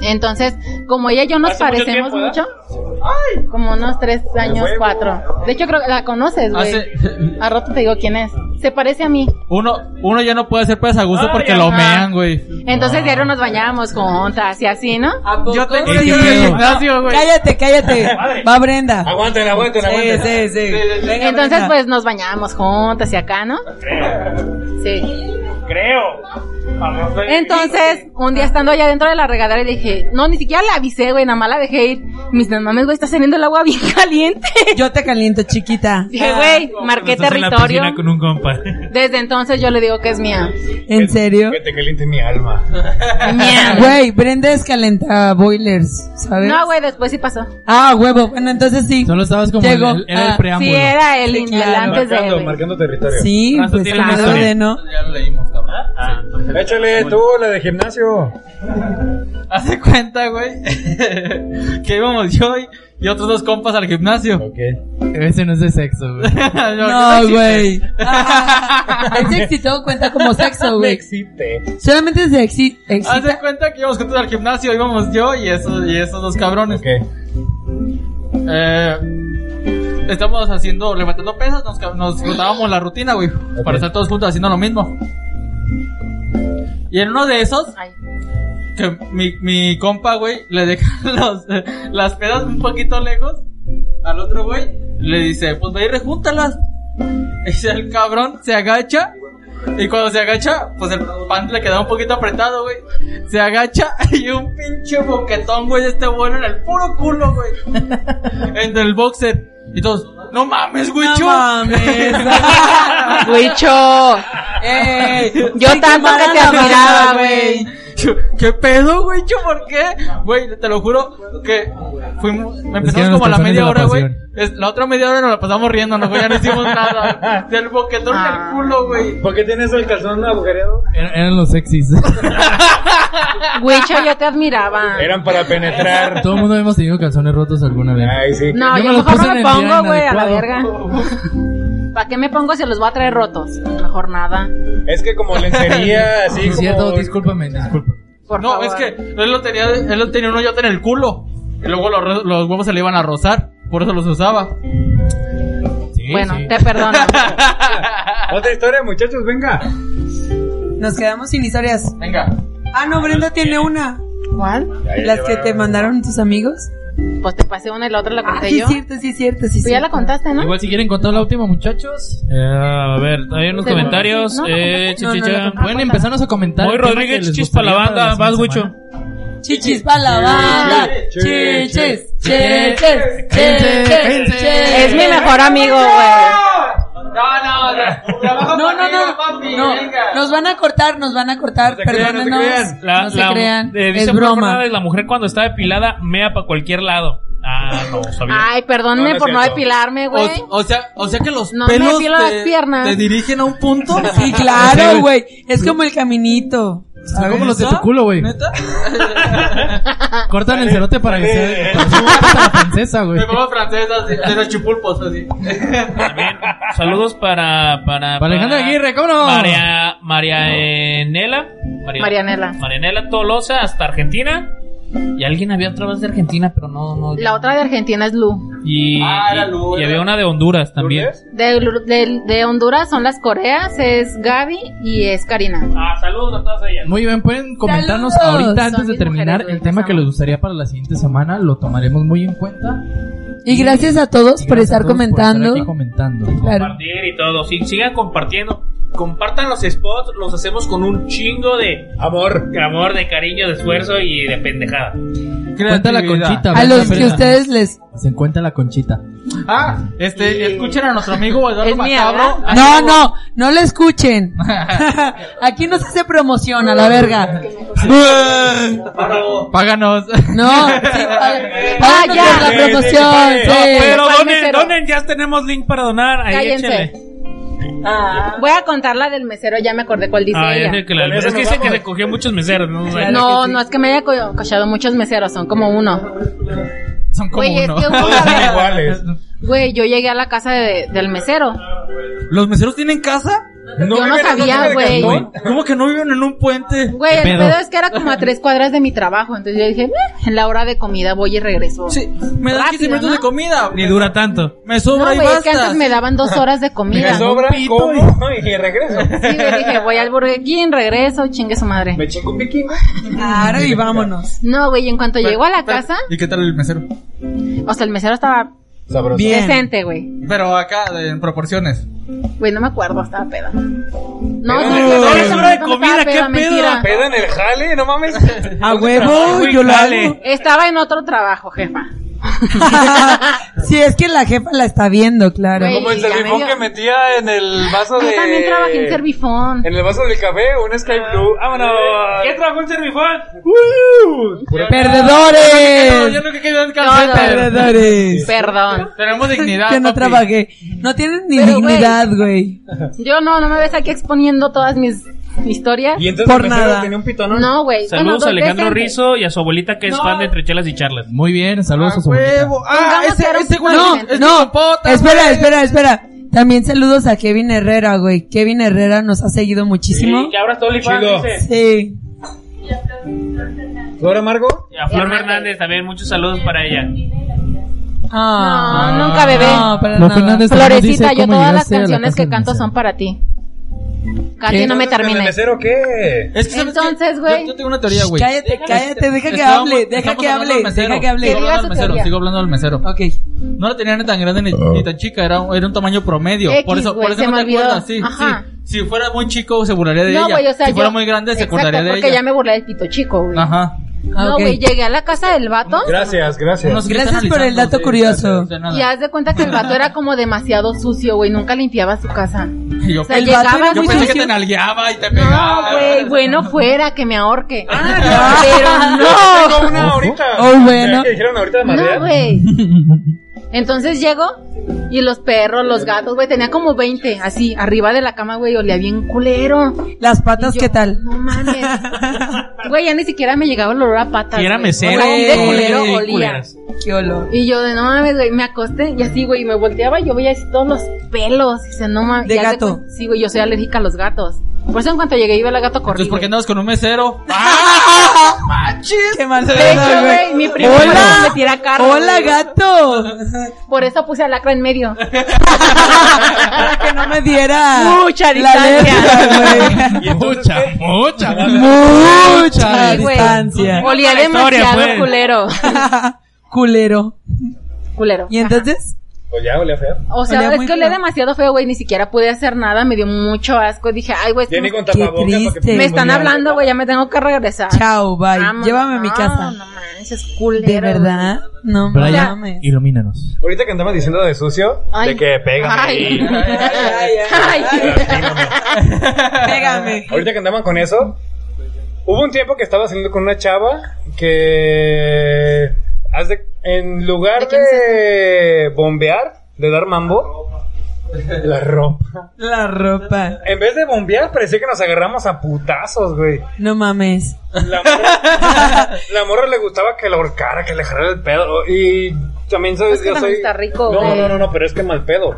[SPEAKER 11] Entonces, como ella y yo nos
[SPEAKER 4] Hace mucho
[SPEAKER 11] parecemos
[SPEAKER 4] tiempo,
[SPEAKER 11] mucho, como unos tres años,
[SPEAKER 4] huevo.
[SPEAKER 11] cuatro. De hecho, creo que la conoces, güey.
[SPEAKER 2] Hace-
[SPEAKER 11] A rato te digo quién es. Se parece a mí.
[SPEAKER 2] Uno, uno ya no puede hacer pues a gusto porque lo
[SPEAKER 11] ajá.
[SPEAKER 2] mean, güey.
[SPEAKER 11] Entonces,
[SPEAKER 7] Ah.
[SPEAKER 11] diario nos bañábamos juntas y así, ¿no?
[SPEAKER 6] Yo tengo
[SPEAKER 3] que ir al
[SPEAKER 2] gimnasio, güey.
[SPEAKER 6] Cállate, cállate. Va Brenda.
[SPEAKER 4] Aguántela, aguántela,
[SPEAKER 6] Sí,
[SPEAKER 4] aguántela.
[SPEAKER 6] sí, sí. Venga,
[SPEAKER 11] Entonces,
[SPEAKER 6] Brenda.
[SPEAKER 11] pues nos bañábamos juntas y acá, ¿no? Sí. Entonces, un día estando allá dentro de la regadera, le dije, no, ni siquiera la avisé, güey, nada más la dejé ir. Mis no mames, güey, está saliendo el agua bien caliente.
[SPEAKER 6] Yo te caliento, chiquita.
[SPEAKER 11] Dije, güey, marqué
[SPEAKER 7] Estás en la
[SPEAKER 11] territorio.
[SPEAKER 7] piscina con un compa.
[SPEAKER 11] Desde entonces yo le digo que es mía.
[SPEAKER 6] ¿En serio?
[SPEAKER 4] Que te caliente mi alma.
[SPEAKER 11] Mía.
[SPEAKER 6] Güey, Brenda es calenta boilers, ¿sabes?
[SPEAKER 11] No, güey, después sí pasó.
[SPEAKER 6] Ah, huevo. Bueno, entonces sí.
[SPEAKER 3] Solo estabas como
[SPEAKER 6] Llegó.
[SPEAKER 3] en el- era
[SPEAKER 6] Ah,
[SPEAKER 3] el preámbulo.
[SPEAKER 11] Sí, era el,
[SPEAKER 6] Sí,
[SPEAKER 11] el
[SPEAKER 6] claro.
[SPEAKER 11] antes de...
[SPEAKER 4] Marcando,
[SPEAKER 11] güey.
[SPEAKER 4] marcando territorio.
[SPEAKER 6] Sí,
[SPEAKER 7] Raza
[SPEAKER 6] pues
[SPEAKER 7] tiene una
[SPEAKER 6] claro
[SPEAKER 7] historia.
[SPEAKER 6] de no.
[SPEAKER 2] Ya lo leímos, cabrón. ¿verdad? Ah, entonces-
[SPEAKER 4] Échale tú, la de gimnasio.
[SPEAKER 2] Hace cuenta, güey, que íbamos yo y, y otros dos compas al gimnasio.
[SPEAKER 4] Ok.
[SPEAKER 3] Ese no es de sexo, güey.
[SPEAKER 2] No,
[SPEAKER 6] No,
[SPEAKER 2] existe.
[SPEAKER 6] güey. El sexy todo cuenta como sexo,
[SPEAKER 4] Me
[SPEAKER 6] güey.
[SPEAKER 4] excité.
[SPEAKER 6] Solamente se exi-
[SPEAKER 2] Haz de
[SPEAKER 6] excita.
[SPEAKER 2] cuenta que íbamos juntos al gimnasio, íbamos yo y esos, y esos dos cabrones.
[SPEAKER 4] Ok.
[SPEAKER 2] Eh, estamos haciendo, levantando pesas, nos, ca- nos juntábamos la rutina, güey, para estar todos juntos haciendo lo mismo. Y en uno de esos,
[SPEAKER 11] Ay.
[SPEAKER 2] que mi, mi compa, güey, le deja los, las pedas un poquito lejos al otro güey. Le dice, pues ve y rejúntalas. Y el cabrón se agacha. Y cuando se agacha, pues el pan le quedaba un poquito apretado, güey. Se agacha y un pinche boquetón, güey, de este vuelo en el puro culo, güey. en el boxer. Y todos, no mames, güey,
[SPEAKER 6] No
[SPEAKER 2] chu".
[SPEAKER 6] mames.
[SPEAKER 11] Huicho.
[SPEAKER 6] Ey,
[SPEAKER 11] Yo
[SPEAKER 6] sí,
[SPEAKER 11] tanto
[SPEAKER 6] qué
[SPEAKER 11] que te
[SPEAKER 6] mala
[SPEAKER 11] admiraba,
[SPEAKER 6] onda,
[SPEAKER 11] güey.
[SPEAKER 2] Yo, ¿Qué pedo, güey? Yo, ¿Por qué? Güey, te lo juro que fuimos,
[SPEAKER 3] Es que
[SPEAKER 2] empezamos
[SPEAKER 3] eran
[SPEAKER 2] como a
[SPEAKER 3] las
[SPEAKER 2] la
[SPEAKER 3] canciones de
[SPEAKER 2] media
[SPEAKER 3] la
[SPEAKER 2] hora, güey.
[SPEAKER 3] pasión.
[SPEAKER 2] Es- La otra media hora nos la pasamos riendo, no, güey, ya no hicimos nada. Del boquetón en el culo, güey.
[SPEAKER 4] ¿Por qué tienes el calzón agujereado?
[SPEAKER 3] Eran, eran los sexys.
[SPEAKER 11] Huicho, yo te admiraba.
[SPEAKER 4] Eran para penetrar.
[SPEAKER 3] Todo el mundo hemos tenido calzones rotos alguna vez.
[SPEAKER 4] Ay, sí.
[SPEAKER 11] No,
[SPEAKER 3] Yo
[SPEAKER 11] yo,
[SPEAKER 3] me los
[SPEAKER 11] mejor
[SPEAKER 3] puse
[SPEAKER 11] no me
[SPEAKER 3] en el día
[SPEAKER 11] pongo, güey, a la verga.
[SPEAKER 3] inadecuado.
[SPEAKER 11] ¿Para qué me pongo si los voy a traer rotos? Mejor nada.
[SPEAKER 4] Es que como lencería, así
[SPEAKER 3] Sí, es cierto,
[SPEAKER 4] como...
[SPEAKER 3] discúlpame, discúlpame.
[SPEAKER 11] Por
[SPEAKER 2] No,
[SPEAKER 11] favor.
[SPEAKER 2] es que él lo tenía, él lo tenía un hoyote en el culo. Y luego los, re- los huevos se le iban a rozar. Por eso los usaba.
[SPEAKER 3] Sí,
[SPEAKER 11] Bueno,
[SPEAKER 3] sí.
[SPEAKER 11] te perdono.
[SPEAKER 4] Otra historia, muchachos, venga.
[SPEAKER 6] Nos quedamos sin historias.
[SPEAKER 2] Venga.
[SPEAKER 6] Ah, no, Brenda tiene una.
[SPEAKER 11] ¿Cuál?
[SPEAKER 6] Las que te mandaron tus amigos.
[SPEAKER 11] Pues te pasé una y la otra la
[SPEAKER 6] Ah,
[SPEAKER 11] conté
[SPEAKER 6] sí,
[SPEAKER 11] yo.
[SPEAKER 6] es cierto, sí, es cierto. Sí,
[SPEAKER 11] Tú ya la
[SPEAKER 6] cierto.
[SPEAKER 11] contaste, ¿no?
[SPEAKER 3] Igual Pues, si quieren contar la última, muchachos.
[SPEAKER 7] Eh, a ver, hay unos
[SPEAKER 11] Seguro
[SPEAKER 7] comentarios.
[SPEAKER 11] sí. No, no,
[SPEAKER 7] eh,
[SPEAKER 6] no, no,
[SPEAKER 7] chichicha.
[SPEAKER 11] Ah,
[SPEAKER 6] no, no,
[SPEAKER 3] Pueden empezarnos a comentar.
[SPEAKER 7] Moy
[SPEAKER 3] el tema que
[SPEAKER 7] Rodríguez,
[SPEAKER 3] les
[SPEAKER 7] chis pa' la
[SPEAKER 3] gustaría para
[SPEAKER 7] banda. Vas,
[SPEAKER 3] siguiente
[SPEAKER 7] Wicho.
[SPEAKER 3] semana.
[SPEAKER 6] Chichis pa' la banda.
[SPEAKER 4] Chichis,
[SPEAKER 6] Chichis, chichis, chichis,
[SPEAKER 3] cállense.
[SPEAKER 6] chichis.
[SPEAKER 11] Es mi mejor amigo, güey.
[SPEAKER 2] No, no,
[SPEAKER 6] No, no, no. No, nos van a cortar, nos van a cortar.
[SPEAKER 4] No se crean, no se
[SPEAKER 6] Perdónenos.
[SPEAKER 4] crean.
[SPEAKER 7] La,
[SPEAKER 6] no se
[SPEAKER 7] la-
[SPEAKER 6] crean.
[SPEAKER 7] eh, dice
[SPEAKER 6] es
[SPEAKER 7] Juan
[SPEAKER 6] broma.
[SPEAKER 7] Fernández, la mujer cuando está depilada mea para cualquier lado. Ah, no, sabía.
[SPEAKER 11] Ay, perdónme
[SPEAKER 4] No, no es
[SPEAKER 11] por no
[SPEAKER 4] cierto.
[SPEAKER 11] depilarme,
[SPEAKER 2] O,
[SPEAKER 11] güey.
[SPEAKER 2] o sea, o sea que los
[SPEAKER 11] No me
[SPEAKER 2] pelos
[SPEAKER 11] depilo las
[SPEAKER 2] te-
[SPEAKER 11] piernas.
[SPEAKER 2] te dirigen a un punto.
[SPEAKER 6] Sí, claro, güey. Es como el caminito.
[SPEAKER 3] Está como los de tu culo, güey.
[SPEAKER 2] ¿Neta?
[SPEAKER 11] Ah.
[SPEAKER 3] Cortan el cerote para que
[SPEAKER 4] Dale.
[SPEAKER 3] sea para que sea para la princesa, güey.
[SPEAKER 2] Me pongo francés así, de los chipulpos así.
[SPEAKER 7] También, saludos para, para,
[SPEAKER 3] Para Alejandra Aguirre, ¿cómo no?
[SPEAKER 7] María, Marianela. María-
[SPEAKER 11] Marianela.
[SPEAKER 7] Marianela Tolosa hasta Argentina. Y alguien había otra vez de Argentina, pero no, no.
[SPEAKER 11] La otra de Argentina es Lu.
[SPEAKER 7] Y,
[SPEAKER 2] Ah, era
[SPEAKER 7] y-
[SPEAKER 2] Lourdes.
[SPEAKER 7] y había una de Honduras también.
[SPEAKER 11] De, Lu- de, de Honduras son las Coreas, es Gaby y es Karina.
[SPEAKER 7] Ah, saludos a todas ellas.
[SPEAKER 3] Muy bien, pueden comentarnos
[SPEAKER 6] Saludos.
[SPEAKER 3] ahorita antes
[SPEAKER 11] Son
[SPEAKER 3] de
[SPEAKER 11] mis
[SPEAKER 3] terminar
[SPEAKER 11] mujeres, güey,
[SPEAKER 3] el tema
[SPEAKER 11] los
[SPEAKER 3] que les
[SPEAKER 11] amo.
[SPEAKER 3] gustaría para la siguiente semana. Lo tomaremos muy en cuenta.
[SPEAKER 6] Y gracias a todos
[SPEAKER 3] Y
[SPEAKER 6] por
[SPEAKER 3] gracias a
[SPEAKER 6] estar
[SPEAKER 3] todos por
[SPEAKER 6] comentando.
[SPEAKER 3] estar aquí comentando.
[SPEAKER 6] Claro.
[SPEAKER 7] Compartir y todo. Sí, sigan compartiendo. Compartan los spots, los hacemos con un chingo de,
[SPEAKER 4] Amor.
[SPEAKER 7] de amor, de cariño, de esfuerzo y de pendejada.
[SPEAKER 3] Cuenta la conchita.
[SPEAKER 6] A
[SPEAKER 3] Brenda
[SPEAKER 6] los que
[SPEAKER 3] Pérez.
[SPEAKER 6] ustedes les.
[SPEAKER 3] Se encuentra la conchita.
[SPEAKER 2] Ah, este, escuchen a nuestro amigo Eduardo
[SPEAKER 11] Es mía,
[SPEAKER 2] Macabro.
[SPEAKER 11] ¿verdad?
[SPEAKER 6] No, no, no lo escuchen. Aquí no se hace promoción, a la verga.
[SPEAKER 2] Páganos.
[SPEAKER 6] No, sí, pagan-
[SPEAKER 11] Ah,
[SPEAKER 6] pagan por
[SPEAKER 11] ya.
[SPEAKER 6] la promoción.
[SPEAKER 4] Sí, sí,
[SPEAKER 6] sí.
[SPEAKER 7] Este, Pero
[SPEAKER 11] ¿cuál
[SPEAKER 7] donen,
[SPEAKER 11] mesero?
[SPEAKER 7] donen, ya tenemos link para donar. Ahí
[SPEAKER 11] Cállense.
[SPEAKER 7] échenle.
[SPEAKER 6] Ah.
[SPEAKER 11] Voy a contar la del mesero, ya me acordé cuál dice
[SPEAKER 7] Ah, ya
[SPEAKER 11] ella.
[SPEAKER 7] sé que la-
[SPEAKER 4] Con
[SPEAKER 7] es
[SPEAKER 4] eso
[SPEAKER 7] que
[SPEAKER 4] nos
[SPEAKER 7] dicen que
[SPEAKER 4] vamos.
[SPEAKER 7] se cogió muchos meseros. No,
[SPEAKER 11] No, no es que me haya co- cochado muchos meseros, son como uno.
[SPEAKER 2] Son como
[SPEAKER 11] Güey, es
[SPEAKER 2] uno.
[SPEAKER 11] que hubo
[SPEAKER 4] Todos son
[SPEAKER 11] una vez-
[SPEAKER 4] iguales.
[SPEAKER 11] Güey, yo llegué a la casa de- del mesero.
[SPEAKER 2] ¿Los meseros tienen casa?
[SPEAKER 11] yo no
[SPEAKER 4] viven en una
[SPEAKER 11] sabía,
[SPEAKER 4] de
[SPEAKER 11] güey.
[SPEAKER 4] cartón.
[SPEAKER 2] ¿Cómo que no viven en un puente?
[SPEAKER 11] Güey, el
[SPEAKER 3] pedo?
[SPEAKER 11] pedo es que era como a tres cuadras de mi trabajo. Entonces yo dije, "Meh, en la hora de comida voy y regreso.
[SPEAKER 2] Sí, me dan 15
[SPEAKER 11] Rápido,
[SPEAKER 2] minutos
[SPEAKER 11] ¿no?
[SPEAKER 2] de comida.
[SPEAKER 7] Ni dura tanto.
[SPEAKER 2] Me
[SPEAKER 11] No,
[SPEAKER 2] sobra y
[SPEAKER 11] güey, es que
[SPEAKER 2] basta.
[SPEAKER 11] antes me daban dos horas de comida.
[SPEAKER 4] Me
[SPEAKER 11] Sí,
[SPEAKER 4] sobra,
[SPEAKER 3] pito
[SPEAKER 4] como y regreso.
[SPEAKER 11] güey, dije, voy al Burger King, regreso, chingue su madre.
[SPEAKER 4] Me chingo un vikingo.
[SPEAKER 6] Claro, y vámonos.
[SPEAKER 11] No, güey, en cuanto llego a la casa,
[SPEAKER 2] ¿Y qué tal el mesero?
[SPEAKER 11] o sea, el mesero estaba
[SPEAKER 4] Sabroso.
[SPEAKER 6] Bien.
[SPEAKER 11] decente, güey.
[SPEAKER 2] Pero acá, de- en proporciones.
[SPEAKER 11] Güey, no me acuerdo, estaba peda. No,
[SPEAKER 4] Peda,
[SPEAKER 11] sí,
[SPEAKER 4] güey,
[SPEAKER 11] güey,
[SPEAKER 4] tres horas de
[SPEAKER 11] no estaba
[SPEAKER 7] comida, ¿qué pedo?
[SPEAKER 11] peda, mentira.
[SPEAKER 4] Peda en el jale, no mames.
[SPEAKER 6] A huevo,
[SPEAKER 7] güey,
[SPEAKER 6] yo lo
[SPEAKER 7] dale.
[SPEAKER 6] hago.
[SPEAKER 11] Estaba en otro trabajo, jefa.
[SPEAKER 6] Sí, es que la jefa la está viendo, claro.
[SPEAKER 11] Güey.
[SPEAKER 4] Como el
[SPEAKER 11] ya me
[SPEAKER 4] servifón
[SPEAKER 11] dio.
[SPEAKER 4] que metía en el vaso
[SPEAKER 11] Yo
[SPEAKER 4] de.
[SPEAKER 11] también trabajé en Servifón.
[SPEAKER 4] En el vaso del café, un Sky Blue. ¡Vámonos!
[SPEAKER 7] ¿Qué trabajó en Servifón?
[SPEAKER 2] No,
[SPEAKER 6] Perdedores.
[SPEAKER 2] yo lo que quiero es
[SPEAKER 11] No, no.
[SPEAKER 2] calceta.
[SPEAKER 6] Perdedores.
[SPEAKER 11] Perdón.
[SPEAKER 2] Tenemos dignidad.
[SPEAKER 6] Que no
[SPEAKER 2] papi.
[SPEAKER 6] trabajé. No tienen ni
[SPEAKER 11] Pero,
[SPEAKER 6] dignidad, güey.
[SPEAKER 11] Yo no, no me ves aquí exponiendo todas mis historias.
[SPEAKER 4] Y entonces
[SPEAKER 6] Por
[SPEAKER 4] el mesero
[SPEAKER 6] nada.
[SPEAKER 4] tenía un pitonón.
[SPEAKER 11] No, güey. Bueno,
[SPEAKER 7] Saludos
[SPEAKER 11] dos
[SPEAKER 7] a Alejandro
[SPEAKER 11] decentes.
[SPEAKER 7] Rizo y a su abuelita que es fan de Entre Chelas y Charlas.
[SPEAKER 8] Muy bien,
[SPEAKER 4] Ah,
[SPEAKER 8] saludos a su abuelita.
[SPEAKER 2] huevo! ¡Ah!
[SPEAKER 11] Pongamos
[SPEAKER 2] Ese,
[SPEAKER 11] que era un
[SPEAKER 2] ese güey.
[SPEAKER 11] No,
[SPEAKER 2] es mi
[SPEAKER 6] no,
[SPEAKER 2] compota,
[SPEAKER 6] espera,
[SPEAKER 2] güey.
[SPEAKER 6] espera, espera. También saludos a Kevin Herrera, güey. Kevin Herrera nos ha seguido muchísimo.
[SPEAKER 7] Sí, que ahora es OnlyFans,
[SPEAKER 4] Chido.
[SPEAKER 7] dice.
[SPEAKER 6] Sí.
[SPEAKER 4] ¿Flor amargo?
[SPEAKER 7] Y a Flor Hernández también, muchos saludos para ella.
[SPEAKER 6] Ah,
[SPEAKER 11] No, nunca bebé.
[SPEAKER 6] No, para
[SPEAKER 8] Flor
[SPEAKER 6] nada.
[SPEAKER 8] Fernández también nos dice
[SPEAKER 11] Florecita, yo
[SPEAKER 8] cómo
[SPEAKER 11] todas las
[SPEAKER 8] llegaste a la
[SPEAKER 11] canciones
[SPEAKER 8] casa
[SPEAKER 11] que
[SPEAKER 8] del
[SPEAKER 11] canto
[SPEAKER 8] mesero.
[SPEAKER 11] son para ti.
[SPEAKER 4] ¿Y
[SPEAKER 11] Katy, no me
[SPEAKER 4] ¿El
[SPEAKER 11] termines.
[SPEAKER 4] mesero qué?
[SPEAKER 2] Es que ¿sabes qué?
[SPEAKER 11] Entonces, güey.
[SPEAKER 2] Yo, yo tengo una teoría, güey.
[SPEAKER 6] Cállate, cállate, deja que
[SPEAKER 2] Estábamos-
[SPEAKER 6] hable, deja
[SPEAKER 2] estamos
[SPEAKER 6] que
[SPEAKER 2] hablando
[SPEAKER 6] hable,
[SPEAKER 2] del mesero.
[SPEAKER 6] deja que hable.
[SPEAKER 11] Que
[SPEAKER 2] Sigo
[SPEAKER 11] diga
[SPEAKER 2] hablando
[SPEAKER 11] su
[SPEAKER 2] del mesero,
[SPEAKER 11] teoría.
[SPEAKER 2] sigo hablando del mesero.
[SPEAKER 6] Ok.
[SPEAKER 2] No la tenían ni tan grande ni, ni tan chica, era, un- era un tamaño promedio.
[SPEAKER 11] X,
[SPEAKER 2] por eso,
[SPEAKER 11] güey,
[SPEAKER 2] por eso
[SPEAKER 11] se
[SPEAKER 2] no
[SPEAKER 11] me
[SPEAKER 2] te
[SPEAKER 11] olvidó.
[SPEAKER 2] acuerdas, sí,
[SPEAKER 11] Ajá.
[SPEAKER 2] sí. Si fuera muy chico, se burlaría de
[SPEAKER 11] No,
[SPEAKER 2] ella.
[SPEAKER 11] güey, o sea,
[SPEAKER 2] si fuera
[SPEAKER 11] yo-
[SPEAKER 2] muy grande, se
[SPEAKER 11] Exacto,
[SPEAKER 2] acordaría de
[SPEAKER 11] porque
[SPEAKER 2] ella.
[SPEAKER 11] ya me burlé del pito chico, güey.
[SPEAKER 2] Ajá.
[SPEAKER 6] Ah,
[SPEAKER 11] No,
[SPEAKER 6] ok.
[SPEAKER 11] güey, llegué a la casa del vato
[SPEAKER 4] Gracias, gracias.
[SPEAKER 2] Unos
[SPEAKER 6] Gracias
[SPEAKER 2] gritan
[SPEAKER 6] por el
[SPEAKER 2] analizando,
[SPEAKER 6] dato
[SPEAKER 2] sí,
[SPEAKER 6] curioso.
[SPEAKER 2] de nada.
[SPEAKER 11] y haz de cuenta que el vato era como demasiado sucio, güey. Nunca limpiaba su casa.
[SPEAKER 2] Y yo,
[SPEAKER 11] O sea,
[SPEAKER 2] "Ay,
[SPEAKER 6] vato
[SPEAKER 11] llegaba
[SPEAKER 6] era
[SPEAKER 2] yo
[SPEAKER 6] muy
[SPEAKER 2] pensé que
[SPEAKER 6] sucio.
[SPEAKER 2] te nalgueaba y te
[SPEAKER 11] No,
[SPEAKER 2] pegaba.
[SPEAKER 11] güey, bueno fuera que me ahorque.
[SPEAKER 6] Ah,
[SPEAKER 11] Pero
[SPEAKER 4] Tengo una ahorita.
[SPEAKER 6] Oh, bueno.
[SPEAKER 4] ¿Qué dijeron ahorita de
[SPEAKER 11] no,
[SPEAKER 4] María?
[SPEAKER 11] no, güey. Entonces llego y los perros, los gatos, güey, tenía como 20, así, arriba de la cama, güey, olía bien culero.
[SPEAKER 6] Las patas,
[SPEAKER 11] Y yo,
[SPEAKER 6] ¿qué tal?
[SPEAKER 11] No mames. Güey, ya ni siquiera me llegaba el olor a patas.
[SPEAKER 7] Y era
[SPEAKER 11] güey.
[SPEAKER 7] mesero,
[SPEAKER 11] O sea, de
[SPEAKER 6] güey,
[SPEAKER 11] culero
[SPEAKER 7] y
[SPEAKER 11] olía.
[SPEAKER 7] culeras.
[SPEAKER 6] Qué olor.
[SPEAKER 11] Y yo de no mames, güey, me acosté y así, güey, me volteaba y yo veía así todos los pelos. Y se no mames.
[SPEAKER 6] De
[SPEAKER 11] y haz
[SPEAKER 6] gato.
[SPEAKER 11] cuen- sí, güey, yo soy alérgica a los gatos. Por eso en cuanto llegué iba la gato corriendo.
[SPEAKER 2] Entonces, ¿por qué andabas con un mesero?
[SPEAKER 6] Ah, Qué mal
[SPEAKER 11] De hecho,
[SPEAKER 6] pedo,
[SPEAKER 11] güey, mi primo
[SPEAKER 6] Hola.
[SPEAKER 11] me tira carro.
[SPEAKER 6] Hola,
[SPEAKER 11] güey.
[SPEAKER 6] gato.
[SPEAKER 11] Por eso puse a lacra en medio.
[SPEAKER 6] Para que no me diera
[SPEAKER 11] Mucha distancia.
[SPEAKER 6] alergia, güey.
[SPEAKER 4] Y entonces,
[SPEAKER 7] Mucha,
[SPEAKER 4] ¿qué?
[SPEAKER 7] mucha.
[SPEAKER 6] Mucha
[SPEAKER 11] Sí, güey.
[SPEAKER 6] distancia.
[SPEAKER 11] Olía
[SPEAKER 7] la historia,
[SPEAKER 11] demasiado
[SPEAKER 7] pues.
[SPEAKER 11] culero.
[SPEAKER 6] Culero.
[SPEAKER 11] culero.
[SPEAKER 6] ¿Y entonces?
[SPEAKER 4] Pues ya olía feo.
[SPEAKER 11] O sea,
[SPEAKER 6] Olía
[SPEAKER 11] es
[SPEAKER 6] muy
[SPEAKER 11] que olía
[SPEAKER 6] feo.
[SPEAKER 11] demasiado feo, güey. Ni siquiera pude hacer nada. Me dio mucho asco. Dije, ay, güey, es que
[SPEAKER 4] Ya ni
[SPEAKER 11] me,
[SPEAKER 4] con tapabocas.
[SPEAKER 6] Qué
[SPEAKER 4] porque-
[SPEAKER 6] triste.
[SPEAKER 11] me están hablando, güey. Ya me tengo que regresar.
[SPEAKER 6] Chao, bye.
[SPEAKER 11] Vámonos.
[SPEAKER 6] Llévame a mi
[SPEAKER 11] No,
[SPEAKER 6] casa.
[SPEAKER 11] No manches, culero.
[SPEAKER 6] ¿De verdad? No
[SPEAKER 8] Brian,
[SPEAKER 6] mames.
[SPEAKER 8] ilumínanos.
[SPEAKER 4] Ahorita que andabas diciendo de sucio,
[SPEAKER 11] Ay.
[SPEAKER 4] de que pega.
[SPEAKER 11] Ay.
[SPEAKER 6] Ay,
[SPEAKER 11] Ay.
[SPEAKER 6] Pégame.
[SPEAKER 4] Ahorita que andaban con eso, hubo un tiempo que estaba saliendo con una chava que hace en lugar
[SPEAKER 11] ¿De quién
[SPEAKER 4] de bombear, de dar mambo, la ropa.
[SPEAKER 6] La ropa.
[SPEAKER 4] En vez de bombear, parecía que nos agarramos a putazos, güey.
[SPEAKER 6] No mames.
[SPEAKER 4] La morra, la morra le gustaba que la ahorcara, que le jarara el pedo. Y también sabes
[SPEAKER 11] Es que
[SPEAKER 4] yo
[SPEAKER 11] también
[SPEAKER 4] soy-
[SPEAKER 11] está rico,
[SPEAKER 4] No,
[SPEAKER 11] güey.
[SPEAKER 4] no, no, no, pero es que mal pedo.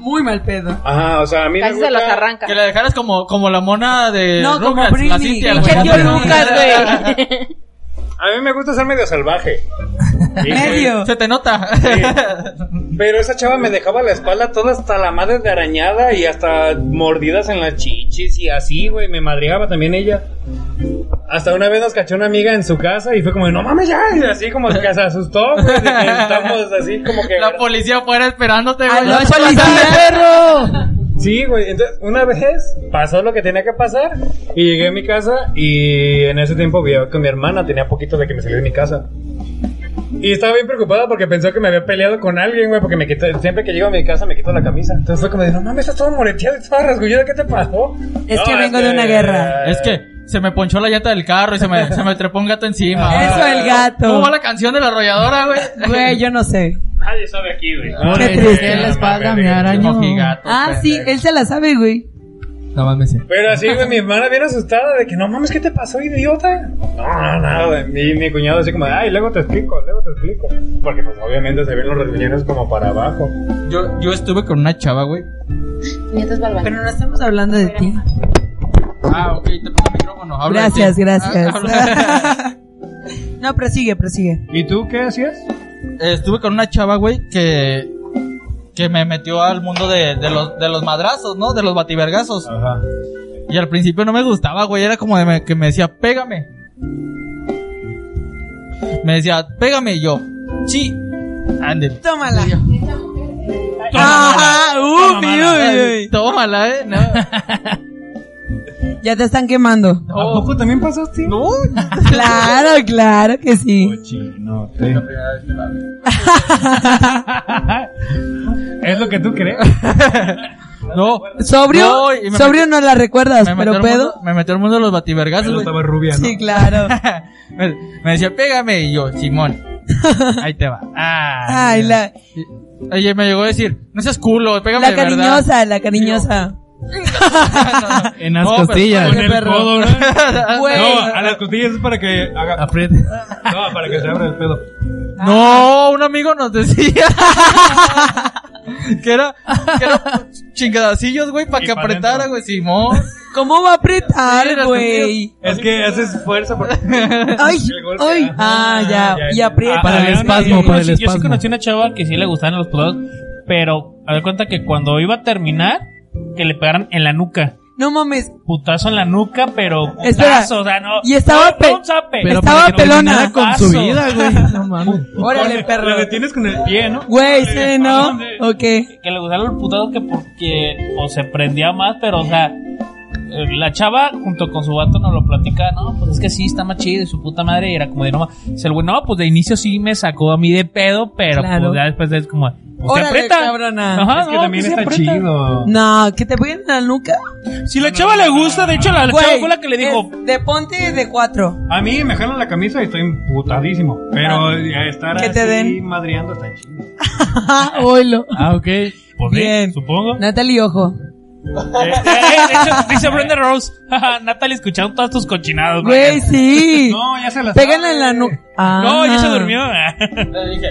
[SPEAKER 6] Muy mal pedo.
[SPEAKER 4] Ajá, o sea, a mí
[SPEAKER 11] Casi
[SPEAKER 4] me
[SPEAKER 11] se
[SPEAKER 4] gusta...
[SPEAKER 11] los arranca.
[SPEAKER 2] Que la dejaras como, como la mona de
[SPEAKER 6] No, como
[SPEAKER 2] Rugrats, la
[SPEAKER 6] Britney.
[SPEAKER 2] Cintia,
[SPEAKER 6] Pinche
[SPEAKER 2] güey.
[SPEAKER 11] Yo Lucas, güey.
[SPEAKER 4] A mí me gusta ser medio salvaje. Y-
[SPEAKER 6] Medio.
[SPEAKER 2] Se te nota.
[SPEAKER 4] Pero esa chava me dejaba la espalda toda hasta la madre de arañada y hasta mordidas en las chichis y así, güey. Me madrigaba también ella. Hasta una vez nos cachó una amiga en su casa y fue como, de, no mames ya. Y así como que se asustó, güey. de que Estamos así como que.
[SPEAKER 2] la policía fuera esperándote,
[SPEAKER 6] ¡A
[SPEAKER 2] güey.
[SPEAKER 6] la Ah, policía!
[SPEAKER 4] Sí, güey. Entonces, una vez pasó lo que tenía que pasar y llegué a mi casa y en ese tiempo vivía con mi hermana, tenía poquito de que me salí de mi casa. Y estaba bien preocupada porque pensó que me había peleado con alguien, güey, porque me quitó, siempre que llego a mi casa me quito la camisa. Entonces fue como de, no mames, estás todo moreteado, estás toda rasguñada, ¿qué te pasó?
[SPEAKER 6] Es
[SPEAKER 4] "No,
[SPEAKER 6] que vengo de una guerra".
[SPEAKER 2] Es que se me ponchó la llanta del carro y se me, se me trepó un gato encima.
[SPEAKER 6] Eso el
[SPEAKER 2] ¿Cómo va
[SPEAKER 6] gato.
[SPEAKER 2] la canción de la arrolladora, güey?
[SPEAKER 6] Güey, yo no sé.
[SPEAKER 7] Nadie sabe aquí, güey.
[SPEAKER 4] Ah,
[SPEAKER 6] Qué
[SPEAKER 4] eh,
[SPEAKER 6] triste.
[SPEAKER 4] la espalda
[SPEAKER 8] me arañó.
[SPEAKER 2] Mojigato,
[SPEAKER 6] Ah, sí, él se la sabe, güey.
[SPEAKER 8] Nada más me sé.
[SPEAKER 4] Pero así, güey, mi hermana bien asustada de que, no mames, ¿qué te pasó, idiota? No, no, no, güey. Mi, mi cuñado así como, ay, luego te explico, luego te explico. Porque pues obviamente se ven los rasguñones como para abajo.
[SPEAKER 2] Yo, yo estuve con una chava, güey.
[SPEAKER 11] Nietos Balbán.
[SPEAKER 6] Pero no estamos hablando de ti.
[SPEAKER 2] Ah, ok, te pongo el micrófono. habla de ti.
[SPEAKER 6] Gracias, gracias.
[SPEAKER 2] Ah, habla.
[SPEAKER 6] No, prosigue, prosigue.
[SPEAKER 4] ¿Y tú qué hacías?
[SPEAKER 2] Eh, estuve con una chava, güey, que, que me metió al mundo de, de los, de los madrazos, ¿no? De los bativergazos.
[SPEAKER 4] Ajá.
[SPEAKER 2] Y al principio no me gustaba, güey. Era como de me- que me decía, pégame. Me decía, pégame. Y yo, sí, ándale.
[SPEAKER 6] Tómala.
[SPEAKER 2] Tómala.
[SPEAKER 6] Ajá, uy, uy, uy.
[SPEAKER 2] Tómala, eh. No.
[SPEAKER 6] Ya te están quemando.
[SPEAKER 4] ¿A poco también pasaste? No.
[SPEAKER 6] Claro, claro que sí.
[SPEAKER 4] Ah, Es lo que tú crees.
[SPEAKER 2] No.
[SPEAKER 6] Sobrio,
[SPEAKER 2] No, y me
[SPEAKER 6] sobrio no la recuerdas,
[SPEAKER 2] Me metió,
[SPEAKER 6] pero
[SPEAKER 2] al
[SPEAKER 6] pedo.
[SPEAKER 2] mundo, me metió al mundo de los bativergazos,
[SPEAKER 4] Yo
[SPEAKER 2] güey.
[SPEAKER 4] estaba rubia, ¿no?
[SPEAKER 6] Sí, claro.
[SPEAKER 2] me, me decía, pégame. Y yo, Simón. Ahí te va. Ah,
[SPEAKER 6] Ay, la,
[SPEAKER 2] Ella me llegó a decir, no seas culo, pégame
[SPEAKER 6] la
[SPEAKER 2] de verdad.
[SPEAKER 6] cariñosa, la cariñosa.
[SPEAKER 3] En las
[SPEAKER 2] No, pero-
[SPEAKER 3] costillas.
[SPEAKER 7] Con el codo, ¿no?
[SPEAKER 2] ah,
[SPEAKER 6] Güey.
[SPEAKER 7] No, a las costillas es para que haga.
[SPEAKER 3] Apriete.
[SPEAKER 7] No, para que se abra el pedo.
[SPEAKER 2] No, un amigo nos decía que era, que era chingadacillos, güey, para
[SPEAKER 7] Y
[SPEAKER 2] que
[SPEAKER 7] pa'
[SPEAKER 2] apretara,
[SPEAKER 7] dentro.
[SPEAKER 2] güey, Simón.
[SPEAKER 6] ¿Cómo va a
[SPEAKER 2] Sí,
[SPEAKER 6] apretar,
[SPEAKER 2] las
[SPEAKER 6] güey?
[SPEAKER 7] Es que haces fuerza porque.
[SPEAKER 6] Ay, ay. Ah, ya. Y aprieta.
[SPEAKER 3] Para el
[SPEAKER 7] Ah,
[SPEAKER 3] espasmo,
[SPEAKER 7] yo
[SPEAKER 3] para
[SPEAKER 7] sí-
[SPEAKER 3] el
[SPEAKER 7] Yo sí
[SPEAKER 3] espasmo.
[SPEAKER 7] conocí una chava que sí le gustaban los putados, pero a dar cuenta que cuando iba a terminar, que le pegaran en la nuca.
[SPEAKER 6] No mames.
[SPEAKER 7] Putazo en la nuca, pero putazo,
[SPEAKER 6] Espera.
[SPEAKER 7] o sea, no.
[SPEAKER 6] Y estaba
[SPEAKER 7] no, no
[SPEAKER 6] pe-
[SPEAKER 7] un zape.
[SPEAKER 3] Pero
[SPEAKER 6] Estaba
[SPEAKER 3] para que
[SPEAKER 6] pelona.
[SPEAKER 3] terminara con su vida, güey. No mames.
[SPEAKER 6] Órale,
[SPEAKER 7] Lo que
[SPEAKER 6] perro.
[SPEAKER 7] tienes con el pie, ¿no?
[SPEAKER 6] Güey, sí, ¿no?
[SPEAKER 7] ¿Dónde?
[SPEAKER 6] Ok.
[SPEAKER 7] que le gustaron los putados que porque o se prendía más, pero o sea, eh, la chava junto con su vato nos lo platica, no, pues es que sí, está más chido y su puta madre y era como de no, ma- o sea, el güey, no, pues de inicio sí me sacó a mí de pedo, pero
[SPEAKER 6] Claro.
[SPEAKER 7] pues ya después es como, pues se
[SPEAKER 6] Órale,
[SPEAKER 7] aprieta. Ajá,
[SPEAKER 6] cabrona.
[SPEAKER 4] Es ah, que
[SPEAKER 7] no,
[SPEAKER 4] también
[SPEAKER 7] pues, se
[SPEAKER 4] está
[SPEAKER 7] aprieta.
[SPEAKER 4] chido.
[SPEAKER 6] No, que te peguen en la nuca.
[SPEAKER 7] Si la chava le gusta, de hecho la, la chava
[SPEAKER 6] Güey,
[SPEAKER 7] fue la que le dijo,
[SPEAKER 6] es De ponte de cuatro.
[SPEAKER 4] A mí me jalan la camisa y estoy emputadísimo. Pero a estar
[SPEAKER 6] Ah. Que te
[SPEAKER 4] así
[SPEAKER 6] den.
[SPEAKER 4] madreando está chido.
[SPEAKER 6] Oilo.
[SPEAKER 3] Ah, ok.
[SPEAKER 7] pues bien,
[SPEAKER 6] bien.
[SPEAKER 7] supongo.
[SPEAKER 6] Natalie, ojo.
[SPEAKER 7] Eh, eh, eh, de hecho, dice Brenda Rose, jaja, Natalie escucharon todas tus cochinadas,
[SPEAKER 6] Güey, sí.
[SPEAKER 4] No, ya se las.
[SPEAKER 6] Pégala en la Ah. nuca.
[SPEAKER 7] No, ya se durmió.
[SPEAKER 2] Le dije,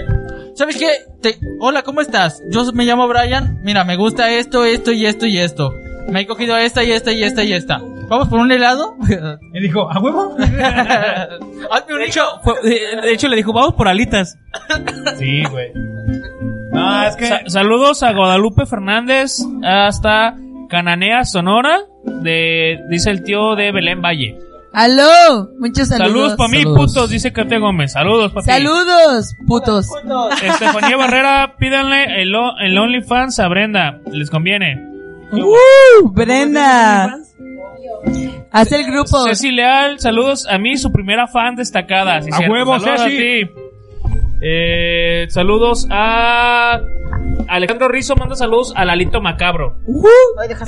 [SPEAKER 2] ¿sabes qué? Te- Hola, ¿cómo estás? Yo me llamo Brian. Mira, me gusta esto, esto y esto y esto. Me he cogido esta y esta y esta y esta. ¿Vamos por un helado?
[SPEAKER 4] Y dijo, ¿a huevo?
[SPEAKER 2] Hazme un
[SPEAKER 7] De hecho, fue- de- de hecho le dijo, vamos por alitas.
[SPEAKER 4] Sí, güey. No, es que.
[SPEAKER 7] Sa- saludos a Guadalupe Fernández hasta Cananea, Sonora, de dice el tío de Belén Valle.
[SPEAKER 6] Aló. Muchos
[SPEAKER 7] Saludos,
[SPEAKER 6] saludos.
[SPEAKER 7] pa' mí,
[SPEAKER 3] Saludos.
[SPEAKER 7] putos, dice Cate Gómez. Saludos, papi.
[SPEAKER 6] Saludos, putos.
[SPEAKER 7] Estefanía Barrera, pídanle el, o- el OnlyFans a Brenda. Les conviene.
[SPEAKER 6] Uh, Brenda. Haz el grupo.
[SPEAKER 7] Ceci Leal, saludos a mí, su primera fan destacada. Sí,
[SPEAKER 4] A
[SPEAKER 7] cierto.
[SPEAKER 4] huevo,
[SPEAKER 7] saludos a
[SPEAKER 4] Ceci.
[SPEAKER 7] ti. Eh, saludos a Alejandro Rizo, manda saludos a Lalito Macabro.
[SPEAKER 6] Uh,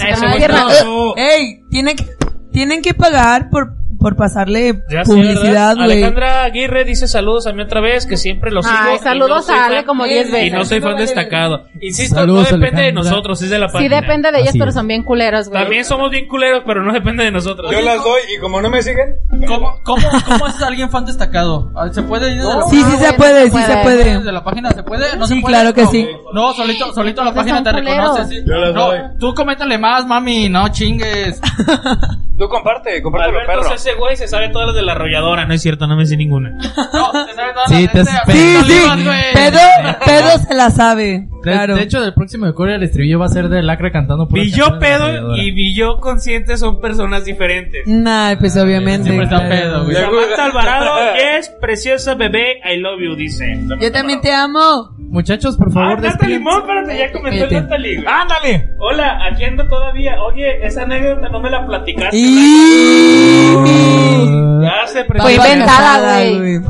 [SPEAKER 7] Ese güey
[SPEAKER 11] pierna.
[SPEAKER 7] no-
[SPEAKER 6] ey, tienen que, tienen que pagar por, por pasarle
[SPEAKER 7] Ya sé,
[SPEAKER 6] publicidad,
[SPEAKER 7] ¿verdad?
[SPEAKER 6] güey.
[SPEAKER 7] Alejandra Aguirre dice saludos a mí otra vez, que siempre los sigo.
[SPEAKER 11] Ay,
[SPEAKER 7] y
[SPEAKER 11] saludos
[SPEAKER 7] no soy
[SPEAKER 11] a Ale
[SPEAKER 7] fan-
[SPEAKER 11] como 10
[SPEAKER 7] Y
[SPEAKER 11] veces.
[SPEAKER 7] no soy fan destacado. Insisto,
[SPEAKER 3] Saludos,
[SPEAKER 7] no depende de
[SPEAKER 3] Alejandra.
[SPEAKER 7] nosotros, es de la
[SPEAKER 11] Sí
[SPEAKER 7] página.
[SPEAKER 11] depende de ellos,
[SPEAKER 3] Así
[SPEAKER 11] pero
[SPEAKER 3] es.
[SPEAKER 11] son bien culeros, güey.
[SPEAKER 7] También somos bien culeros, pero no depende de nosotros.
[SPEAKER 4] Yo las doy y como no me siguen.
[SPEAKER 2] ¿Cómo, cómo, cómo es alguien fan destacado? Ah, ¿Se puede ir desde la,
[SPEAKER 6] Sí, sí
[SPEAKER 11] Ah,
[SPEAKER 6] se
[SPEAKER 11] bueno,
[SPEAKER 6] puede, sí
[SPEAKER 11] puede.
[SPEAKER 6] se puede.
[SPEAKER 2] desde la página? ¿Se puede? ¿No
[SPEAKER 6] Sí,
[SPEAKER 2] se puede?
[SPEAKER 6] claro que
[SPEAKER 2] No.
[SPEAKER 6] sí.
[SPEAKER 2] No, solito, solito la
[SPEAKER 11] Pero
[SPEAKER 2] página
[SPEAKER 11] son
[SPEAKER 2] te reconoce.
[SPEAKER 11] culeros.
[SPEAKER 2] sí.
[SPEAKER 4] Yo las
[SPEAKER 2] No,
[SPEAKER 4] doy.
[SPEAKER 2] tú coméntale más, mami, no chingues.
[SPEAKER 4] Tú comparte, comparte los
[SPEAKER 7] Alberto,
[SPEAKER 4] perros.
[SPEAKER 7] ese güey se sabe todas las de la arrolladora. No es cierto, no me sé ninguna.
[SPEAKER 2] No, te sabes todas
[SPEAKER 3] Sí,
[SPEAKER 2] las
[SPEAKER 3] te
[SPEAKER 2] letras.
[SPEAKER 3] espero.
[SPEAKER 6] Sí, sí.
[SPEAKER 2] Talibán, güey.
[SPEAKER 6] Pedro, Pedro se la sabe.
[SPEAKER 3] De,
[SPEAKER 6] Claro.
[SPEAKER 3] de hecho, del próximo de Corea el estribillo va a ser de Lacra cantando por
[SPEAKER 7] Vi yo pedo y vi yo consciente son personas diferentes.
[SPEAKER 11] Mm.
[SPEAKER 6] Nah, pues obviamente.
[SPEAKER 2] Siempre está pedo,
[SPEAKER 6] claro.
[SPEAKER 2] güey.
[SPEAKER 7] Samantha Alvarado es preciosa bebé, I love you, dice.
[SPEAKER 6] Yo también te amo.
[SPEAKER 3] Muchachos, por
[SPEAKER 7] Ah,
[SPEAKER 3] favor,
[SPEAKER 7] Natalie
[SPEAKER 3] despídense.
[SPEAKER 7] Mon, espérate, ya comentó
[SPEAKER 6] Cállate.
[SPEAKER 7] Natalie. güey. Hola, aquí ando todavía. Oye, esa anécdota no me la platicaste.
[SPEAKER 6] Y...
[SPEAKER 3] Ah.
[SPEAKER 7] Ya se presentó.
[SPEAKER 11] Fue inventada,
[SPEAKER 6] Casada,
[SPEAKER 11] güey.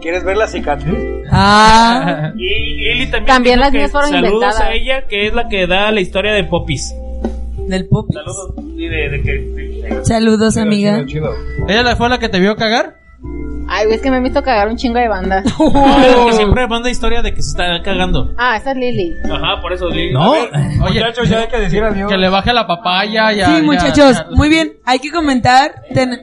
[SPEAKER 4] ¿Quieres ver la cicatriz?
[SPEAKER 6] Ah,
[SPEAKER 7] Y Lili también.
[SPEAKER 11] También
[SPEAKER 7] dijo
[SPEAKER 11] las
[SPEAKER 7] que
[SPEAKER 11] mías fueron
[SPEAKER 7] saludos
[SPEAKER 11] inventadas.
[SPEAKER 7] a ella, que es la que da la historia de Popis.
[SPEAKER 6] del pop.
[SPEAKER 7] Saludos. Y de, de que. de-
[SPEAKER 6] Saludos, amiga.
[SPEAKER 4] Chido, chido.
[SPEAKER 2] ¿Ella la- fue la que te vio cagar?
[SPEAKER 11] Ay, güey, es que me he visto cagar un chingo de banda.
[SPEAKER 3] Uh.
[SPEAKER 7] No, de los que siempre manda historia de que se está cagando.
[SPEAKER 11] Ah, esa es Lili.
[SPEAKER 7] Ajá, por eso. Lili.
[SPEAKER 3] No,
[SPEAKER 7] A ver,
[SPEAKER 2] Oye,
[SPEAKER 4] Muchachos, ya hay que decir adiós.
[SPEAKER 2] que le baje la papaya. Ya,
[SPEAKER 6] Sí,
[SPEAKER 2] ya,
[SPEAKER 6] muchachos,
[SPEAKER 2] ya.
[SPEAKER 6] muy bien. Hay que comentar. ten-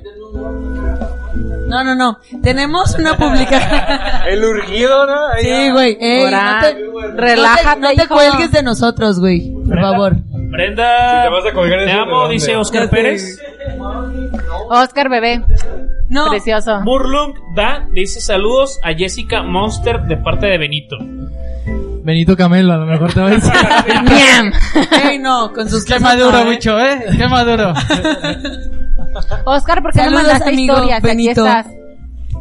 [SPEAKER 6] No, no, no. Tenemos una publicación.
[SPEAKER 4] El urgido, ¿no? Ahí
[SPEAKER 6] sí,
[SPEAKER 4] ya.
[SPEAKER 6] güey. Ey,
[SPEAKER 11] Ora,
[SPEAKER 6] no te-
[SPEAKER 11] relájate,
[SPEAKER 6] No te, no te
[SPEAKER 11] hijo.
[SPEAKER 6] cuelgues de nosotros, güey. Por favor.
[SPEAKER 7] Brenda.
[SPEAKER 4] Si te vas a colgar
[SPEAKER 7] te
[SPEAKER 4] eso, ¿de
[SPEAKER 7] amo,
[SPEAKER 4] dónde?
[SPEAKER 7] dice Oscar
[SPEAKER 6] Ya
[SPEAKER 3] Este,
[SPEAKER 6] sé.
[SPEAKER 7] Pérez.
[SPEAKER 11] Oscar bebé,
[SPEAKER 6] No.
[SPEAKER 11] precioso.
[SPEAKER 7] Burlung Dan dice saludos a Jessica Monster de parte de Benito.
[SPEAKER 3] Benito Camelo, a lo mejor te va a decir.
[SPEAKER 11] Miam.
[SPEAKER 6] Ey, no. Con sus
[SPEAKER 2] Qué
[SPEAKER 6] cosas,
[SPEAKER 2] maduro,
[SPEAKER 6] ¿eh?
[SPEAKER 2] bicho, ¿eh? Qué maduro.
[SPEAKER 11] Oscar, ¿por qué
[SPEAKER 6] Saludos,
[SPEAKER 11] no mandaste
[SPEAKER 6] amigo
[SPEAKER 11] historias?
[SPEAKER 6] Benito.
[SPEAKER 11] Aquí estás.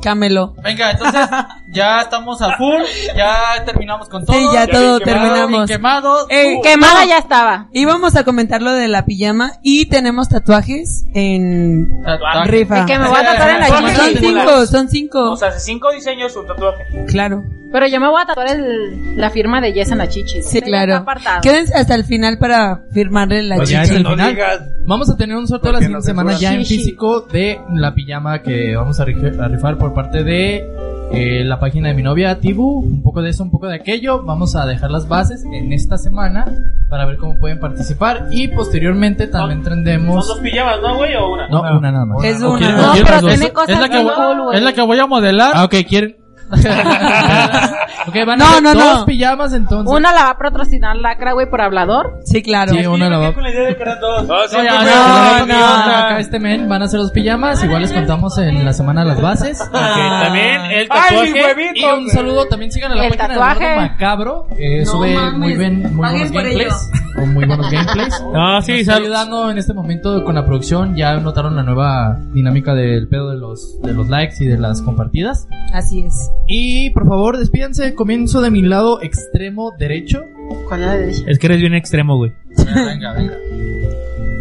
[SPEAKER 6] Camelo.
[SPEAKER 2] Venga, entonces ya estamos a full, ya terminamos con todo.
[SPEAKER 6] Sí, ya
[SPEAKER 2] bien quemado,
[SPEAKER 6] todo terminamos. Eh,
[SPEAKER 2] bien quemados.
[SPEAKER 3] Uh.
[SPEAKER 6] Ey,
[SPEAKER 11] Quemada
[SPEAKER 6] no.
[SPEAKER 11] ya estaba.
[SPEAKER 6] Íbamos a comentar lo de la pijama y tenemos tatuajes en
[SPEAKER 3] Ah,
[SPEAKER 7] Ah,
[SPEAKER 2] Tatuaje.
[SPEAKER 6] rifa.
[SPEAKER 11] Es que me voy a tatuar en la
[SPEAKER 7] Tatuajes
[SPEAKER 6] Son
[SPEAKER 11] chichi.
[SPEAKER 6] cinco, son cinco.
[SPEAKER 7] hace cinco diseños, un tatuaje.
[SPEAKER 6] claro.
[SPEAKER 11] Pero yo me voy a tatuar el- la firma de Jess en la chichi.
[SPEAKER 6] Sí,
[SPEAKER 11] Ella está
[SPEAKER 6] claro.
[SPEAKER 11] apartada.
[SPEAKER 6] Quédense hasta el final para firmarle la
[SPEAKER 3] Pues ya
[SPEAKER 6] chichi.
[SPEAKER 3] es el
[SPEAKER 4] No
[SPEAKER 3] final.
[SPEAKER 4] digas.
[SPEAKER 3] Vamos a tener un sorteo la
[SPEAKER 4] Porque
[SPEAKER 3] siguiente
[SPEAKER 4] nos
[SPEAKER 3] semana ya en
[SPEAKER 11] censuran.
[SPEAKER 3] físico de la pijama que vamos a rif- a rifar por parte de eh, la página de mi novia Tibu, un poco de eso, un poco de aquello. Vamos a dejar las bases en esta semana para ver cómo pueden participar y posteriormente también tendremos...
[SPEAKER 7] Son dos pijamas, ¿no, güey? ¿O una?
[SPEAKER 3] No, una nada más.
[SPEAKER 6] Es
[SPEAKER 3] ¿O
[SPEAKER 6] una.
[SPEAKER 3] quieren-
[SPEAKER 6] No,
[SPEAKER 3] o quieren
[SPEAKER 6] pero
[SPEAKER 3] las dos?
[SPEAKER 6] tiene cosas
[SPEAKER 2] Es la que
[SPEAKER 6] bien
[SPEAKER 2] voy-
[SPEAKER 6] cool, güey.
[SPEAKER 2] Es la que voy a modelar.
[SPEAKER 3] Ah, ok, quieren... ok, van a
[SPEAKER 6] No,
[SPEAKER 3] ser
[SPEAKER 6] no,
[SPEAKER 3] dos
[SPEAKER 6] no.
[SPEAKER 3] pijamas entonces.
[SPEAKER 11] Una la va a patrocinar Lacra, güey, por hablador.
[SPEAKER 6] Sí, claro.
[SPEAKER 3] Sí, una la va a...
[SPEAKER 7] la idea de que eran dos.
[SPEAKER 4] No,
[SPEAKER 3] Ah,
[SPEAKER 4] sí, pues,
[SPEAKER 3] sí,
[SPEAKER 6] no,
[SPEAKER 3] porque
[SPEAKER 6] no.
[SPEAKER 3] van a- Acá este men van a hacer dos pijamas. Igual les contamos en la semana las bases.
[SPEAKER 7] también
[SPEAKER 4] Ay, mi
[SPEAKER 7] el tatuaje.
[SPEAKER 4] huevito.
[SPEAKER 3] Y un saludo también sigan a la
[SPEAKER 11] El
[SPEAKER 3] página
[SPEAKER 11] tatuaje.
[SPEAKER 3] de Gordo Macabro. Eh,
[SPEAKER 6] No
[SPEAKER 3] sube
[SPEAKER 6] mames,
[SPEAKER 3] muy bien, muy buenos
[SPEAKER 6] paguen por
[SPEAKER 3] gameplays. Con muy buenos gameplays.
[SPEAKER 4] Ah,
[SPEAKER 7] No,
[SPEAKER 3] Nos
[SPEAKER 7] sí,
[SPEAKER 3] está
[SPEAKER 7] sal-
[SPEAKER 3] ayudando en este momento con la producción. Ya notaron la nueva dinámica del pedo de los, de los likes y de las compartidas.
[SPEAKER 6] Así es.
[SPEAKER 3] Y por favor, despídanse. Comienzo de mi lado extremo derecho.
[SPEAKER 11] ¿Cuál es la de
[SPEAKER 7] Es que eres bien extremo, güey.
[SPEAKER 2] Venga, venga.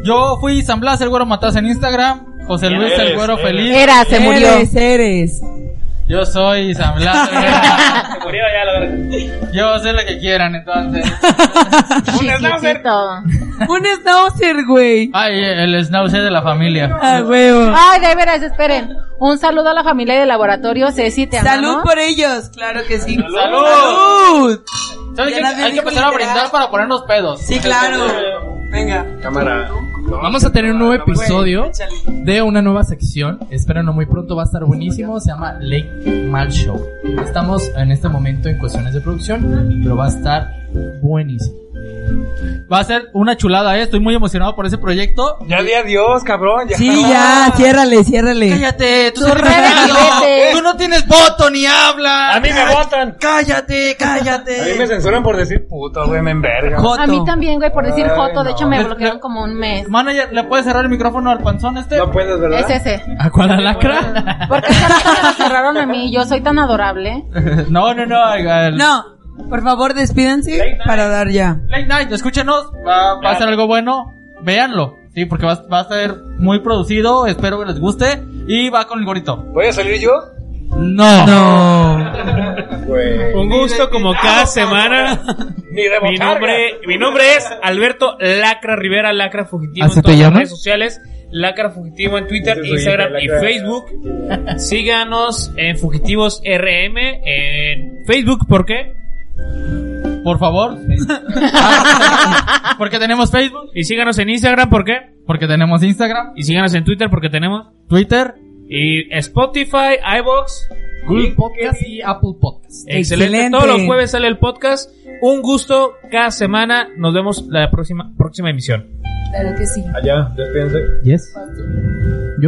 [SPEAKER 2] Yo fui San Blas, el güero mataz en Instagram. José
[SPEAKER 7] Ya
[SPEAKER 2] Luis, el
[SPEAKER 7] eres,
[SPEAKER 2] güero
[SPEAKER 7] eres.
[SPEAKER 2] feliz.
[SPEAKER 11] Era, se murió.
[SPEAKER 6] Eres, eres.
[SPEAKER 2] Yo soy San Blas. el güero.
[SPEAKER 7] Se murió ya, la verdad.
[SPEAKER 2] Yo sé lo que quieran, entonces.
[SPEAKER 11] Chiquitito.
[SPEAKER 6] Un schnauzer, güey.
[SPEAKER 2] Ay, el schnauzer de la familia.
[SPEAKER 6] A huevo.
[SPEAKER 11] Ay, de veras, esperen. Un saludo a la familia de laboratorio Ceci, te
[SPEAKER 6] Salud
[SPEAKER 11] amamos.
[SPEAKER 6] por ellos, claro que sí.
[SPEAKER 2] Salud.
[SPEAKER 6] Salud.
[SPEAKER 2] ¿Sabes
[SPEAKER 6] Ya
[SPEAKER 2] qué?
[SPEAKER 6] nadie
[SPEAKER 2] Hay que
[SPEAKER 6] dijo
[SPEAKER 2] empezar a
[SPEAKER 6] literal.
[SPEAKER 2] brindar para ponernos pedos.
[SPEAKER 6] Sí, claro. Venga.
[SPEAKER 4] Cámara.
[SPEAKER 3] Vamos a tener un nuevo episodio
[SPEAKER 6] échale.
[SPEAKER 3] de una nueva sección. Espérenlo muy pronto, va a estar buenísimo. Se llama Lake Mal Show. Estamos en este momento en cuestiones de producción, pero va a estar buenísimo.
[SPEAKER 2] Va a ser una chulada, eh. Estoy muy emocionado por ese proyecto.
[SPEAKER 4] Ya di adiós, cabrón. Ya.
[SPEAKER 6] Sí, ya, ciérrale, ciérrale.
[SPEAKER 2] Cállate, tú,
[SPEAKER 11] Tus
[SPEAKER 2] eres
[SPEAKER 11] redes,
[SPEAKER 2] primero.
[SPEAKER 11] vete.
[SPEAKER 2] Tú no tienes voto ni hablas.
[SPEAKER 4] A mí me votan.
[SPEAKER 2] Cállate, cállate.
[SPEAKER 4] A mí me censuran por decir puto, güey, me enverga.
[SPEAKER 11] A mí también, güey, por decir
[SPEAKER 4] Ay,
[SPEAKER 11] Joto. De hecho, me
[SPEAKER 2] no.
[SPEAKER 11] bloquearon como un mes.
[SPEAKER 2] Manager, ¿le puedes cerrar el micrófono al panzón este?
[SPEAKER 4] No puedes, ¿verdad?
[SPEAKER 11] Es ese.
[SPEAKER 3] ¿A cuál alacra?
[SPEAKER 11] Porque esa cosa me la cerraron a mí. Yo soy tan adorable.
[SPEAKER 2] no, no, no. el-
[SPEAKER 6] No, por favor, despídanse para dar ya.
[SPEAKER 2] Late Night, escúchenos. Va, va a ser algo bueno. Véanlo. Sí, porque va, va a ser muy producido. Espero que les guste. Y va con el gorito.
[SPEAKER 4] ¿Voy a salir yo?
[SPEAKER 2] No.
[SPEAKER 4] Güey.
[SPEAKER 7] Un gusto como cada semana.
[SPEAKER 4] Ni de
[SPEAKER 7] Mi
[SPEAKER 4] botarga.
[SPEAKER 7] nombre, mi nombre es Alberto Lacra Rivera, Lacra Fugitivo
[SPEAKER 3] ¿Así
[SPEAKER 7] en
[SPEAKER 3] ¿Ah, te
[SPEAKER 7] todas las
[SPEAKER 3] llamas?
[SPEAKER 7] redes sociales, Lacra Fugitivo en Twitter,
[SPEAKER 4] Ese soy
[SPEAKER 7] Instagram
[SPEAKER 4] yo,
[SPEAKER 7] y
[SPEAKER 4] Lacra.
[SPEAKER 7] Facebook. Síganos en Fugitivos RM en Facebook, ¿por qué?
[SPEAKER 2] Por favor. porque tenemos Facebook.
[SPEAKER 7] Y síganos en Instagram, ¿por qué?
[SPEAKER 2] Porque tenemos Instagram.
[SPEAKER 7] Y síganos en Twitter, porque tenemos
[SPEAKER 2] Twitter.
[SPEAKER 7] y Spotify, iBox.
[SPEAKER 3] Google Podcast y Apple Podcast.
[SPEAKER 7] Excelente.
[SPEAKER 6] Excelente.
[SPEAKER 7] Todos los jueves sale el podcast. Un gusto cada semana. Nos vemos la próxima próxima emisión.
[SPEAKER 6] Claro que sí.
[SPEAKER 4] Allá, Ah, despídense.
[SPEAKER 3] Yes.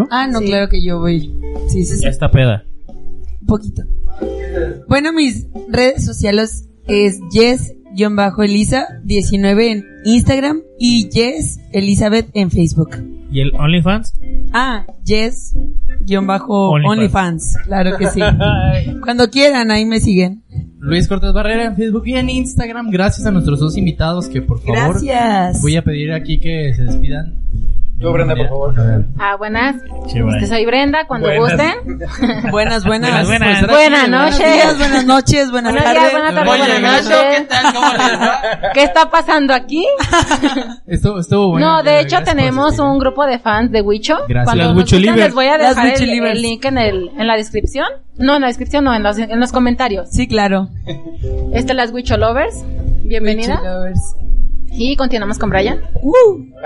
[SPEAKER 6] Ah, no, claro que yo voy. Sí, sí, sí.
[SPEAKER 7] Ya está peda.
[SPEAKER 6] Un poquito. Bueno, mis redes sociales es yes-elisa19 en Instagram y yes Elizabeth en Facebook.
[SPEAKER 7] ¿Y el OnlyFans?
[SPEAKER 6] Ah, yes-onlyfans.
[SPEAKER 7] OnlyFans.
[SPEAKER 6] Claro que sí. Cuando quieran, ahí me siguen.
[SPEAKER 3] Luis Cortés Barrera en Facebook y en Instagram. Gracias a nuestros dos invitados que por favor
[SPEAKER 6] Gracias.
[SPEAKER 3] voy a pedir aquí que se despidan.
[SPEAKER 4] Yo, Brenda, por favor.
[SPEAKER 11] Ah, buenas. Es que soy Brenda, cuando
[SPEAKER 4] Buenas.
[SPEAKER 11] gusten.
[SPEAKER 6] Buenas,
[SPEAKER 7] Buenas, buenas.
[SPEAKER 6] buenas.
[SPEAKER 11] Buenas
[SPEAKER 6] Buenos
[SPEAKER 11] noches.
[SPEAKER 6] días, buenas noches, buenas
[SPEAKER 11] Buenos
[SPEAKER 6] tardes.
[SPEAKER 11] días, buenas tardes,
[SPEAKER 2] Oye,
[SPEAKER 11] buenas
[SPEAKER 2] Nacho, ¿qué
[SPEAKER 11] noches.
[SPEAKER 2] tal? ¿Cómo les va?
[SPEAKER 11] ¿Qué está pasando aquí?
[SPEAKER 3] Estuvo, estuvo bueno.
[SPEAKER 11] no, de hecho
[SPEAKER 3] Gracias por
[SPEAKER 11] tenemos
[SPEAKER 3] asistir.
[SPEAKER 11] un grupo de fans de Wicho.
[SPEAKER 3] Gracias.
[SPEAKER 11] Cuando
[SPEAKER 3] Las
[SPEAKER 11] nos escuchen,
[SPEAKER 3] Wichulivers.
[SPEAKER 11] Les voy a
[SPEAKER 6] Las
[SPEAKER 11] dejar el,
[SPEAKER 6] Wichulivers.
[SPEAKER 11] el link en, el, en la descripción. No, en la descripción no, en los, en los comentarios.
[SPEAKER 6] Sí, claro.
[SPEAKER 11] Este es las Wicho Lovers. Bienvenida.
[SPEAKER 6] Lovers.
[SPEAKER 11] Y continuamos con Brian.
[SPEAKER 6] Uh,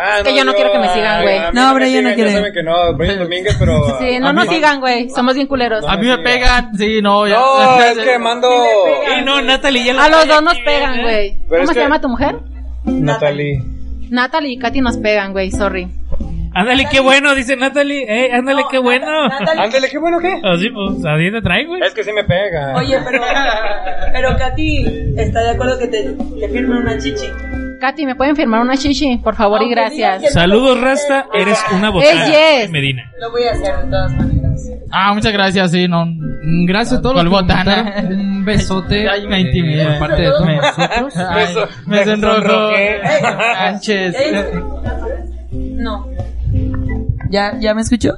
[SPEAKER 4] Ah,
[SPEAKER 11] Es que yo no quiero que me sigan,
[SPEAKER 4] ay,
[SPEAKER 11] güey.
[SPEAKER 4] a mí
[SPEAKER 6] No,
[SPEAKER 4] me
[SPEAKER 6] Brian no
[SPEAKER 4] sigan,
[SPEAKER 6] quiere.
[SPEAKER 4] Ya saben que no, Brian Domínguez, pero...
[SPEAKER 11] Sí,
[SPEAKER 4] a
[SPEAKER 11] no
[SPEAKER 4] mí-
[SPEAKER 11] nos sigan, güey. Somos bien culeros.
[SPEAKER 2] A mí me pegan. Sí, no, ya.
[SPEAKER 4] No, es que mando...
[SPEAKER 7] Y no, Natalie ya la
[SPEAKER 11] A los
[SPEAKER 7] trae
[SPEAKER 11] dos nos
[SPEAKER 7] aquí,
[SPEAKER 11] pegan,
[SPEAKER 7] ¿eh?
[SPEAKER 11] güey.
[SPEAKER 4] Pero
[SPEAKER 11] ¿Cómo
[SPEAKER 4] es
[SPEAKER 11] se
[SPEAKER 4] que-
[SPEAKER 11] llama tu mujer?
[SPEAKER 4] Natalie.
[SPEAKER 11] Natalie y Katy nos pegan, güey. Sorry.
[SPEAKER 7] Ándale, qué bueno, dice Natalie. Eh, ándale, qué bueno.
[SPEAKER 4] Ándale, qué bueno que...
[SPEAKER 7] Así pues, a ti te traen, güey.
[SPEAKER 4] Es que sí me pega.
[SPEAKER 6] Oye, pero, pero Katy está de acuerdo que te, te firme una chichi.
[SPEAKER 11] Katy, ¿me pueden firmar una chichi? Por favor y
[SPEAKER 6] Aunque digas
[SPEAKER 11] gracias.
[SPEAKER 6] que-
[SPEAKER 7] Saludos, Rasta. Eres una botana.
[SPEAKER 11] Es yes.
[SPEAKER 7] Medina.
[SPEAKER 6] Lo voy a hacer de todas maneras.
[SPEAKER 2] Ah, muchas gracias, sí, no.
[SPEAKER 3] Mm, Gracias a todos los
[SPEAKER 2] ¿Cuál
[SPEAKER 3] que
[SPEAKER 2] botana?
[SPEAKER 3] comentaron. Un besote.
[SPEAKER 2] Ay, me
[SPEAKER 3] eh,
[SPEAKER 2] intimidé.
[SPEAKER 3] Por parte de todos nosotros.
[SPEAKER 2] Ay,
[SPEAKER 4] Eso,
[SPEAKER 2] me
[SPEAKER 4] me
[SPEAKER 2] sonrojó.
[SPEAKER 4] sonrojé.
[SPEAKER 2] Sánchez.
[SPEAKER 6] No. ¿Ya, ¿Ya me escuchó?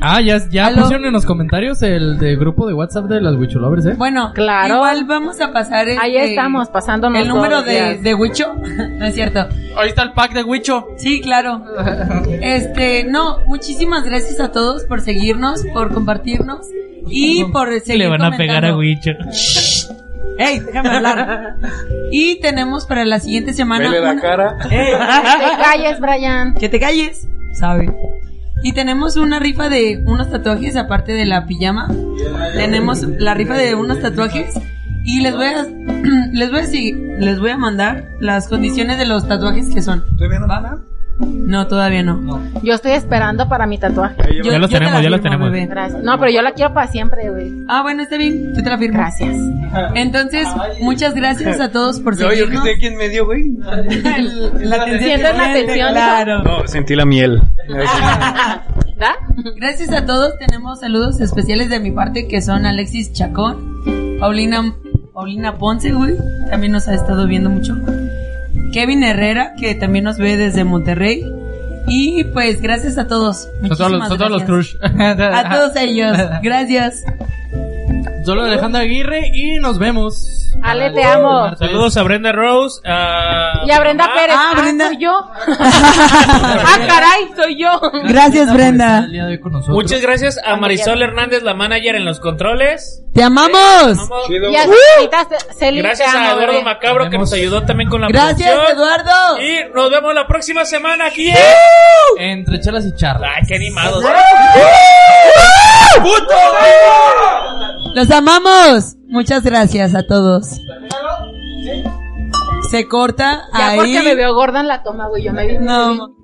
[SPEAKER 3] Ah, ya, ya
[SPEAKER 6] Aló.
[SPEAKER 3] pusieron en los comentarios el de grupo de WhatsApp de las Wichulovers, ¿eh?
[SPEAKER 6] Bueno,
[SPEAKER 11] Claro.
[SPEAKER 6] igual vamos a pasar este,
[SPEAKER 11] Ahí estamos, pasándonos.
[SPEAKER 6] el número
[SPEAKER 11] todos los
[SPEAKER 6] de,
[SPEAKER 11] días.
[SPEAKER 6] de Huicho. no es cierto.
[SPEAKER 2] Ahí está el pack de Huicho.
[SPEAKER 6] Sí, claro. Este, no, muchísimas gracias a todos por seguirnos, por compartirnos. Y por seguir
[SPEAKER 7] Le van a pegar a
[SPEAKER 6] comentando.
[SPEAKER 7] Huicho.
[SPEAKER 6] ¡Ey, déjame hablar! Y tenemos para la siguiente semana.
[SPEAKER 4] Vele la
[SPEAKER 6] una-
[SPEAKER 4] cara.
[SPEAKER 6] ¡Ey!
[SPEAKER 11] Te calles, Brian.
[SPEAKER 6] ¡Que te calles! Sabe. Y tenemos una rifa de unos tatuajes, aparte de la pijama. Tenemos la rifa de unos tatuajes. Y les voy a. Les voy a, seguir- les voy a mandar las condiciones de los tatuajes que son.
[SPEAKER 4] ¿Todavía no
[SPEAKER 6] No, todavía no.
[SPEAKER 11] Yo estoy esperando para mi tatuaje.
[SPEAKER 4] Yo-
[SPEAKER 7] Ya lo
[SPEAKER 6] te la
[SPEAKER 7] tenemos, ya lo
[SPEAKER 6] firmo,
[SPEAKER 7] tenemos.
[SPEAKER 6] bebé.
[SPEAKER 11] Gracias. No, pero yo la quiero para siempre, güey.
[SPEAKER 6] Ah, bueno, está bien. Yo te la firmo.
[SPEAKER 11] Gracias.
[SPEAKER 6] Entonces, muchas gracias a todos por
[SPEAKER 4] No, yo que
[SPEAKER 6] seguirnos.
[SPEAKER 4] sé quién me dio, güey.
[SPEAKER 6] la atención
[SPEAKER 11] Sientes
[SPEAKER 6] que
[SPEAKER 11] la
[SPEAKER 6] siente,
[SPEAKER 11] atención,
[SPEAKER 6] claro.
[SPEAKER 4] No, sentí la miel.
[SPEAKER 11] ¿Da?
[SPEAKER 6] Gracias a todos, tenemos saludos especiales de mi parte que son Alexis Chacón, Paulina, Paulina Ponce, güey, también nos ha estado viendo mucho. Kevin Herrera, que también nos ve desde Monterrey. Y pues gracias a todos.
[SPEAKER 3] Son todos, los-
[SPEAKER 6] Muchísimas
[SPEAKER 3] son todos los
[SPEAKER 6] gracias.
[SPEAKER 3] crush.
[SPEAKER 6] A todos ellos. Gracias.
[SPEAKER 3] Solo Alejandra Aguirre y nos vemos.
[SPEAKER 11] Ale, te amo.
[SPEAKER 7] Saludos a Brenda Rose. A...
[SPEAKER 11] Y a Brenda
[SPEAKER 7] Ah,
[SPEAKER 11] Pérez.
[SPEAKER 6] ah, Brenda.
[SPEAKER 11] Ah, soy yo. ah, caray, soy yo.
[SPEAKER 6] Gracias,
[SPEAKER 3] por
[SPEAKER 6] Brenda.
[SPEAKER 3] estar el día de hoy con nosotros.
[SPEAKER 7] Muchas gracias a Marisol Hernández, la manager en los controles.
[SPEAKER 6] ¡Te amamos!
[SPEAKER 7] Vamos.
[SPEAKER 4] Chido.
[SPEAKER 11] Y a
[SPEAKER 7] ¡Uh!
[SPEAKER 11] Celita.
[SPEAKER 7] Gracias a Eduardo Macabro que
[SPEAKER 3] Tenemos-
[SPEAKER 7] nos ayudó también con la
[SPEAKER 6] Gracias,
[SPEAKER 7] producción.
[SPEAKER 6] Eduardo.
[SPEAKER 7] Y nos vemos la próxima semana aquí. en-
[SPEAKER 3] Entre charlas y charlas.
[SPEAKER 7] Ay, qué animados.
[SPEAKER 6] Los amamos. Muchas gracias a todos. Se corta
[SPEAKER 11] Ya
[SPEAKER 6] ahí.
[SPEAKER 11] porque me veo gorda en la toma, güey. Yo me vi.
[SPEAKER 6] No.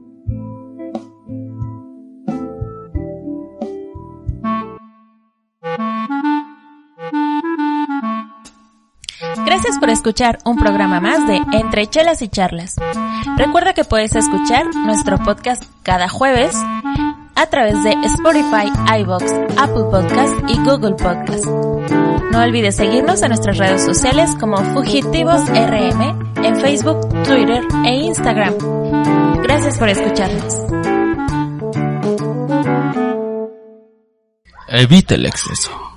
[SPEAKER 1] Gracias por escuchar un programa más de Entre Chelas y Charlas. Recuerda que puedes escuchar nuestro podcast cada jueves a través de Spotify, iBox, Apple Podcast y Google Podcast. No olvides seguirnos en nuestras redes sociales como Fugitivos RM en Facebook, Twitter e Instagram. Gracias por escucharnos.
[SPEAKER 12] Evita el exceso.